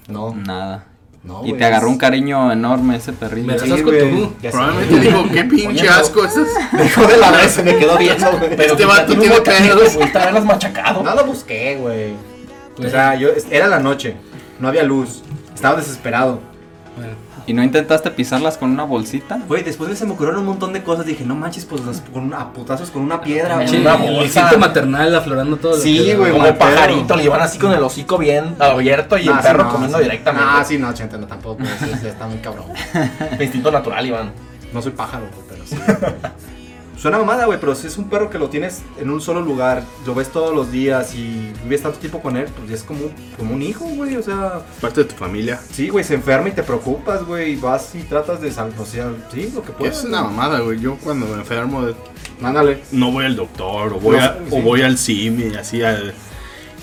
[SPEAKER 5] No,
[SPEAKER 3] Nada.
[SPEAKER 5] no,
[SPEAKER 3] Y
[SPEAKER 5] güey,
[SPEAKER 3] te agarró
[SPEAKER 5] es-
[SPEAKER 3] un cariño enorme ese perrito.
[SPEAKER 1] Me das
[SPEAKER 5] Sí,
[SPEAKER 1] asco
[SPEAKER 5] güey.
[SPEAKER 1] tú.
[SPEAKER 5] Ya sé.
[SPEAKER 2] Probablemente dijo, qué pinche asco esas.
[SPEAKER 5] Dejó de la vez, se me quedó viendo, güey.
[SPEAKER 2] Este
[SPEAKER 6] quizá
[SPEAKER 2] vato
[SPEAKER 6] tú
[SPEAKER 2] tiene
[SPEAKER 6] no
[SPEAKER 2] pedos.
[SPEAKER 6] güey, te haberlas machacado.
[SPEAKER 5] No lo busqué, güey. O
[SPEAKER 1] Pues-
[SPEAKER 5] sea, yo, era la noche, no había luz, estaba desesperado.
[SPEAKER 1] Bueno,
[SPEAKER 3] ¿Y no intentaste pisarlas con una bolsita?
[SPEAKER 5] Güey, después se me ocurrieron un montón de cosas. Dije, no manches, pues las- con una, a putazos con Ah, una piedra, güey.
[SPEAKER 1] sí,
[SPEAKER 6] una
[SPEAKER 1] el
[SPEAKER 6] bolsa.
[SPEAKER 1] instinto maternal aflorando todo. lo
[SPEAKER 5] Sí,
[SPEAKER 1] que da.
[SPEAKER 5] güey.
[SPEAKER 6] Como
[SPEAKER 5] mal pedo.
[SPEAKER 6] pajarito, le llevan así con el hocico bien abierto y el
[SPEAKER 5] Ah, sí,
[SPEAKER 6] perro
[SPEAKER 5] no,
[SPEAKER 6] comiendo
[SPEAKER 5] sí.
[SPEAKER 6] directamente.
[SPEAKER 5] Ah, sí, no, chente, no, tampoco. sí, sí, está muy cabrón.
[SPEAKER 6] De Instinto natural, Iván.
[SPEAKER 5] No soy pájaro, güey, pero sí. Suena mamada, güey, pero si es un perro que lo tienes en un solo lugar, lo ves todos los días y vives tanto tiempo con él, pues es como, como un hijo, güey. O sea,
[SPEAKER 2] Parte de tu familia.
[SPEAKER 5] sí, güey, se enferma y te preocupas, güey, y vas y tratas de salvar, o sea, sí, lo que puedes.
[SPEAKER 2] es una mamada, güey. Yo cuando me enfermo de-
[SPEAKER 5] Mándale.
[SPEAKER 2] no voy al doctor o voy,
[SPEAKER 5] No,
[SPEAKER 2] a-
[SPEAKER 5] sí.
[SPEAKER 2] o voy al cine, así al...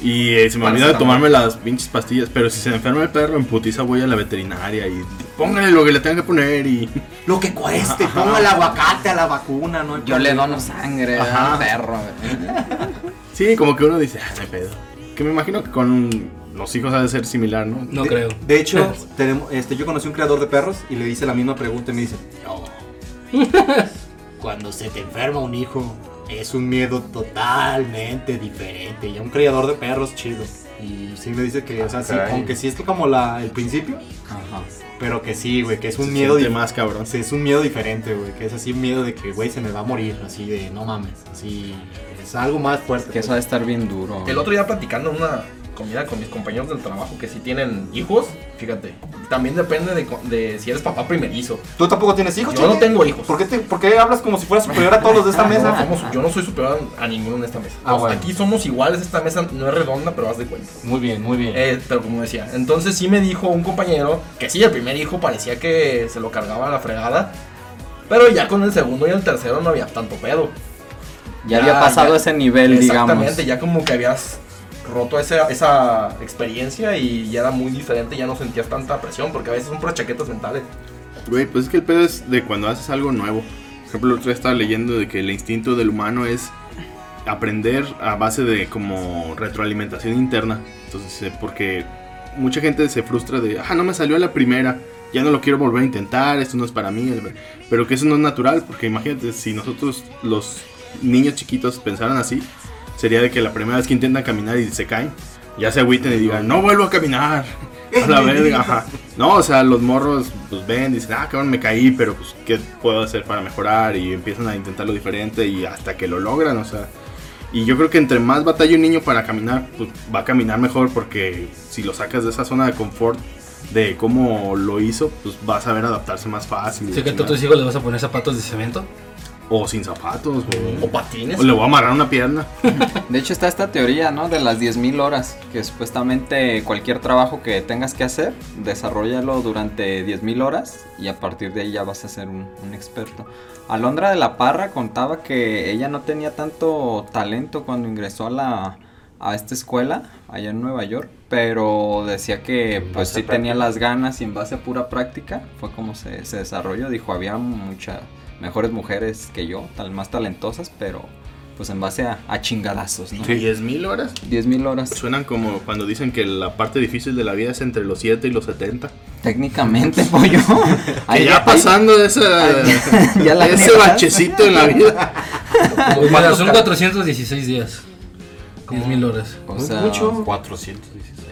[SPEAKER 2] Y eh, se me olvida de tomarme las pinches pastillas, pero si se me enferma el perro, en putiza voy a la veterinaria y póngale lo que le tenga que poner y...
[SPEAKER 5] Lo que cueste, pongo el aguacate a la vacuna, ¿no?
[SPEAKER 3] Yo le dono sangre
[SPEAKER 2] Ajá.
[SPEAKER 3] al perro. güey.
[SPEAKER 2] Sí, como que uno dice, ah, me pedo. Que me imagino que con los hijos ha de ser similar, ¿no?
[SPEAKER 1] No
[SPEAKER 5] de,
[SPEAKER 1] creo.
[SPEAKER 5] De hecho, tenemos, este, yo conocí un creador de perros y le hice la misma pregunta y me dice, no. Cuando se te enferma un hijo, es un miedo totalmente diferente. Y a un creador de perros chido. Y sí me dice que, o sea, sí,
[SPEAKER 2] Ah,
[SPEAKER 6] caray.
[SPEAKER 5] aunque sí es como la, el principio,
[SPEAKER 3] Ajá.
[SPEAKER 5] pero que sí, güey, que es un
[SPEAKER 2] Se
[SPEAKER 5] miedo
[SPEAKER 2] siente
[SPEAKER 5] di-
[SPEAKER 2] más cabrón.
[SPEAKER 5] Sí, es un miedo diferente, güey, que es así un miedo de que, güey, se me va a morir, así de, no mames, así, es algo más fuerte.
[SPEAKER 3] Que eso ha de estar bien duro.
[SPEAKER 6] El otro día platicando en una comida con mis compañeros del trabajo que sí tienen hijos, fíjate, también depende de, cu- de si eres papá primerizo.
[SPEAKER 5] ¿Tú tampoco tienes hijos,
[SPEAKER 6] Yo no
[SPEAKER 5] Chiqui?
[SPEAKER 6] tengo hijos.
[SPEAKER 5] ¿Por qué, te- por qué hablas como si fueras superior a todos los de esta mesa?
[SPEAKER 6] No somos- yo no soy superior a ninguno en esta mesa.
[SPEAKER 5] Ah, bueno.
[SPEAKER 6] Aquí somos iguales, esta mesa no es redonda, pero haz de cuenta.
[SPEAKER 5] Muy bien, muy bien.
[SPEAKER 6] Eh, pero como decía, entonces sí me dijo un compañero que sí, el primer hijo parecía que se lo cargaba a la fregada, pero ya con el segundo y el tercero no había tanto pedo.
[SPEAKER 3] Ya había
[SPEAKER 6] Ya,
[SPEAKER 3] pasado
[SPEAKER 6] ya.
[SPEAKER 3] ese nivel, digamos.
[SPEAKER 6] Exactamente, ya como que habías roto esa, esa experiencia y ya era muy diferente, ya no sentías tanta presión, porque a veces son puras chaquetas mentales.
[SPEAKER 2] Güey, pues es que el pedo es de cuando haces algo nuevo. Por ejemplo, el otro día estaba leyendo de que el instinto del humano es aprender a base de como retroalimentación interna. Entonces, eh, porque mucha gente se frustra de, ah, no me salió a la primera, ya no lo quiero volver a intentar, esto no es para mí. Pero que eso no es natural, porque imagínate, si nosotros los niños chiquitos pensaran así, sería de que la primera vez que intentan caminar y se caen, ya se agüiten y digan, no vuelvo a caminar. A la verga, ajá. No, o sea, los morros pues ven, dicen, ah, cabrón, me caí, pero pues, ¿qué puedo hacer para mejorar? Y empiezan a intentarlo diferente y hasta que lo logran, o sea. Y yo creo que entre más batalla un niño para caminar, pues va a caminar mejor porque si lo sacas de esa zona de confort de cómo lo hizo, pues va a saber adaptarse más fácil. y
[SPEAKER 1] Sé que tú a
[SPEAKER 2] chingada.
[SPEAKER 1] tus hijos les vas a poner zapatos de cemento.
[SPEAKER 2] O sin zapatos,
[SPEAKER 6] O
[SPEAKER 5] Mm.
[SPEAKER 2] o,
[SPEAKER 6] patines.
[SPEAKER 2] o le voy a amarrar una pierna.
[SPEAKER 3] De hecho está esta teoría, ¿no? De las 10.000 horas, que supuestamente cualquier trabajo que tengas que hacer, desarrollalo durante 10.000 horas y a partir de ahí ya vas a ser un, un experto. Alondra de la Parra contaba que ella no tenía tanto talento cuando ingresó a la a esta escuela allá en Nueva York, pero decía que pues sí tenía las ganas y en base a pura práctica fue como se, se desarrolló. Dijo, había muchas mejores mujeres que yo, tal, más talentosas, pero pues en base a, a chingadazos, ¿no?
[SPEAKER 2] ¿Diez mil horas?
[SPEAKER 3] 10.000 horas.
[SPEAKER 2] Suenan como cuando dicen que la parte difícil de la vida es entre los 7 y los 70.
[SPEAKER 3] Técnicamente, pollo.
[SPEAKER 2] Que
[SPEAKER 3] Ahí-
[SPEAKER 2] ya
[SPEAKER 3] ahí-
[SPEAKER 2] pasando de esa,
[SPEAKER 3] ya la
[SPEAKER 2] ese
[SPEAKER 3] neta.
[SPEAKER 2] bachecito en la vida.
[SPEAKER 1] Pues mira,
[SPEAKER 6] ¿Cuántos
[SPEAKER 1] son
[SPEAKER 6] ca-
[SPEAKER 1] 416 días. 10.000 horas.
[SPEAKER 3] O
[SPEAKER 7] Pues
[SPEAKER 3] sea,
[SPEAKER 7] 416.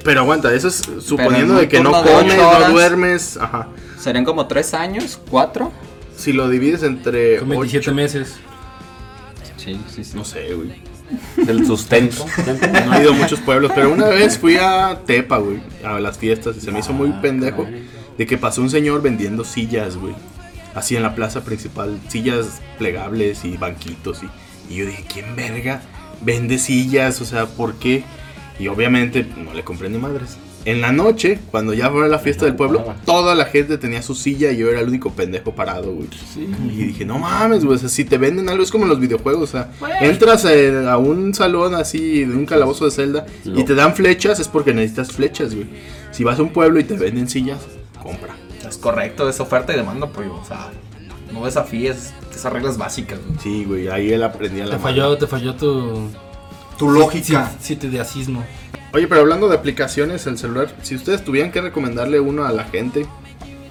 [SPEAKER 2] Pero aguanta, eso es suponiendo
[SPEAKER 3] en
[SPEAKER 2] de que no
[SPEAKER 3] turno de ocho
[SPEAKER 2] comes, no
[SPEAKER 3] horas.
[SPEAKER 2] duermes. Ajá.
[SPEAKER 3] serían como 3 años, 4.
[SPEAKER 2] Si lo divides entre.
[SPEAKER 1] Son 27 meses.
[SPEAKER 3] Sí, sí, sí.
[SPEAKER 2] No sé, güey.
[SPEAKER 7] Del sustento.
[SPEAKER 2] No he
[SPEAKER 3] Ah,
[SPEAKER 2] ido a muchos pueblos, pero una vez fui a Tepa, güey, a las fiestas y se me hizo muy pendejo. de que pasó un señor vendiendo sillas, güey. Así en la plaza principal, sillas plegables y banquitos. Y, y yo dije, ¿quién verga vende sillas? O sea, ¿por qué? Y obviamente no le compré ni madres. En la noche, cuando ya fue la fiesta del pueblo, toda la gente tenía su silla y yo era el único pendejo parado, güey. Y dije, no mames, güey, o sea, si te venden algo es como en los videojuegos, o sea, entras eh, a un salón así, de un calabozo de celda, y te dan flechas, es porque necesitas flechas, güey. Si vas a un pueblo y te venden sillas, compra.
[SPEAKER 6] Es correcto, es oferta y demanda, pues, o sea, no desafíes esas reglas básicas. güey.
[SPEAKER 2] Sí, güey, ahí él aprendía la
[SPEAKER 1] Te
[SPEAKER 2] mano.
[SPEAKER 1] falló, te falló tu.
[SPEAKER 5] Tu lógica.
[SPEAKER 1] Sitideacismo.
[SPEAKER 2] Oye, pero hablando de aplicaciones, el celular, si ustedes tuvieran que recomendarle uno a la gente,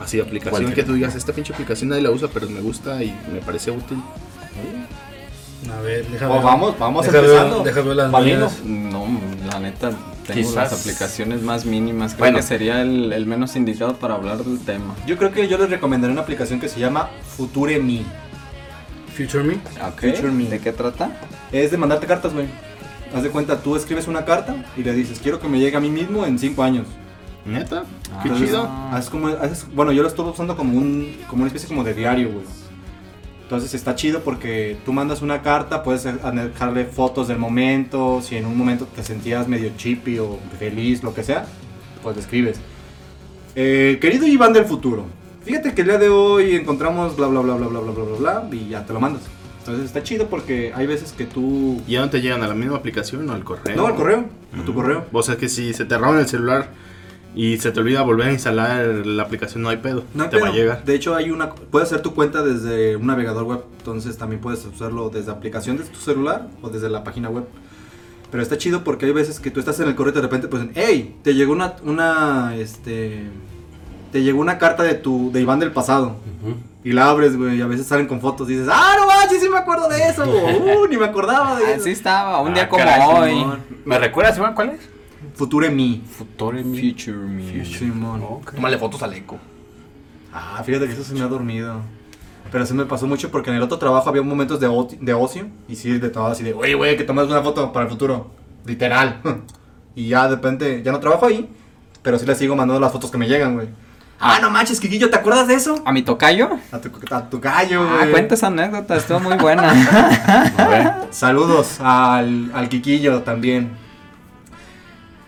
[SPEAKER 2] así aplicación
[SPEAKER 4] ¿Cuál
[SPEAKER 2] que
[SPEAKER 4] creen?
[SPEAKER 2] tú digas, esta pinche aplicación nadie la usa, pero me gusta y me parece útil.
[SPEAKER 1] A ver, déjame.
[SPEAKER 5] O vamos, vamos
[SPEAKER 1] déjame,
[SPEAKER 5] empezando.
[SPEAKER 1] Déjame ver las
[SPEAKER 5] Valino.
[SPEAKER 1] mías.
[SPEAKER 8] Pues, No, la neta, tengo
[SPEAKER 4] Quizás.
[SPEAKER 8] las aplicaciones más mínimas. Creo
[SPEAKER 4] Bueno.
[SPEAKER 8] que sería el, el menos indicado para hablar del tema.
[SPEAKER 5] Yo creo que yo les recomendaré una aplicación que se llama Future Me.
[SPEAKER 1] Future Me.
[SPEAKER 8] Ok,
[SPEAKER 5] Future me.
[SPEAKER 8] ¿De qué trata?
[SPEAKER 5] Es de mandarte cartas, güey. Haz de cuenta, tú escribes una carta y le dices, quiero que me llegue a mí mismo en 5 años.
[SPEAKER 2] Neta,
[SPEAKER 8] Ah,
[SPEAKER 2] qué
[SPEAKER 8] pues,
[SPEAKER 5] Entonces,
[SPEAKER 2] chido.
[SPEAKER 5] haces como, haces- bueno, yo lo estuve usando como, un, como una especie como de diario, güey. Entonces está chido porque tú mandas una carta, puedes dejarle fotos del momento, si en un momento te sentías medio chippy o feliz, lo que sea, pues le escribes. Eh, querido Iván del futuro, fíjate que el día de hoy encontramos bla bla bla bla bla bla bla bla bla y ya te lo mandas. Entonces está chido porque hay veces que tú...
[SPEAKER 2] ¿Y a dónde te llegan? ¿A la misma aplicación o al correo?
[SPEAKER 5] No, al correo, a tu correo.
[SPEAKER 2] O sea, que si se te roban el celular y se te olvida volver a instalar la aplicación, no hay pedo.
[SPEAKER 5] No hay
[SPEAKER 2] te va a
[SPEAKER 5] pedo.
[SPEAKER 2] llegar.
[SPEAKER 5] De hecho, hay una, puedes hacer tu cuenta desde un navegador web, entonces también puedes usarlo desde aplicación de tu celular o desde la página web. Pero está chido porque hay veces que tú estás en el correo y de repente pues, hey, te llegó una, una, este, te llegó una carta de tu, de Iván del pasado. Y la abres, güey, y a veces salen con fotos y dices, ah, no manches, sí me acuerdo de eso, uh, ni me acordaba
[SPEAKER 3] Ah,
[SPEAKER 5] de eso.
[SPEAKER 8] Así estaba, un día
[SPEAKER 4] Ah,
[SPEAKER 8] como
[SPEAKER 4] caray,
[SPEAKER 8] hoy.
[SPEAKER 5] Simón.
[SPEAKER 4] ¿Me recuerdas, Iván, cuál es?
[SPEAKER 5] Future me.
[SPEAKER 4] Futore
[SPEAKER 8] Future me.
[SPEAKER 5] Simón.
[SPEAKER 2] Oh.
[SPEAKER 6] Tómale fotos al eco.
[SPEAKER 5] Ah, fíjate que eso se me ha dormido. Pero se me pasó mucho porque en el otro trabajo había momentos de, oti- de ocio. Y sí, de todo así de, oye, güey, que tomas una foto para el futuro. Literal. y ya de repente, ya no trabajo ahí. Pero sí le sigo mandando las fotos que me llegan, güey. Ah, no manches, Kikillo, ¿te acuerdas de eso?
[SPEAKER 8] ¿A mi tocayo?
[SPEAKER 5] A tu, a tu gallo,
[SPEAKER 8] Ah,
[SPEAKER 5] güey.
[SPEAKER 8] cuenta esa anécdota, estuvo muy buena.
[SPEAKER 5] Saludos al, al Quiquillo también.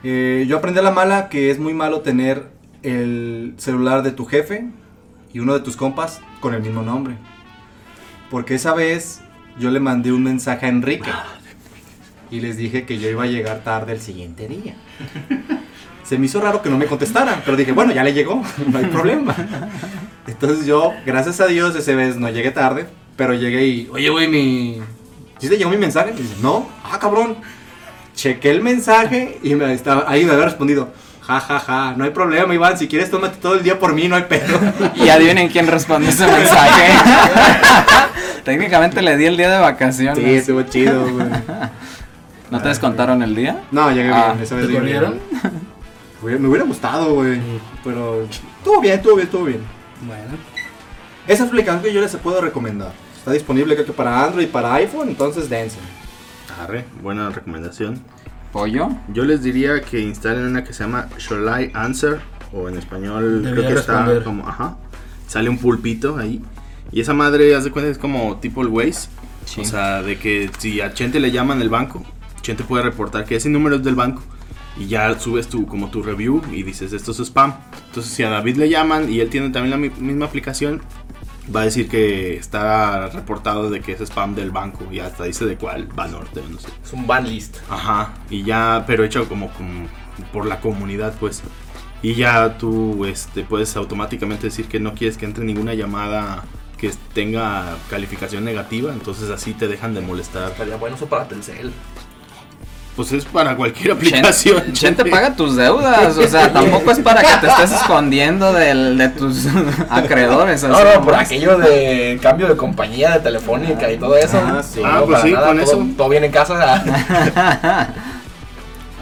[SPEAKER 5] Eh, yo aprendí a la mala que es muy malo tener el celular de tu jefe y uno de tus compas con el mismo nombre. Porque esa vez yo le mandé un mensaje a Enrique y les dije que yo iba a llegar tarde el siguiente día. Se me hizo raro que no me contestaran, pero dije, bueno, ya le llegó, no hay problema. Entonces yo, gracias a Dios, ese vez no llegué tarde, pero llegué y, oye, güey, mi... ¿Sí te llegó mi mensaje? Y dice, no, ah, cabrón. Chequé el mensaje y me estaba, ahí me había respondido, ja, ja, ja, no hay problema, Iván, si quieres tómate todo el día por mí, no hay pedo.
[SPEAKER 8] y adivinen quién respondió ese mensaje. Técnicamente le di el día de
[SPEAKER 5] Sí,
[SPEAKER 8] vacaciones.
[SPEAKER 5] estuvo chido, güey.
[SPEAKER 8] ¿No te descontaron el día?
[SPEAKER 5] No, llegué
[SPEAKER 8] Ah,
[SPEAKER 5] bien, esa vez
[SPEAKER 1] ¿Te
[SPEAKER 5] llegué bien.
[SPEAKER 1] corrieron?
[SPEAKER 5] Güey, Me hubiera gustado, güey, pero estuvo bien, estuvo bien, estuvo bien.
[SPEAKER 1] Bueno.
[SPEAKER 5] Esa aplicación que yo les puedo recomendar. Está disponible creo que para Android y para iPhone, entonces dense.
[SPEAKER 2] Arre, buena recomendación.
[SPEAKER 8] ¿Pollo?
[SPEAKER 2] Yo les diría que instalen una que se llama Shall I Answer o en español
[SPEAKER 1] Debería
[SPEAKER 2] creo que
[SPEAKER 1] responder.
[SPEAKER 2] está como, ajá, sale un pulpito ahí y esa madre, haz de cuenta, es como tipo el Waze, o sea, de que si a Chente le llaman el banco, Chente puede reportar que ese número es del banco y ya subes tu como tu review y dices esto es spam. Entonces si a David le llaman y él tiene también la mi- misma aplicación va a decir que está reportado de que es spam del banco y hasta dice de cuál Banorte o no sé.
[SPEAKER 6] Es un ban list.
[SPEAKER 2] Ajá, y ya, pero hecho como, como por la comunidad, pues. Y ya tú este, puedes automáticamente decir que no quieres que entre ninguna llamada que tenga calificación negativa, entonces así te dejan de molestar.
[SPEAKER 6] Estaría bueno eso para Telcel.
[SPEAKER 2] Pues es para cualquier aplicación.
[SPEAKER 8] Chen, Chen te paga tus deudas, o sea, tampoco es para que te estés escondiendo del, de tus acreedores.
[SPEAKER 6] No,
[SPEAKER 8] así
[SPEAKER 6] no, por
[SPEAKER 8] nomás.
[SPEAKER 6] aquello de cambio de compañía de telefónica y todo eso.
[SPEAKER 5] Ah, sí.
[SPEAKER 6] No,
[SPEAKER 2] Ah, pues
[SPEAKER 6] para
[SPEAKER 2] sí, con
[SPEAKER 6] todo,
[SPEAKER 2] eso.
[SPEAKER 6] Todo bien en casa.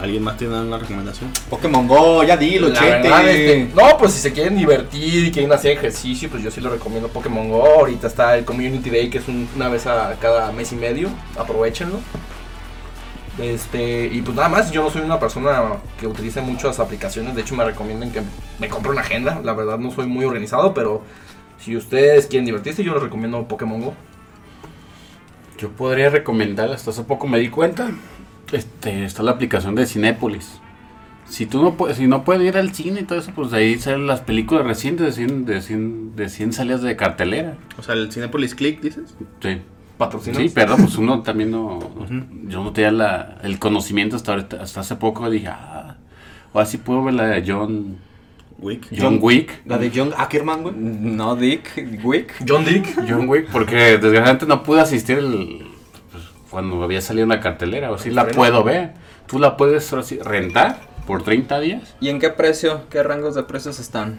[SPEAKER 2] ¿Alguien más tiene una recomendación?
[SPEAKER 5] Pokémon Go, ya dilo,
[SPEAKER 6] La
[SPEAKER 5] chente.
[SPEAKER 6] verdad, este, no, pues si se quieren divertir y quieren hacer ejercicio, pues yo sí les recomiendo Pokémon Go. Ahorita está el Community Day, que es un- una vez a cada mes y medio. Aprovechenlo. Este, y pues nada más, yo no soy una persona que utilice muchas aplicaciones, de hecho me recomiendan que me compre una agenda, la verdad no soy muy organizado, pero si ustedes quieren divertirse, yo les recomiendo Pokémon Go.
[SPEAKER 7] Yo podría recomendar, hasta hace poco me di cuenta, este, está la aplicación de Cinépolis. Si tú no puedes, si no puedes ir al cine y todo eso, pues ahí salen las películas recientes de 100, de 100, de 100 salidas de cartelera.
[SPEAKER 2] O sea, el Cinepolis Click, dices.
[SPEAKER 7] Sí.
[SPEAKER 6] Patrocinos.
[SPEAKER 7] Sí, perdón, pues uno también no, yo no tenía la, el conocimiento hasta ahorita- hasta hace poco dije, ah, ahora sí puedo ver la de John,
[SPEAKER 2] Wick.
[SPEAKER 7] John Wick.
[SPEAKER 5] La de John Ackerman, güey.
[SPEAKER 8] No, Dick, Wick.
[SPEAKER 6] John Dick.
[SPEAKER 7] John Wick, porque desgraciadamente no pude asistir el- pues, cuando había salido en la cartelera. O si la puedo ver. Tú la puedes ahora sí, rentar por 30 días.
[SPEAKER 8] ¿Y en qué precio? ¿Qué rangos de precios están?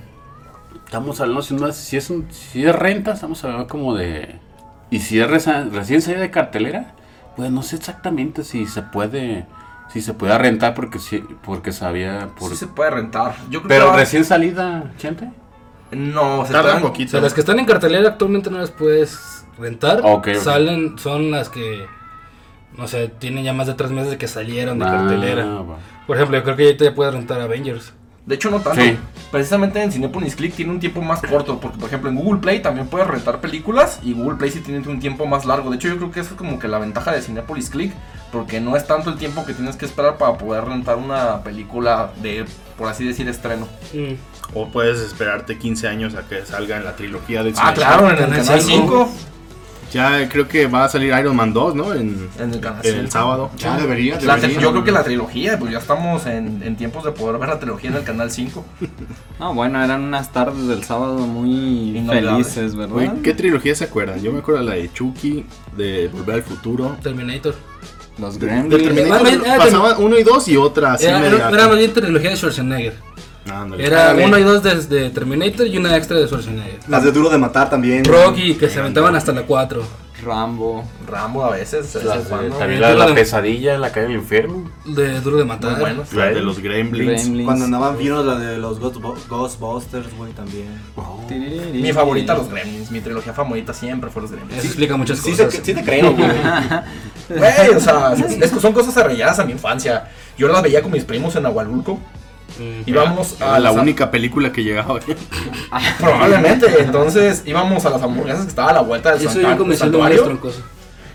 [SPEAKER 7] Estamos hablando, si, no es- si, es un- si es renta, estamos hablando como de... Y si es reza- recién salida de cartelera, pues no sé exactamente si se puede... Si se puede rentar porque sí, porque sabía... por-
[SPEAKER 6] Sí se puede rentar. Yo creo
[SPEAKER 7] Pero
[SPEAKER 6] que-
[SPEAKER 7] recién salida, gente.
[SPEAKER 6] No, se
[SPEAKER 2] Tarda un
[SPEAKER 6] tardan-
[SPEAKER 1] O sea,
[SPEAKER 2] poquito.
[SPEAKER 1] las que están en cartelera actualmente no las puedes rentar.
[SPEAKER 7] Ok, ok.
[SPEAKER 1] Salen, son las que, no sé, tienen ya más de tres meses de que salieron de cartelera.
[SPEAKER 7] Ah, va.
[SPEAKER 1] Por ejemplo, yo creo que ahorita ya puedes rentar Avengers.
[SPEAKER 6] De hecho, no tanto.
[SPEAKER 7] Sí.
[SPEAKER 6] Precisamente en Cinepolis Click tiene un tiempo más corto. Porque, por ejemplo, en Google Play también puedes rentar películas. Y Google Play sí tiene un tiempo más largo. De hecho, yo creo que eso es como que la ventaja de Cinepolis Click. Porque no es tanto el tiempo que tienes que esperar para poder rentar una película de, por así decir, estreno.
[SPEAKER 1] Mm.
[SPEAKER 2] O puedes esperarte 15 años a que salga en la trilogía del
[SPEAKER 6] Ah,
[SPEAKER 2] Cinepolis.
[SPEAKER 6] claro, en el
[SPEAKER 1] Canal
[SPEAKER 6] Canal
[SPEAKER 1] cinco.
[SPEAKER 6] 5.
[SPEAKER 2] Ya creo que va a salir Iron Man 2, ¿no? En,
[SPEAKER 6] En el Canal
[SPEAKER 2] el
[SPEAKER 6] 5.
[SPEAKER 2] sábado.
[SPEAKER 5] Ya debería,
[SPEAKER 6] La tri-
[SPEAKER 5] debería.
[SPEAKER 6] yo creo que la trilogía, pues ya estamos en, en tiempos de poder ver la trilogía en el Canal 5.
[SPEAKER 8] No, bueno, eran unas tardes del sábado muy
[SPEAKER 6] Inolvidables.
[SPEAKER 8] felices, ¿verdad?
[SPEAKER 2] Güey, ¿qué trilogía se acuerdan? Yo me acuerdo de la de Chucky, de Volver al Futuro.
[SPEAKER 1] Terminator.
[SPEAKER 8] Los
[SPEAKER 2] De, de
[SPEAKER 8] Gremlins.
[SPEAKER 2] Terminator.
[SPEAKER 1] Ah, ah,
[SPEAKER 2] Pasaban uno y dos y otra así
[SPEAKER 1] Era,
[SPEAKER 2] media-
[SPEAKER 1] era, era más bien trilogía de Schwarzenegger.
[SPEAKER 2] Ándale.
[SPEAKER 1] Era
[SPEAKER 5] Ándale.
[SPEAKER 1] uno y dos de, de Terminator y una extra de Schwarzenegger.
[SPEAKER 5] Las de Duro de Matar
[SPEAKER 6] Mm.
[SPEAKER 5] también.
[SPEAKER 1] Rocky, que se aventaban hasta la 4.
[SPEAKER 8] Rambo.
[SPEAKER 6] Rambo a veces. de vez en
[SPEAKER 7] Las de-
[SPEAKER 6] cuando.
[SPEAKER 7] también la de
[SPEAKER 1] Yo
[SPEAKER 7] la
[SPEAKER 1] la-
[SPEAKER 7] pesadilla, la calle del infierno.
[SPEAKER 1] De Duro de Matar.
[SPEAKER 6] Muy buenos.
[SPEAKER 2] La de los Gremlins.
[SPEAKER 8] Gremlins.
[SPEAKER 5] Cuando andaban finos la de los Ghost- Ghostbusters, güey, también.
[SPEAKER 8] Tiririrí.
[SPEAKER 6] Mi favorita, los Gremlins. Mi trilogía favorita siempre fue los Gremlins.
[SPEAKER 1] Eso explica muchas
[SPEAKER 6] Sí,
[SPEAKER 1] cosas.
[SPEAKER 6] te- sí te creo, güey. Güey, o sea, es- son cosas arraigadas a mi infancia. Yo las veía con mis primos en Agualulco.
[SPEAKER 1] Mm.
[SPEAKER 6] Íbamos a
[SPEAKER 2] Ah, la
[SPEAKER 6] las-
[SPEAKER 2] única película que llegaba aquí.
[SPEAKER 6] Probablemente. Entonces íbamos a las hamburguesas que estaba a la vuelta del
[SPEAKER 1] Eso
[SPEAKER 6] santu-
[SPEAKER 1] ya comenzó a
[SPEAKER 6] santuario,
[SPEAKER 1] ser troncoso.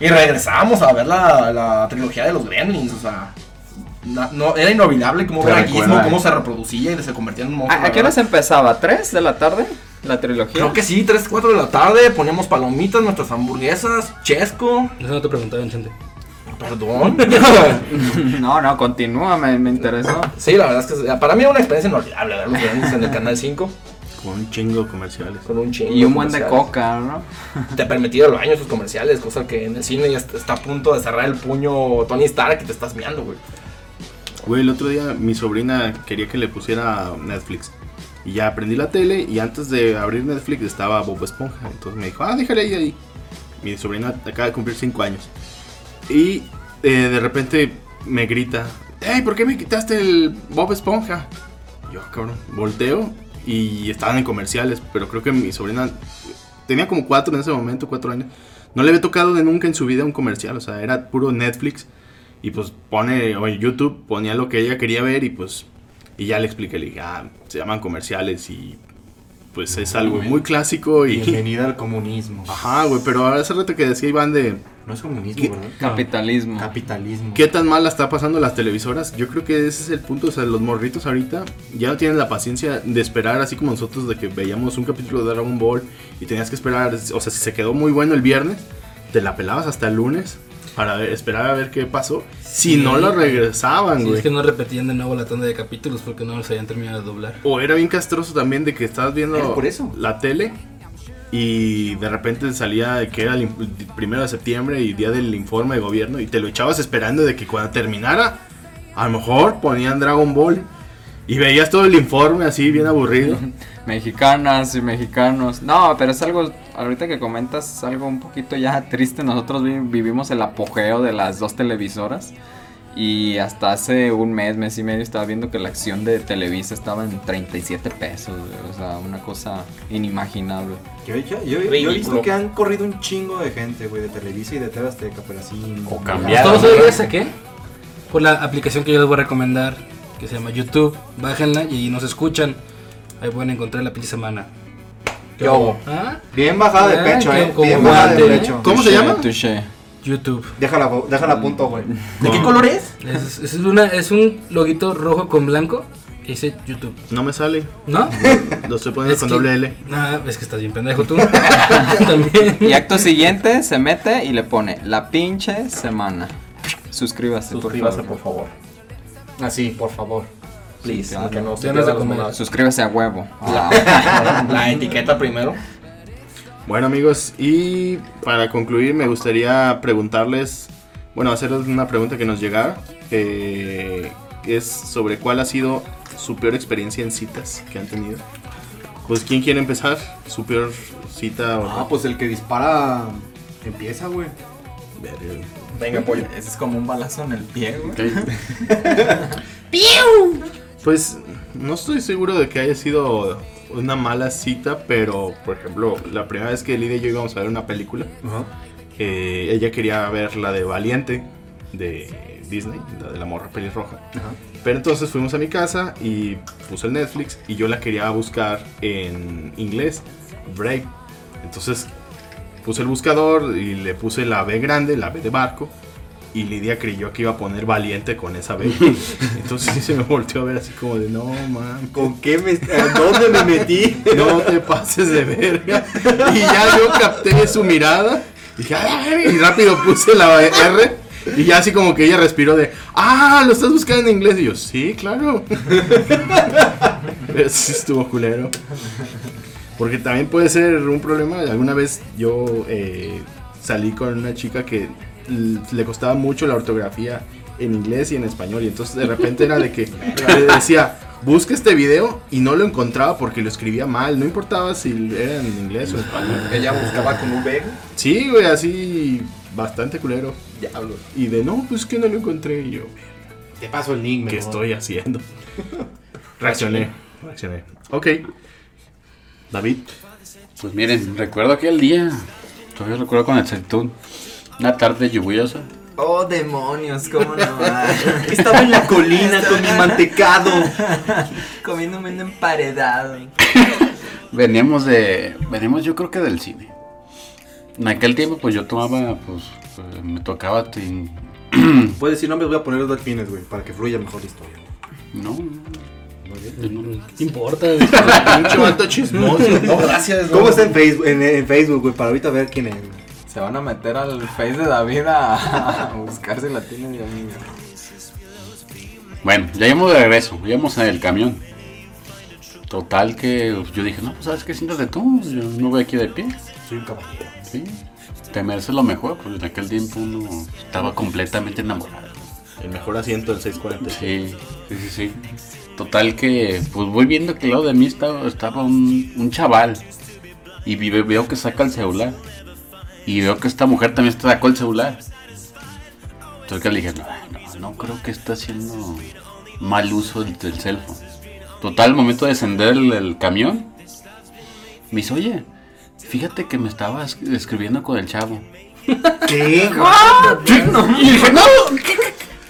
[SPEAKER 6] Y regresábamos a ver la, la trilogía de los Gremlins. O sea, na- no, era inolvidable cómo
[SPEAKER 7] Te
[SPEAKER 6] era Gizmo,
[SPEAKER 7] recuerda,
[SPEAKER 6] cómo
[SPEAKER 7] eh.
[SPEAKER 6] se reproducía y se convertía en un monstruo.
[SPEAKER 8] ¿A, a qué hora se empezaba? ¿Tres de la tarde? ¿La trilogía?
[SPEAKER 6] Creo que sí, 3, 4 de la tarde. Poníamos palomitas, nuestras hamburguesas, chesco.
[SPEAKER 1] Eso no te preguntaba, gente.
[SPEAKER 6] Perdón.
[SPEAKER 8] No, no, continúa, me, me interesó.
[SPEAKER 6] Sí, la verdad es que para mí era una experiencia inolvidable ver los Gremlins en el Canal 5
[SPEAKER 2] Con un chingo de comerciales.
[SPEAKER 6] con un chingo.
[SPEAKER 8] Y un buen de
[SPEAKER 6] comerciales.
[SPEAKER 8] coca, ¿no?
[SPEAKER 6] Te permitía el baño sus comerciales, cosa que en el cine ya está está a punto de cerrar el puño Tony Stark y te estás mirando, güey.
[SPEAKER 2] Güey, el otro día mi sobrina quería que le pusiera Netflix. Y ya aprendí la tele y antes de abrir Netflix estaba Bob Esponja. Entonces me dijo, ah, déjale ahí, ahí. Mi sobrina acaba de cumplir 5 años. Y eh, de repente me grita, hey, ¿por qué me quitaste el Bob Esponja? Yo, cabrón, volteo y estaban en comerciales, pero creo que mi sobrina tenía como 4 en ese momento, 4 años. No le había tocado de nunca en su vida un comercial, o sea, era puro Netflix. Y pues pone, o en YouTube ponía lo que ella quería ver y pues, y ya le expliqué, le dije, ah, se llaman comerciales y pues es algo muy clásico y...
[SPEAKER 5] Bienvenida al comunismo.
[SPEAKER 2] Ajá, güey, pero hace rato que decía Iván de,
[SPEAKER 5] No es comunismo, ¿verdad?
[SPEAKER 8] Capitalismo.
[SPEAKER 5] Capitalismo.
[SPEAKER 2] ¿Qué tan mal la está pasando las televisoras? Yo creo que ese es el punto. O sea, los morritos ahorita ya no tienen la paciencia de esperar, así como nosotros, de que veíamos un capítulo de Dragon Ball y tenías que esperar. O sea, si se quedó muy bueno el viernes, te la pelabas hasta el lunes para ver- esperar a ver qué pasó. Si
[SPEAKER 1] Sí.
[SPEAKER 2] no la regresaban,
[SPEAKER 1] Sí,
[SPEAKER 2] güey.
[SPEAKER 1] es que no repetían de nuevo la tanda de capítulos porque no los habían terminado de doblar.
[SPEAKER 2] O era bien castroso también de que estabas viendo
[SPEAKER 5] Era por eso.
[SPEAKER 2] la tele y de repente salía que era el im- primero de septiembre y día del informe de gobierno y te lo echabas esperando de que cuando terminara a lo mejor ponían Dragon Ball y veías todo el informe así bien aburrido.
[SPEAKER 8] Mexicanas y mexicanos. No, pero es algo, ahorita que comentas, es algo un poquito ya triste. Nosotros vi- vivimos el apogeo de las dos televisoras. Y hasta hace un mes, mes y medio, estaba viendo que la acción de Televisa estaba en 37 pesos. güey. O sea, una cosa inimaginable.
[SPEAKER 5] Yo, yo- yo- yo he visto que han corrido un chingo de gente, güey, de Televisa y de TV Azteca, pero así...
[SPEAKER 7] O
[SPEAKER 5] no.
[SPEAKER 7] cambiaron.
[SPEAKER 1] ¿Todos
[SPEAKER 7] ¿no?
[SPEAKER 1] sabías a qué? por la aplicación que yo les voy a recomendar, que se llama YouTube. Bájenla y ahí nos escuchan. Ahí pueden encontrar la pinche semana.
[SPEAKER 6] Yo, hago?
[SPEAKER 1] ¿Ah?
[SPEAKER 5] Bien bajada de
[SPEAKER 1] Ah,
[SPEAKER 5] pecho,
[SPEAKER 1] qué-
[SPEAKER 5] eh.
[SPEAKER 1] como
[SPEAKER 5] Bien bajada de
[SPEAKER 1] guante, ¿eh?
[SPEAKER 5] pecho.
[SPEAKER 2] ¿Cómo se llama?
[SPEAKER 8] Touché.
[SPEAKER 1] YouTube.
[SPEAKER 5] Déjala, déjala a punto, güey.
[SPEAKER 6] ¿De qué color es?
[SPEAKER 1] Es, es una, es un loguito rojo con blanco y dice YouTube.
[SPEAKER 2] No me sale.
[SPEAKER 1] ¿No?
[SPEAKER 2] Lo estoy poniendo
[SPEAKER 1] Es
[SPEAKER 2] con
[SPEAKER 1] que-
[SPEAKER 2] doble L.
[SPEAKER 1] Ah, es que estás bien pendejo tú. También.
[SPEAKER 8] Y acto siguiente se mete y le pone la pinche semana. Suscríbase,
[SPEAKER 6] Suscríbase,
[SPEAKER 8] por
[SPEAKER 6] por
[SPEAKER 8] favor.
[SPEAKER 6] favor. Así, por favor. Please,
[SPEAKER 8] claro.
[SPEAKER 6] que no se
[SPEAKER 1] Ya no es de
[SPEAKER 6] pierda las
[SPEAKER 1] comer.
[SPEAKER 6] monadas.
[SPEAKER 8] Suscríbase a huevo. Ah.
[SPEAKER 6] La, la etiqueta primero.
[SPEAKER 2] Bueno amigos, y para concluir me gustaría preguntarles, bueno, hacerles una pregunta que nos llegara, eh, es sobre cuál ha sido su peor experiencia en citas que han tenido. Pues quién quiere empezar, su peor cita o
[SPEAKER 5] Ah, pues el que dispara empieza, güey.
[SPEAKER 6] Venga, pollo.
[SPEAKER 3] Ese es como un balazo en el pie, güey.
[SPEAKER 2] Pues no estoy seguro de que haya sido una mala cita, pero por ejemplo, la primera vez que Lidia y yo íbamos a ver una película, eh, ella quería ver la de Valiente de Disney, la de la morra pelirroja. Pero entonces fuimos a mi casa y puse el Netflix y yo la quería buscar en inglés, Break. Entonces puse el buscador y le puse la B grande, la B de barco. Y Lidia creyó que iba a poner valiente con esa B. Entonces sí se me volteó a ver así como de, no, man.
[SPEAKER 5] ¿Con qué me... ¿A dónde me metí?
[SPEAKER 2] No te pases de verga. Y ya yo capté su mirada. Y dije, "Ah, la verga", y rápido puse la R. Y ya así como que ella respiró de, ah, lo estás buscando en inglés. Y yo, sí, claro. Pero sí estuvo culero. Porque también puede ser un problema. Alguna vez yo eh, salí con una chica que l- le costaba mucho la ortografía en inglés y en español. Y entonces de repente era de que le decía, busca este video y no lo encontraba porque lo escribía mal. No importaba si era en inglés o en español.
[SPEAKER 6] Ella buscaba con un V.
[SPEAKER 2] Sí, güey, así bastante culero.
[SPEAKER 6] Diablo.
[SPEAKER 2] Y de no, pues que no lo encontré. Y yo,
[SPEAKER 5] Te paso el link,
[SPEAKER 2] ¿qué
[SPEAKER 5] mejor.
[SPEAKER 2] estoy haciendo? Reaccioné. Reaccioné. Ok. David.
[SPEAKER 7] Pues miren, recuerdo aquel día, todavía recuerdo con exactitud, una tarde lluviosa.
[SPEAKER 3] Oh, demonios, cómo no.
[SPEAKER 5] Estaba en la colina con mi mantecado.
[SPEAKER 3] Comiéndome un emparedado.
[SPEAKER 7] Veníamos de, veníamos yo creo que del cine. En aquel tiempo pues yo tomaba, pues eh, me tocaba, tin-
[SPEAKER 5] Puedes decir nombres, voy a poner los delfines, güey, para que fluya mejor la historia.
[SPEAKER 7] no, no, no,
[SPEAKER 1] ¿Qué importa?
[SPEAKER 2] Pinche vato chismoso.
[SPEAKER 6] No, gracias.
[SPEAKER 5] ¿Cómo está en Facebook, en, en Facebook, güey? Para ahorita ver quién es. güey.
[SPEAKER 8] Se van a meter al face de David a, a buscar si la tienen de amigo.
[SPEAKER 7] Bueno, ya íbamos de regreso, íbamos en el camión. Total que yo dije, no, pues sabes qué, siéntate tú, pues, yo no voy aquí de pie.
[SPEAKER 5] Soy un caballero.
[SPEAKER 7] Sí, te mereces lo mejor, pues en aquel tiempo uno estaba completamente enamorado.
[SPEAKER 2] El mejor asiento del 640.
[SPEAKER 7] Sí, sí, sí, sí. Total que, pues voy viendo que al lado de mí estaba, estaba un, un chaval. Y vi- veo que saca el celular. Y veo que esta mujer también sacó el celular. Entonces que le dije, no, no, no creo que está haciendo mal uso del, del cell phone". Total, al momento de descender el, el camión, me dice, oye, fíjate que me estaba es- escribiendo con el chavo.
[SPEAKER 5] ¿Qué?
[SPEAKER 7] Y yo dije, no, ¿qué,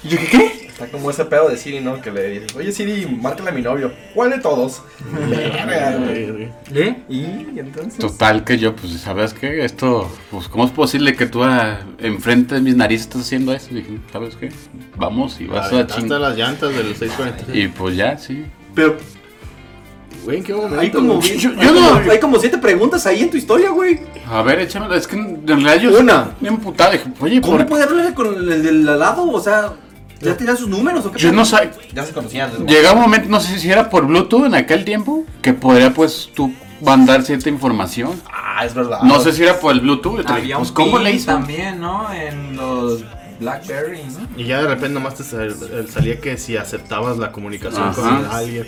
[SPEAKER 7] qué, qué, qué?
[SPEAKER 6] Está como ese pedo de Siri, ¿no? Que le dice, oye Siri, márcale a mi novio. ¿Cuál de todos? Verga, güey.
[SPEAKER 1] ¿Eh?
[SPEAKER 6] y entonces.
[SPEAKER 7] Total que yo, pues, ¿sabes qué? Esto, pues, ¿cómo es posible que tú ah, enfrente de mis narices estás haciendo eso? Dije, ¿sabes qué? Vamos y vas a
[SPEAKER 2] Hasta
[SPEAKER 7] chingar.
[SPEAKER 2] las llantas del 640.
[SPEAKER 7] Y pues ya, sí.
[SPEAKER 5] Pero
[SPEAKER 2] Güey, ¿en qué momento?
[SPEAKER 5] hay como,
[SPEAKER 2] güey?
[SPEAKER 5] hay como- hay como siete preguntas ahí en tu historia, güey.
[SPEAKER 7] A ver, échamela. Es que en realidad yo...
[SPEAKER 5] Una.
[SPEAKER 7] Bien putado. Dije, oye,
[SPEAKER 5] ¿Cómo
[SPEAKER 7] ¿por qué?
[SPEAKER 5] puede hablar con el del al lado? O sea, ¿ya tenía sus números o qué?
[SPEAKER 7] Yo no sabía...
[SPEAKER 6] Ya se conocían. desde-
[SPEAKER 7] Llega un momento, no sé si era por Bluetooth en aquel tiempo, que podría, pues, tú mandar cierta información.
[SPEAKER 6] Ah, es verdad.
[SPEAKER 7] No sé si era por el Bluetooth. Entonces,
[SPEAKER 3] Había
[SPEAKER 7] pues,
[SPEAKER 3] un
[SPEAKER 7] ¿cómo
[SPEAKER 3] pin
[SPEAKER 7] le hizo?
[SPEAKER 3] también, ¿no? En los Blackberry, ¿no?
[SPEAKER 2] Y ya de repente nomás te sal- salía que si aceptabas la comunicación
[SPEAKER 7] Ajá.
[SPEAKER 2] con alguien.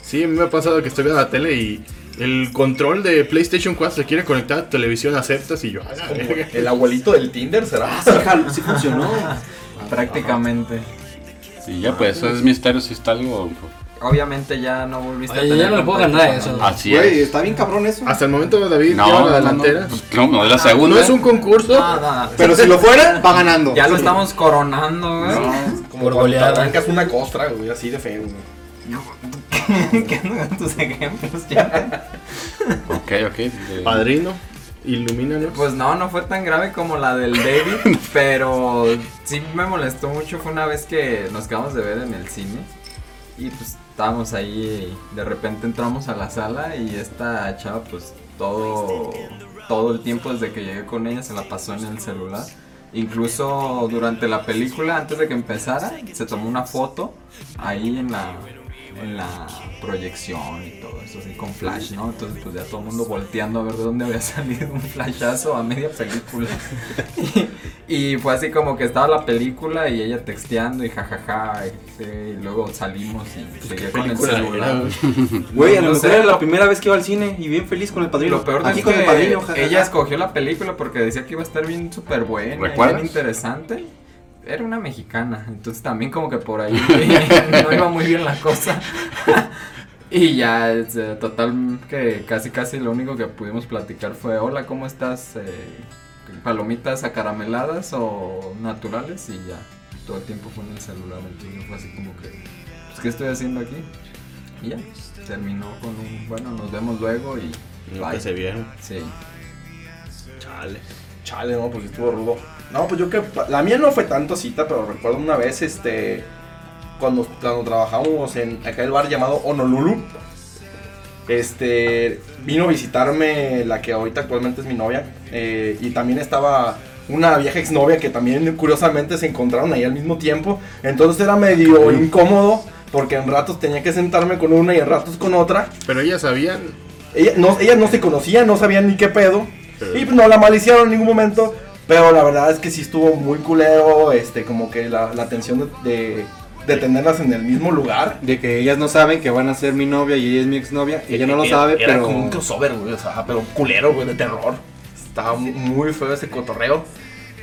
[SPEAKER 2] Sí, a mí me ha pasado que estoy viendo la tele y el control de PlayStation 4 se quiere conectar a tu televisión, aceptas y yo. "A la
[SPEAKER 6] Como
[SPEAKER 2] verga".
[SPEAKER 6] El abuelito del Tinder será.
[SPEAKER 5] Sí, jalo, sí funcionó.
[SPEAKER 8] Prácticamente.
[SPEAKER 7] Y ya, pues, eso es misterio si está algo... pues,
[SPEAKER 8] Obviamente ya no volviste a
[SPEAKER 1] Oye,
[SPEAKER 8] tener
[SPEAKER 1] ya no le puedo
[SPEAKER 8] contacto
[SPEAKER 1] ganar a
[SPEAKER 8] con
[SPEAKER 1] eso.
[SPEAKER 8] nadie.
[SPEAKER 7] Así
[SPEAKER 5] Güey,
[SPEAKER 7] es.
[SPEAKER 5] está bien cabrón eso.
[SPEAKER 2] Hasta el momento David
[SPEAKER 7] No,
[SPEAKER 2] lleva
[SPEAKER 7] no,
[SPEAKER 2] la
[SPEAKER 7] no, no,
[SPEAKER 2] delantera. No,
[SPEAKER 7] pues, no, no, es la segunda.
[SPEAKER 2] es un concurso.
[SPEAKER 3] Nada,
[SPEAKER 5] Pero si lo fuera, va ganando.
[SPEAKER 8] Ya lo estamos coronando, güey.
[SPEAKER 7] No,
[SPEAKER 6] Como
[SPEAKER 1] Por
[SPEAKER 6] cuando te
[SPEAKER 1] goleada.
[SPEAKER 6] arrancas una costra, güey, así de feo, güey.
[SPEAKER 3] ¿Qué andan con tus ejemplos ya?
[SPEAKER 7] Ok, ok. de-
[SPEAKER 2] Padrino, ilumínanos.
[SPEAKER 3] Pues no, no fue tan grave como la del David, pero sí me molestó mucho. Fue una vez que nos acabamos de ver en el cine y pues estábamos ahí. De repente entramos a la sala y esta chava, pues todo, todo el tiempo desde que llegué con ella se la pasó en el celular. Incluso durante la película, antes de que empezara, se tomó una foto ahí en la, en la proyección y todo eso, así con flash, ¿no? Entonces, pues ya todo el mundo volteando a ver de dónde había salido un flashazo a media película. Y, y fue así como que estaba la película y ella texteando y jajaja, y, sí, y luego salimos y seguía con el celular.
[SPEAKER 5] Güey, a
[SPEAKER 3] No
[SPEAKER 5] lo mejor
[SPEAKER 3] sé.
[SPEAKER 5] era la primera vez que iba al cine y bien feliz con el padrino.
[SPEAKER 3] Lo peor de
[SPEAKER 5] Aquí
[SPEAKER 3] es
[SPEAKER 5] con
[SPEAKER 3] que
[SPEAKER 5] el padrino, jajaja.
[SPEAKER 3] ella escogió la película porque decía que iba a estar bien súper buena, y
[SPEAKER 7] ¿Recuerdas?
[SPEAKER 3] bien interesante. Era una mexicana, entonces también como que por ahí no iba muy bien la cosa. y ya, es, eh, total, que casi casi lo único que pudimos platicar fue, hola, ¿cómo estás? Eh, ¿Palomitas acarameladas o naturales? Y ya, todo el tiempo fue en el celular, entonces fue así como que, pues, ¿qué estoy haciendo aquí? Y ya, terminó con un, bueno, nos vemos luego y...
[SPEAKER 9] Nunca
[SPEAKER 3] bye".
[SPEAKER 9] se vieron.
[SPEAKER 3] Sí.
[SPEAKER 6] Chale. Chale, no, porque estuvo rudo. No, pues yo que. La mía no fue tanto cita, pero recuerdo una vez, este. Cuando, cuando trabajamos en acá el bar llamado Honolulu. Este. Vino a visitarme la que ahorita actualmente es mi novia. eh, y también estaba una vieja exnovia que también curiosamente se encontraron ahí al mismo tiempo. Entonces era medio incómodo. Porque en ratos tenía que sentarme con una y en ratos con otra.
[SPEAKER 2] Pero ellas sabían.
[SPEAKER 6] Ella, no, ellas no se conocían, no sabían ni qué pedo. Y pues, no la maliciaron en ningún momento. Pero la verdad es que sí estuvo muy culero. Este, como que la, la tensión de, de, de tenerlas en el mismo lugar.
[SPEAKER 5] De que ellas no saben que van a ser mi novia y ella es mi exnovia. Ella no lo
[SPEAKER 6] Era-
[SPEAKER 5] sabe,
[SPEAKER 6] era
[SPEAKER 5] pero.
[SPEAKER 6] como un crossover, güey. O sea, pero culero, güey, de terror. Estaba mu- muy feo ese cotorreo.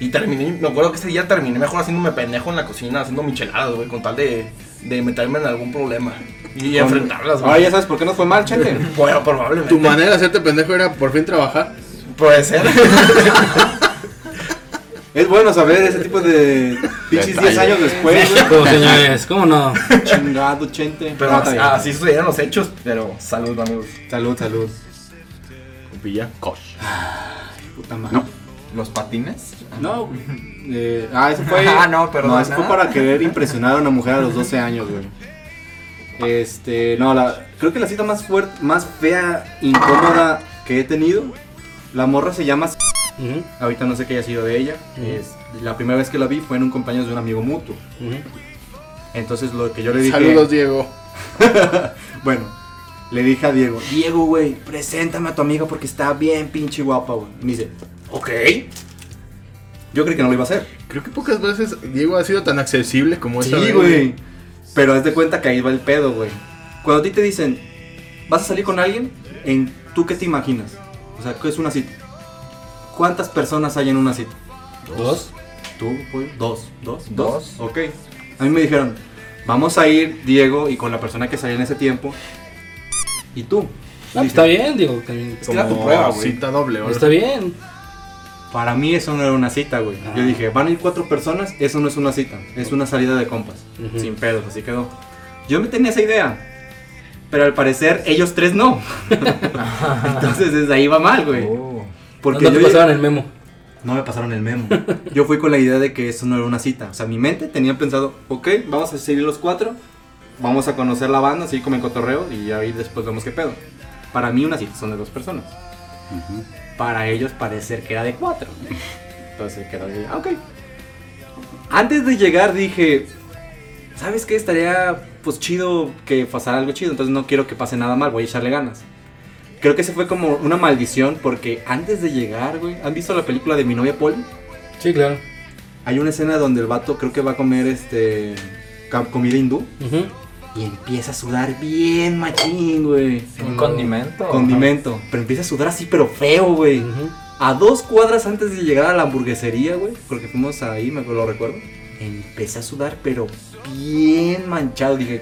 [SPEAKER 6] Y terminé, me acuerdo que ese día terminé mejor haciéndome pendejo en la cocina, haciendo micheladas, güey, con tal de, de meterme en algún problema. Y enfrentarlas,
[SPEAKER 5] Ahora
[SPEAKER 6] güey.
[SPEAKER 5] ya sabes por qué nos fue mal, Chente.
[SPEAKER 6] Bueno, probablemente.
[SPEAKER 2] Tu manera de hacerte pendejo era por fin trabajar.
[SPEAKER 6] Puede ser.
[SPEAKER 5] es bueno saber ese tipo de pinches 10
[SPEAKER 7] Detalle.
[SPEAKER 5] años después, güey.
[SPEAKER 1] ¿Cómo, señores? ¿Cómo no?
[SPEAKER 5] Chingado, Chente.
[SPEAKER 6] Pero
[SPEAKER 5] No, está
[SPEAKER 6] así,
[SPEAKER 5] bien.
[SPEAKER 6] así sucedieron los hechos. Pero salud, amigos.
[SPEAKER 5] Salud, salud.
[SPEAKER 2] Pilla.
[SPEAKER 5] Puta madre.
[SPEAKER 7] No.
[SPEAKER 3] ¿Los patines?
[SPEAKER 5] No, güey. Eh, ah, eso fue.
[SPEAKER 3] Ah, no, perdón,
[SPEAKER 5] No, eso fue
[SPEAKER 3] ah.
[SPEAKER 5] para querer impresionar a una mujer a los 12 años, güey. Este, no, la, creo que la cita más fuerte, más fea, incómoda que he tenido. La morra se llama.
[SPEAKER 1] Ujú,
[SPEAKER 5] Ahorita no sé qué haya sido de ella. Es, la primera vez que la vi fue en un compañero de un amigo mutuo.
[SPEAKER 1] ujú.
[SPEAKER 5] Entonces lo que yo le dije.
[SPEAKER 2] Saludos, Diego.
[SPEAKER 5] Bueno, le dije a Diego, Diego, güey, preséntame a tu amiga porque está bien pinche guapa, güey. Y Me dice,
[SPEAKER 6] Ok.
[SPEAKER 5] yo creí que no lo iba a hacer.
[SPEAKER 2] Creo que pocas veces Diego ha sido tan accesible como esta
[SPEAKER 5] Sí,
[SPEAKER 2] vez.
[SPEAKER 5] güey. Pero haz de cuenta que ahí va el pedo, güey. Cuando a ti te dicen, vas a salir con alguien, ¿en tú qué te imaginas? O sea, ¿qué es una cita? ¿Cuántas personas hay en una cita?
[SPEAKER 1] ¿Dos?
[SPEAKER 5] ¿Tú, pollo? Dos. ¿Dos?
[SPEAKER 6] Dos.
[SPEAKER 5] Ok. A mí me dijeron, vamos a ir, Diego, y con la persona que salía en ese tiempo. ¿Y tú?
[SPEAKER 1] Ah, pues está bien, digo. también.
[SPEAKER 6] que era tu prueba, güey.
[SPEAKER 2] Cita doble, ahora.
[SPEAKER 1] Está bien.
[SPEAKER 5] Para mí eso no era una cita, güey. Yo dije, van a ir cuatro personas, eso no es una cita, es una salida de compas.
[SPEAKER 1] Ujú.
[SPEAKER 5] Sin pedos, así quedó. Yo me tenía esa idea, pero al parecer ellos tres no. Entonces desde ahí va mal, güey.
[SPEAKER 6] Oh,
[SPEAKER 5] Porque
[SPEAKER 1] no te
[SPEAKER 5] yo
[SPEAKER 1] pasaron el memo.
[SPEAKER 5] no me pasaron el memo. Yo fui con la idea de que eso no era una cita. O sea, mi mente tenía pensado, ok, vamos a seguir los cuatro, vamos a conocer la banda, así como en cotorreo, y ahí después vemos qué pedo. Para mí una cita son de dos personas. Para ellos parecer que era de cuatro. Entonces quedó de, ah, ok. Antes de llegar dije, ¿sabes qué? Estaría pues chido que pasara algo chido, entonces no quiero que pase nada mal, voy a echarle ganas. Creo que se fue como una maldición porque antes de llegar, güey, ¿han visto la película de mi novia Paul?
[SPEAKER 1] Sí, claro.
[SPEAKER 5] Hay una escena donde el vato creo que va a comer este ca- comida hindú
[SPEAKER 1] Ujú.
[SPEAKER 5] y empieza a sudar bien machín, güey.
[SPEAKER 3] ¿Un condimento?
[SPEAKER 5] Condimento, pero empieza a sudar así pero feo, güey.
[SPEAKER 1] Ujú.
[SPEAKER 5] A dos cuadras antes de llegar a la hamburguesería, güey, porque fuimos ahí, me lo recuerdo. Empecé a sudar, pero bien manchado. Dije,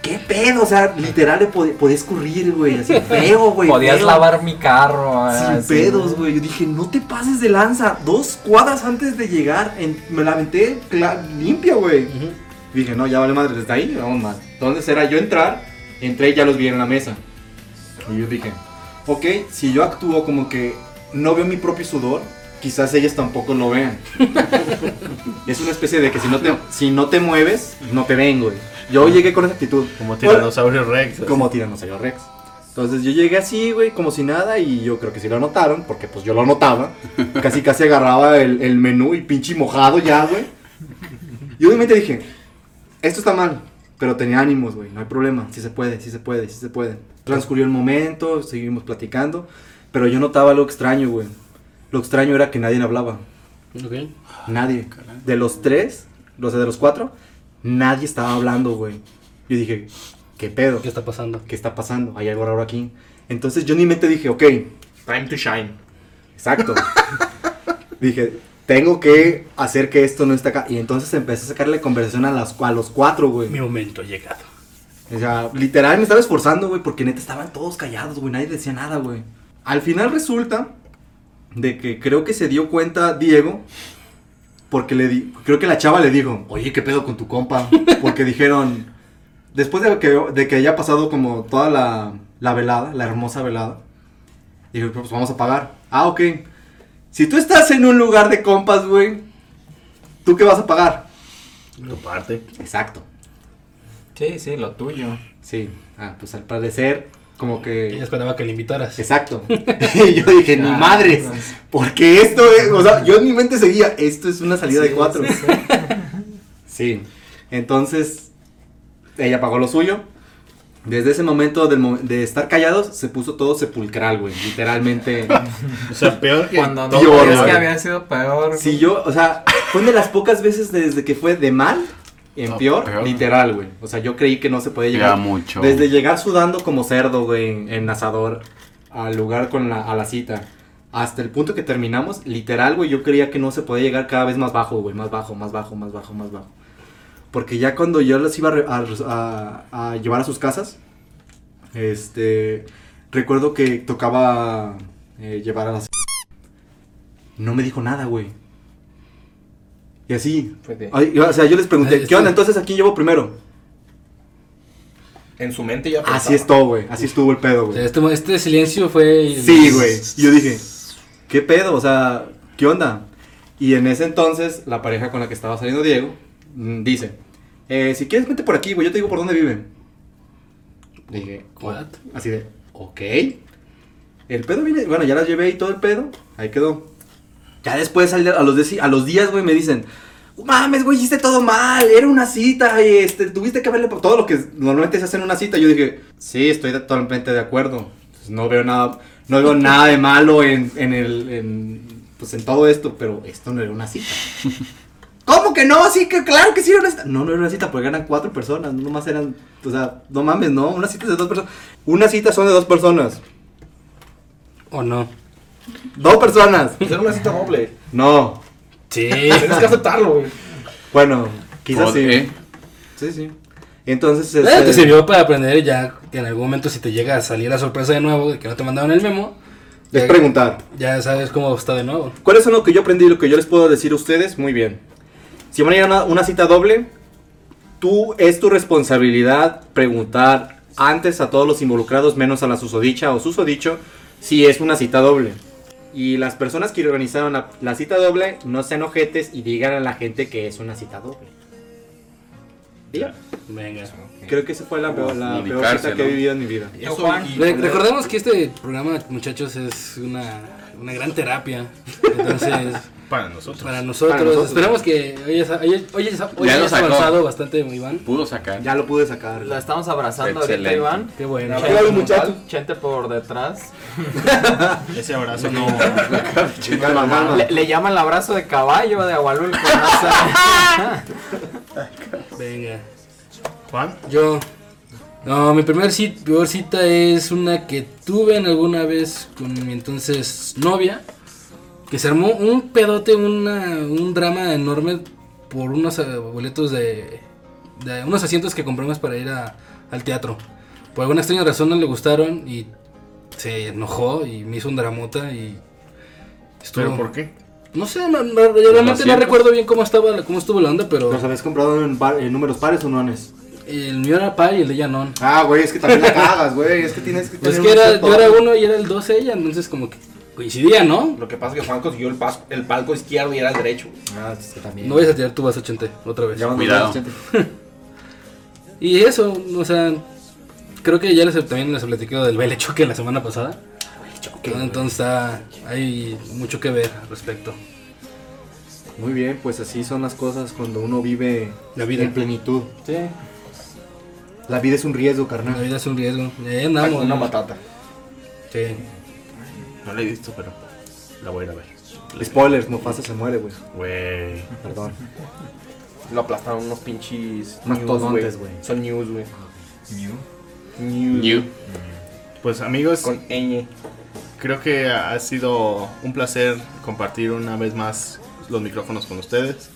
[SPEAKER 5] ¿qué pedo? O sea, literal le pod- podía escurrir, güey, así feo, güey.
[SPEAKER 3] Podías
[SPEAKER 5] feo.
[SPEAKER 3] lavar mi carro.
[SPEAKER 5] Sin
[SPEAKER 3] ah, sí,
[SPEAKER 5] pedos, güey. Yo dije, no te pases de lanza. Dos cuadras antes de llegar, en- me la aventé cla- limpia, güey.
[SPEAKER 1] Ujú.
[SPEAKER 5] Dije, no, ya vale madre, desde ahí vamos mal. Entonces era yo entrar, entré y ya los vi en la mesa. Y yo dije, ok, si yo actúo como que no veo mi propio sudor, quizás ellas tampoco lo vean. es una especie de que si no te, si no te mueves, no te ven, güey. Yo llegué con esa actitud.
[SPEAKER 2] Como Tiranosaurio Rex. así.
[SPEAKER 5] Como Tiranosaurio Rex. Entonces yo llegué así, güey, como si nada, y yo creo que sí lo notaron, porque pues yo lo notaba. Casi, casi agarraba el, el menú y pinche mojado ya, güey. Y obviamente dije, esto está mal, pero tenía ánimos, güey, no hay problema, sí se puede, sí se puede, sí se puede. Transcurrió el momento, seguimos platicando, pero yo notaba algo extraño, güey. Lo extraño era que nadie hablaba.
[SPEAKER 1] Ok.
[SPEAKER 5] Nadie. De los tres, los de los cuatro, nadie estaba hablando, güey. Yo dije, ¿qué pedo?
[SPEAKER 1] ¿Qué está pasando?
[SPEAKER 5] ¿Qué está pasando? Hay algo raro aquí. Entonces yo en mi mente dije, ok,
[SPEAKER 6] Time to shine.
[SPEAKER 5] exacto. dije, tengo que hacer que esto no esté acá. Y entonces empecé a sacarle conversación a, las, a los cuatro, güey.
[SPEAKER 1] Mi momento ha llegado.
[SPEAKER 5] O sea, literal me estaba esforzando, güey, porque neta estaban todos callados, güey, nadie decía nada, güey. Al final resulta de que creo que se dio cuenta Diego, porque le di, creo que la chava le dijo, oye, ¿qué pedo con tu compa? Porque dijeron, después de que, de que haya pasado como toda la, la velada, la hermosa velada, dijo, pues vamos a pagar. Ah, ok. Si tú estás en un lugar de compas, güey, ¿tú qué vas a pagar?
[SPEAKER 2] Tu parte.
[SPEAKER 5] Exacto.
[SPEAKER 3] Sí, sí, lo tuyo.
[SPEAKER 5] Sí. Ah, pues al parecer, como que...
[SPEAKER 1] Ella esperaba que le invitaras.
[SPEAKER 5] Exacto. y yo dije, ni
[SPEAKER 3] Ah,
[SPEAKER 5] madres.
[SPEAKER 3] no.
[SPEAKER 5] Porque esto es, o sea, yo en mi mente seguía, esto es una salida de cuatro. Sí. Entonces, ella pagó lo suyo. Desde ese momento del mo- de estar callados, se puso todo sepulcral, güey. Literalmente.
[SPEAKER 2] O sea, peor que.
[SPEAKER 3] Cuando no
[SPEAKER 5] Dios,
[SPEAKER 3] creías que
[SPEAKER 5] güey.
[SPEAKER 3] había sido peor.
[SPEAKER 5] si yo, o sea, fue una de las pocas veces desde que fue de mal en
[SPEAKER 7] No,
[SPEAKER 5] peor,
[SPEAKER 7] peor.
[SPEAKER 5] literal, güey. O sea, yo creí que no se podía llegar.
[SPEAKER 7] Ya mucho.
[SPEAKER 5] Desde llegar sudando como cerdo, güey, en, en asador al lugar con la, a la cita. Hasta el punto que terminamos, literal, güey, yo creía que no se podía llegar cada vez más bajo, güey, más bajo, más bajo, más bajo, más bajo. Porque ya cuando yo las iba a re- a, a- a llevar a sus casas, este, recuerdo que tocaba eh, llevar a las... No me dijo nada, güey. Y así,
[SPEAKER 3] Fue de-
[SPEAKER 5] ay, o sea, yo les
[SPEAKER 1] Ahí
[SPEAKER 5] pregunté, ¿qué
[SPEAKER 1] está.
[SPEAKER 5] onda? Entonces, ¿a quién llevo primero?
[SPEAKER 6] En su mente ya pensaba.
[SPEAKER 5] Así estuvo, güey. Así estuvo el pedo,
[SPEAKER 1] O sea,
[SPEAKER 5] güey.
[SPEAKER 1] este, este silencio fue.
[SPEAKER 5] Sí, güey. Y Yo dije, ¿qué pedo? O sea, ¿qué onda? Y en ese entonces, la pareja con la que estaba saliendo Diego mm, dice: eh, Si quieres, vete por aquí, güey. Yo te digo por dónde vive. Dije,
[SPEAKER 1] What?
[SPEAKER 5] Así de, ok. El pedo viene, bueno, ya las llevé y todo el pedo. Ahí quedó. Ya después, al- a los, deci- a los días, güey, me dicen, mames, güey, hiciste todo mal, era una cita, y, este, tuviste que verle todo lo que normalmente se hace en una cita. Yo dije, sí, estoy de- totalmente de acuerdo. Pues, no veo nada, no veo nada de malo en, en el, en, pues, en todo esto, pero esto no era una cita. ¿Cómo que no? Sí, que claro que sí era una cita. No, no era una cita porque eran cuatro personas, nomás eran, o sea, no mames, no, una cita es de dos personas. Una cita son de dos personas.
[SPEAKER 1] ¿O no?
[SPEAKER 5] Dos personas.
[SPEAKER 6] Pues era una cita doble.
[SPEAKER 5] No.
[SPEAKER 1] Sí.
[SPEAKER 6] Tienes que aceptarlo, güey.
[SPEAKER 5] Bueno, quizás sí.
[SPEAKER 7] Porque-
[SPEAKER 5] Sí, sí. Entonces,
[SPEAKER 1] Eh,
[SPEAKER 5] este,
[SPEAKER 1] te sirvió para aprender ya que en algún momento si te llega a salir la sorpresa de nuevo de que no te mandaron el memo,
[SPEAKER 5] les
[SPEAKER 1] ya-
[SPEAKER 5] preguntar.
[SPEAKER 1] ya sabes cómo está de nuevo.
[SPEAKER 5] ¿Cuáles son lo que yo aprendí y lo que yo les puedo decir a ustedes? Muy bien. Si van a ir a una, una cita doble, tú es tu responsabilidad preguntar antes a todos los involucrados, menos a la susodicha o susodicho, si es una cita doble. Y las personas que organizaron la, la cita doble, no sean ojetes y digan a la gente que es una cita doble. Y ya.
[SPEAKER 1] Venga.
[SPEAKER 5] Creo que esa fue la, peor- la peor
[SPEAKER 7] Comunicarse,
[SPEAKER 5] cita que he
[SPEAKER 7] ¿no?
[SPEAKER 5] vivido en mi vida.
[SPEAKER 3] Yo, Juan,
[SPEAKER 1] Re- recordemos que este programa, muchachos, es una, una gran terapia. Entonces,
[SPEAKER 2] Para nosotros.
[SPEAKER 1] para nosotros,
[SPEAKER 5] Para nosotros.
[SPEAKER 1] esperamos que hoy hayas hoy, hoy hayas- hoy
[SPEAKER 7] Ya lo
[SPEAKER 1] hayas
[SPEAKER 7] sacó.
[SPEAKER 1] avanzado bastante, Iván.
[SPEAKER 7] Pudo sacar.
[SPEAKER 5] Ya lo pude sacar.
[SPEAKER 3] la estamos abrazando
[SPEAKER 7] Excelente.
[SPEAKER 3] ahorita, Iván.
[SPEAKER 1] Qué bueno.
[SPEAKER 3] Chente
[SPEAKER 5] Hola,
[SPEAKER 3] como
[SPEAKER 5] muchacho.
[SPEAKER 3] tal, Chente por detrás.
[SPEAKER 2] Ese abrazo no.
[SPEAKER 5] Calma, calma.
[SPEAKER 3] Le, le llaman el abrazo de caballo de Agualul con asa.
[SPEAKER 1] Venga.
[SPEAKER 2] Juan.
[SPEAKER 1] Yo. No, mi primer cita, peor cita es una que tuve en alguna vez con mi entonces novia. Que se armó un pedote, una, un drama enorme por unos eh, boletos de, de unos asientos que compramos para ir a- al teatro. Por alguna extraña razón no le gustaron y se enojó y me hizo un dramota y estuvo
[SPEAKER 2] ¿Pero por qué?
[SPEAKER 1] No sé, no, no, yo realmente no
[SPEAKER 7] asientos.
[SPEAKER 1] recuerdo bien cómo estaba la- cómo estuvo la onda, pero
[SPEAKER 5] ¿Los habías comprado en, par- en números pares o nones?
[SPEAKER 1] el mío era pa y el de ella no.
[SPEAKER 5] Ah, güey, es que también la cagas, güey. Es que tienes que.
[SPEAKER 1] Pues
[SPEAKER 5] tener
[SPEAKER 1] que
[SPEAKER 5] un
[SPEAKER 1] era,
[SPEAKER 5] setup.
[SPEAKER 1] yo era uno y era el dos ella, entonces como que coincidía, ¿no?
[SPEAKER 6] Lo que pasa es que Juan consiguió el, pas- el palco izquierdo y era el derecho.
[SPEAKER 5] Ah, es que también.
[SPEAKER 1] No vayas a tirar tu vas 80 otra vez.
[SPEAKER 5] Ya vamos
[SPEAKER 7] Cuidado.
[SPEAKER 5] a ver, gente.
[SPEAKER 1] Y eso, o sea, creo que ya les, también les platiqué del baile choque la semana pasada. Entonces ah, hay mucho que ver al respecto.
[SPEAKER 5] Muy bien, pues así son las cosas cuando uno vive
[SPEAKER 1] La vida.
[SPEAKER 5] en plenitud. Sí. La vida es un riesgo,
[SPEAKER 1] La
[SPEAKER 5] carnal.
[SPEAKER 1] vida es un riesgo. Y ahí
[SPEAKER 6] Está
[SPEAKER 1] andamos.
[SPEAKER 6] como una
[SPEAKER 1] ¿no?
[SPEAKER 6] matata.
[SPEAKER 1] Sí.
[SPEAKER 4] No la he visto, pero la voy a ir a ver.
[SPEAKER 5] Spoilers, no pasa, se muere, güey.
[SPEAKER 4] Güey.
[SPEAKER 5] Perdón.
[SPEAKER 6] Lo aplastaron unos pinches.
[SPEAKER 5] Mastodontes,
[SPEAKER 6] news,
[SPEAKER 5] güey.
[SPEAKER 6] Son news, güey.
[SPEAKER 3] New.
[SPEAKER 6] News.
[SPEAKER 7] New.
[SPEAKER 2] Pues amigos,
[SPEAKER 6] Con ñ.
[SPEAKER 2] creo que ha sido un placer compartir una vez más los micrófonos con ustedes.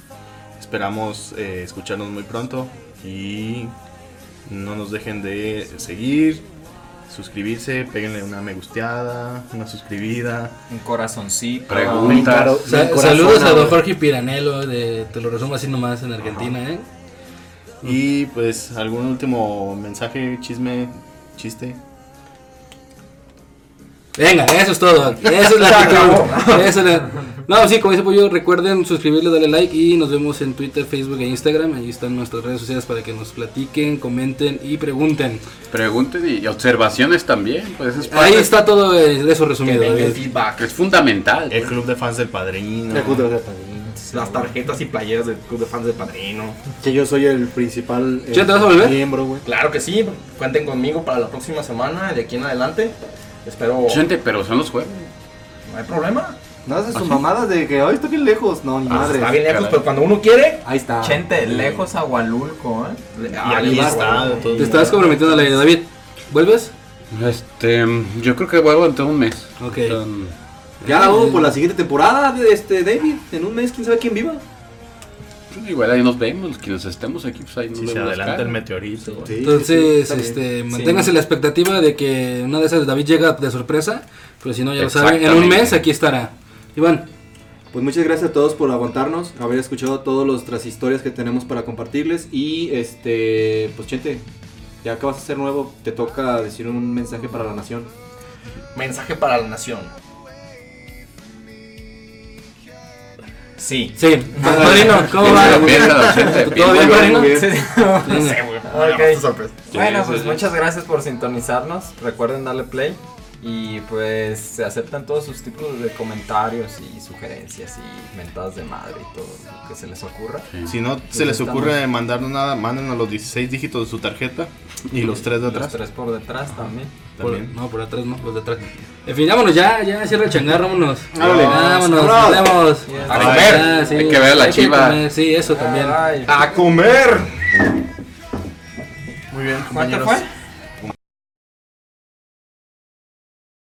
[SPEAKER 2] Esperamos eh, escucharnos muy pronto y no nos dejen de seguir, suscribirse, péguenle una me gusteada, una suscribida.
[SPEAKER 3] Un corazoncito.
[SPEAKER 7] Preguntas.
[SPEAKER 5] Bien
[SPEAKER 1] Sa-
[SPEAKER 5] corazón,
[SPEAKER 1] saludos a
[SPEAKER 5] güey.
[SPEAKER 1] don Jorge Piranelo, de, te lo resumo así nomás en Argentina, ¿eh?
[SPEAKER 2] Y pues algún último mensaje, chisme, chiste.
[SPEAKER 1] Venga, eso es todo. Eso es la actitud. Eso es la- No, sí, como dice Pollo, recuerden suscribirle, darle like y nos vemos en Twitter, Facebook e Instagram. Ahí están nuestras redes sociales para que nos platiquen, comenten y pregunten.
[SPEAKER 7] Preguntas y observaciones también. Pues es,
[SPEAKER 1] Ahí
[SPEAKER 7] parte-
[SPEAKER 1] está todo eh, de eso
[SPEAKER 6] Que
[SPEAKER 1] resumido.
[SPEAKER 6] venga el
[SPEAKER 1] eh.
[SPEAKER 6] feedback.
[SPEAKER 7] es fundamental.
[SPEAKER 2] El club de fans del padrino.
[SPEAKER 5] Te juzgo, güey, también.
[SPEAKER 6] Las tarjetas y playeras del club de fans del padrino.
[SPEAKER 5] Que yo soy el principal eh,
[SPEAKER 1] ¿Ya te vas a volver?
[SPEAKER 5] miembro, güey.
[SPEAKER 6] Claro que sí. Cuenten conmigo para la próxima semana. De aquí en adelante. Espero.
[SPEAKER 7] Pues, Gente, pero son los jueves.
[SPEAKER 6] No hay problema.
[SPEAKER 5] No haces sus mamadas de que, ay, está bien lejos. No, ni
[SPEAKER 6] Ah,
[SPEAKER 5] madre.
[SPEAKER 6] está bien lejos, pero cuando uno quiere. Ah,
[SPEAKER 5] Ahí está.
[SPEAKER 3] Ah. Chente, lejos a Hualulco, ¿eh?
[SPEAKER 2] Y aquí está. de todo
[SPEAKER 1] Te estás comprometiendo al aire, David. ¿Vuelves?
[SPEAKER 7] Este, yo creo que vuelvo dentro de un mes.
[SPEAKER 1] Ok.
[SPEAKER 7] Son-
[SPEAKER 5] Ya la vamos por la siguiente temporada, de este David. En un mes, quién sabe quién viva.
[SPEAKER 7] pues, igual ahí nos vemos, quienes estemos aquí, pues ahí nos
[SPEAKER 2] Si
[SPEAKER 7] vemos
[SPEAKER 2] se
[SPEAKER 7] las
[SPEAKER 2] adelanta
[SPEAKER 7] caras.
[SPEAKER 2] el meteorito.
[SPEAKER 1] Entonces,
[SPEAKER 5] está bien.
[SPEAKER 1] este, manténgase la expectativa de que una de esas David llega de sorpresa, pero si no, ya lo saben, en un
[SPEAKER 7] Exactamente.
[SPEAKER 1] mes aquí estará. Iván,
[SPEAKER 5] Pues muchas gracias a todos por aguantarnos, haber escuchado todas nuestras historias que tenemos para compartirles y este, pues Chente, ya que vas a ser nuevo, te toca decir un mensaje para la nación.
[SPEAKER 6] Mensaje para la nación. Sí.
[SPEAKER 1] sí, Padrino, ¿cómo va?
[SPEAKER 7] Bien, bien, adolescente,
[SPEAKER 1] ¿Todo
[SPEAKER 7] bien,
[SPEAKER 1] bien,
[SPEAKER 7] bueno.
[SPEAKER 1] Padrino?
[SPEAKER 6] No sé, güey. Ahora, sorpresa.
[SPEAKER 3] Bueno, pues muchas gracias por sintonizarnos. Recuerden darle play. Y pues se aceptan todos sus tipos de comentarios y sugerencias y mentadas de madre y todo lo que se les ocurra.
[SPEAKER 2] Si no se les ocurre mandarnos nada, mándenos los 16 dígitos de su tarjeta y los 3 de
[SPEAKER 3] Los
[SPEAKER 2] atrás.
[SPEAKER 3] tres por detrás también.
[SPEAKER 1] Por-
[SPEAKER 2] También.
[SPEAKER 1] no, por atrás no, por detrás. En fin, vámonos ya, ya cierra el changar, vámonos.
[SPEAKER 2] Órale.
[SPEAKER 1] Vámonos, nos vemos.
[SPEAKER 3] Yes.
[SPEAKER 7] A comer.
[SPEAKER 1] Ah, sí,
[SPEAKER 7] Hay que ver a la
[SPEAKER 1] hay que
[SPEAKER 7] chiva.
[SPEAKER 1] comer,
[SPEAKER 3] Ah,
[SPEAKER 6] Ah,
[SPEAKER 1] Sí, eso también.
[SPEAKER 3] Ay,
[SPEAKER 6] ¡A comer!
[SPEAKER 2] Muy bien,
[SPEAKER 3] ¿Cuánto
[SPEAKER 2] compañeros.
[SPEAKER 3] fue?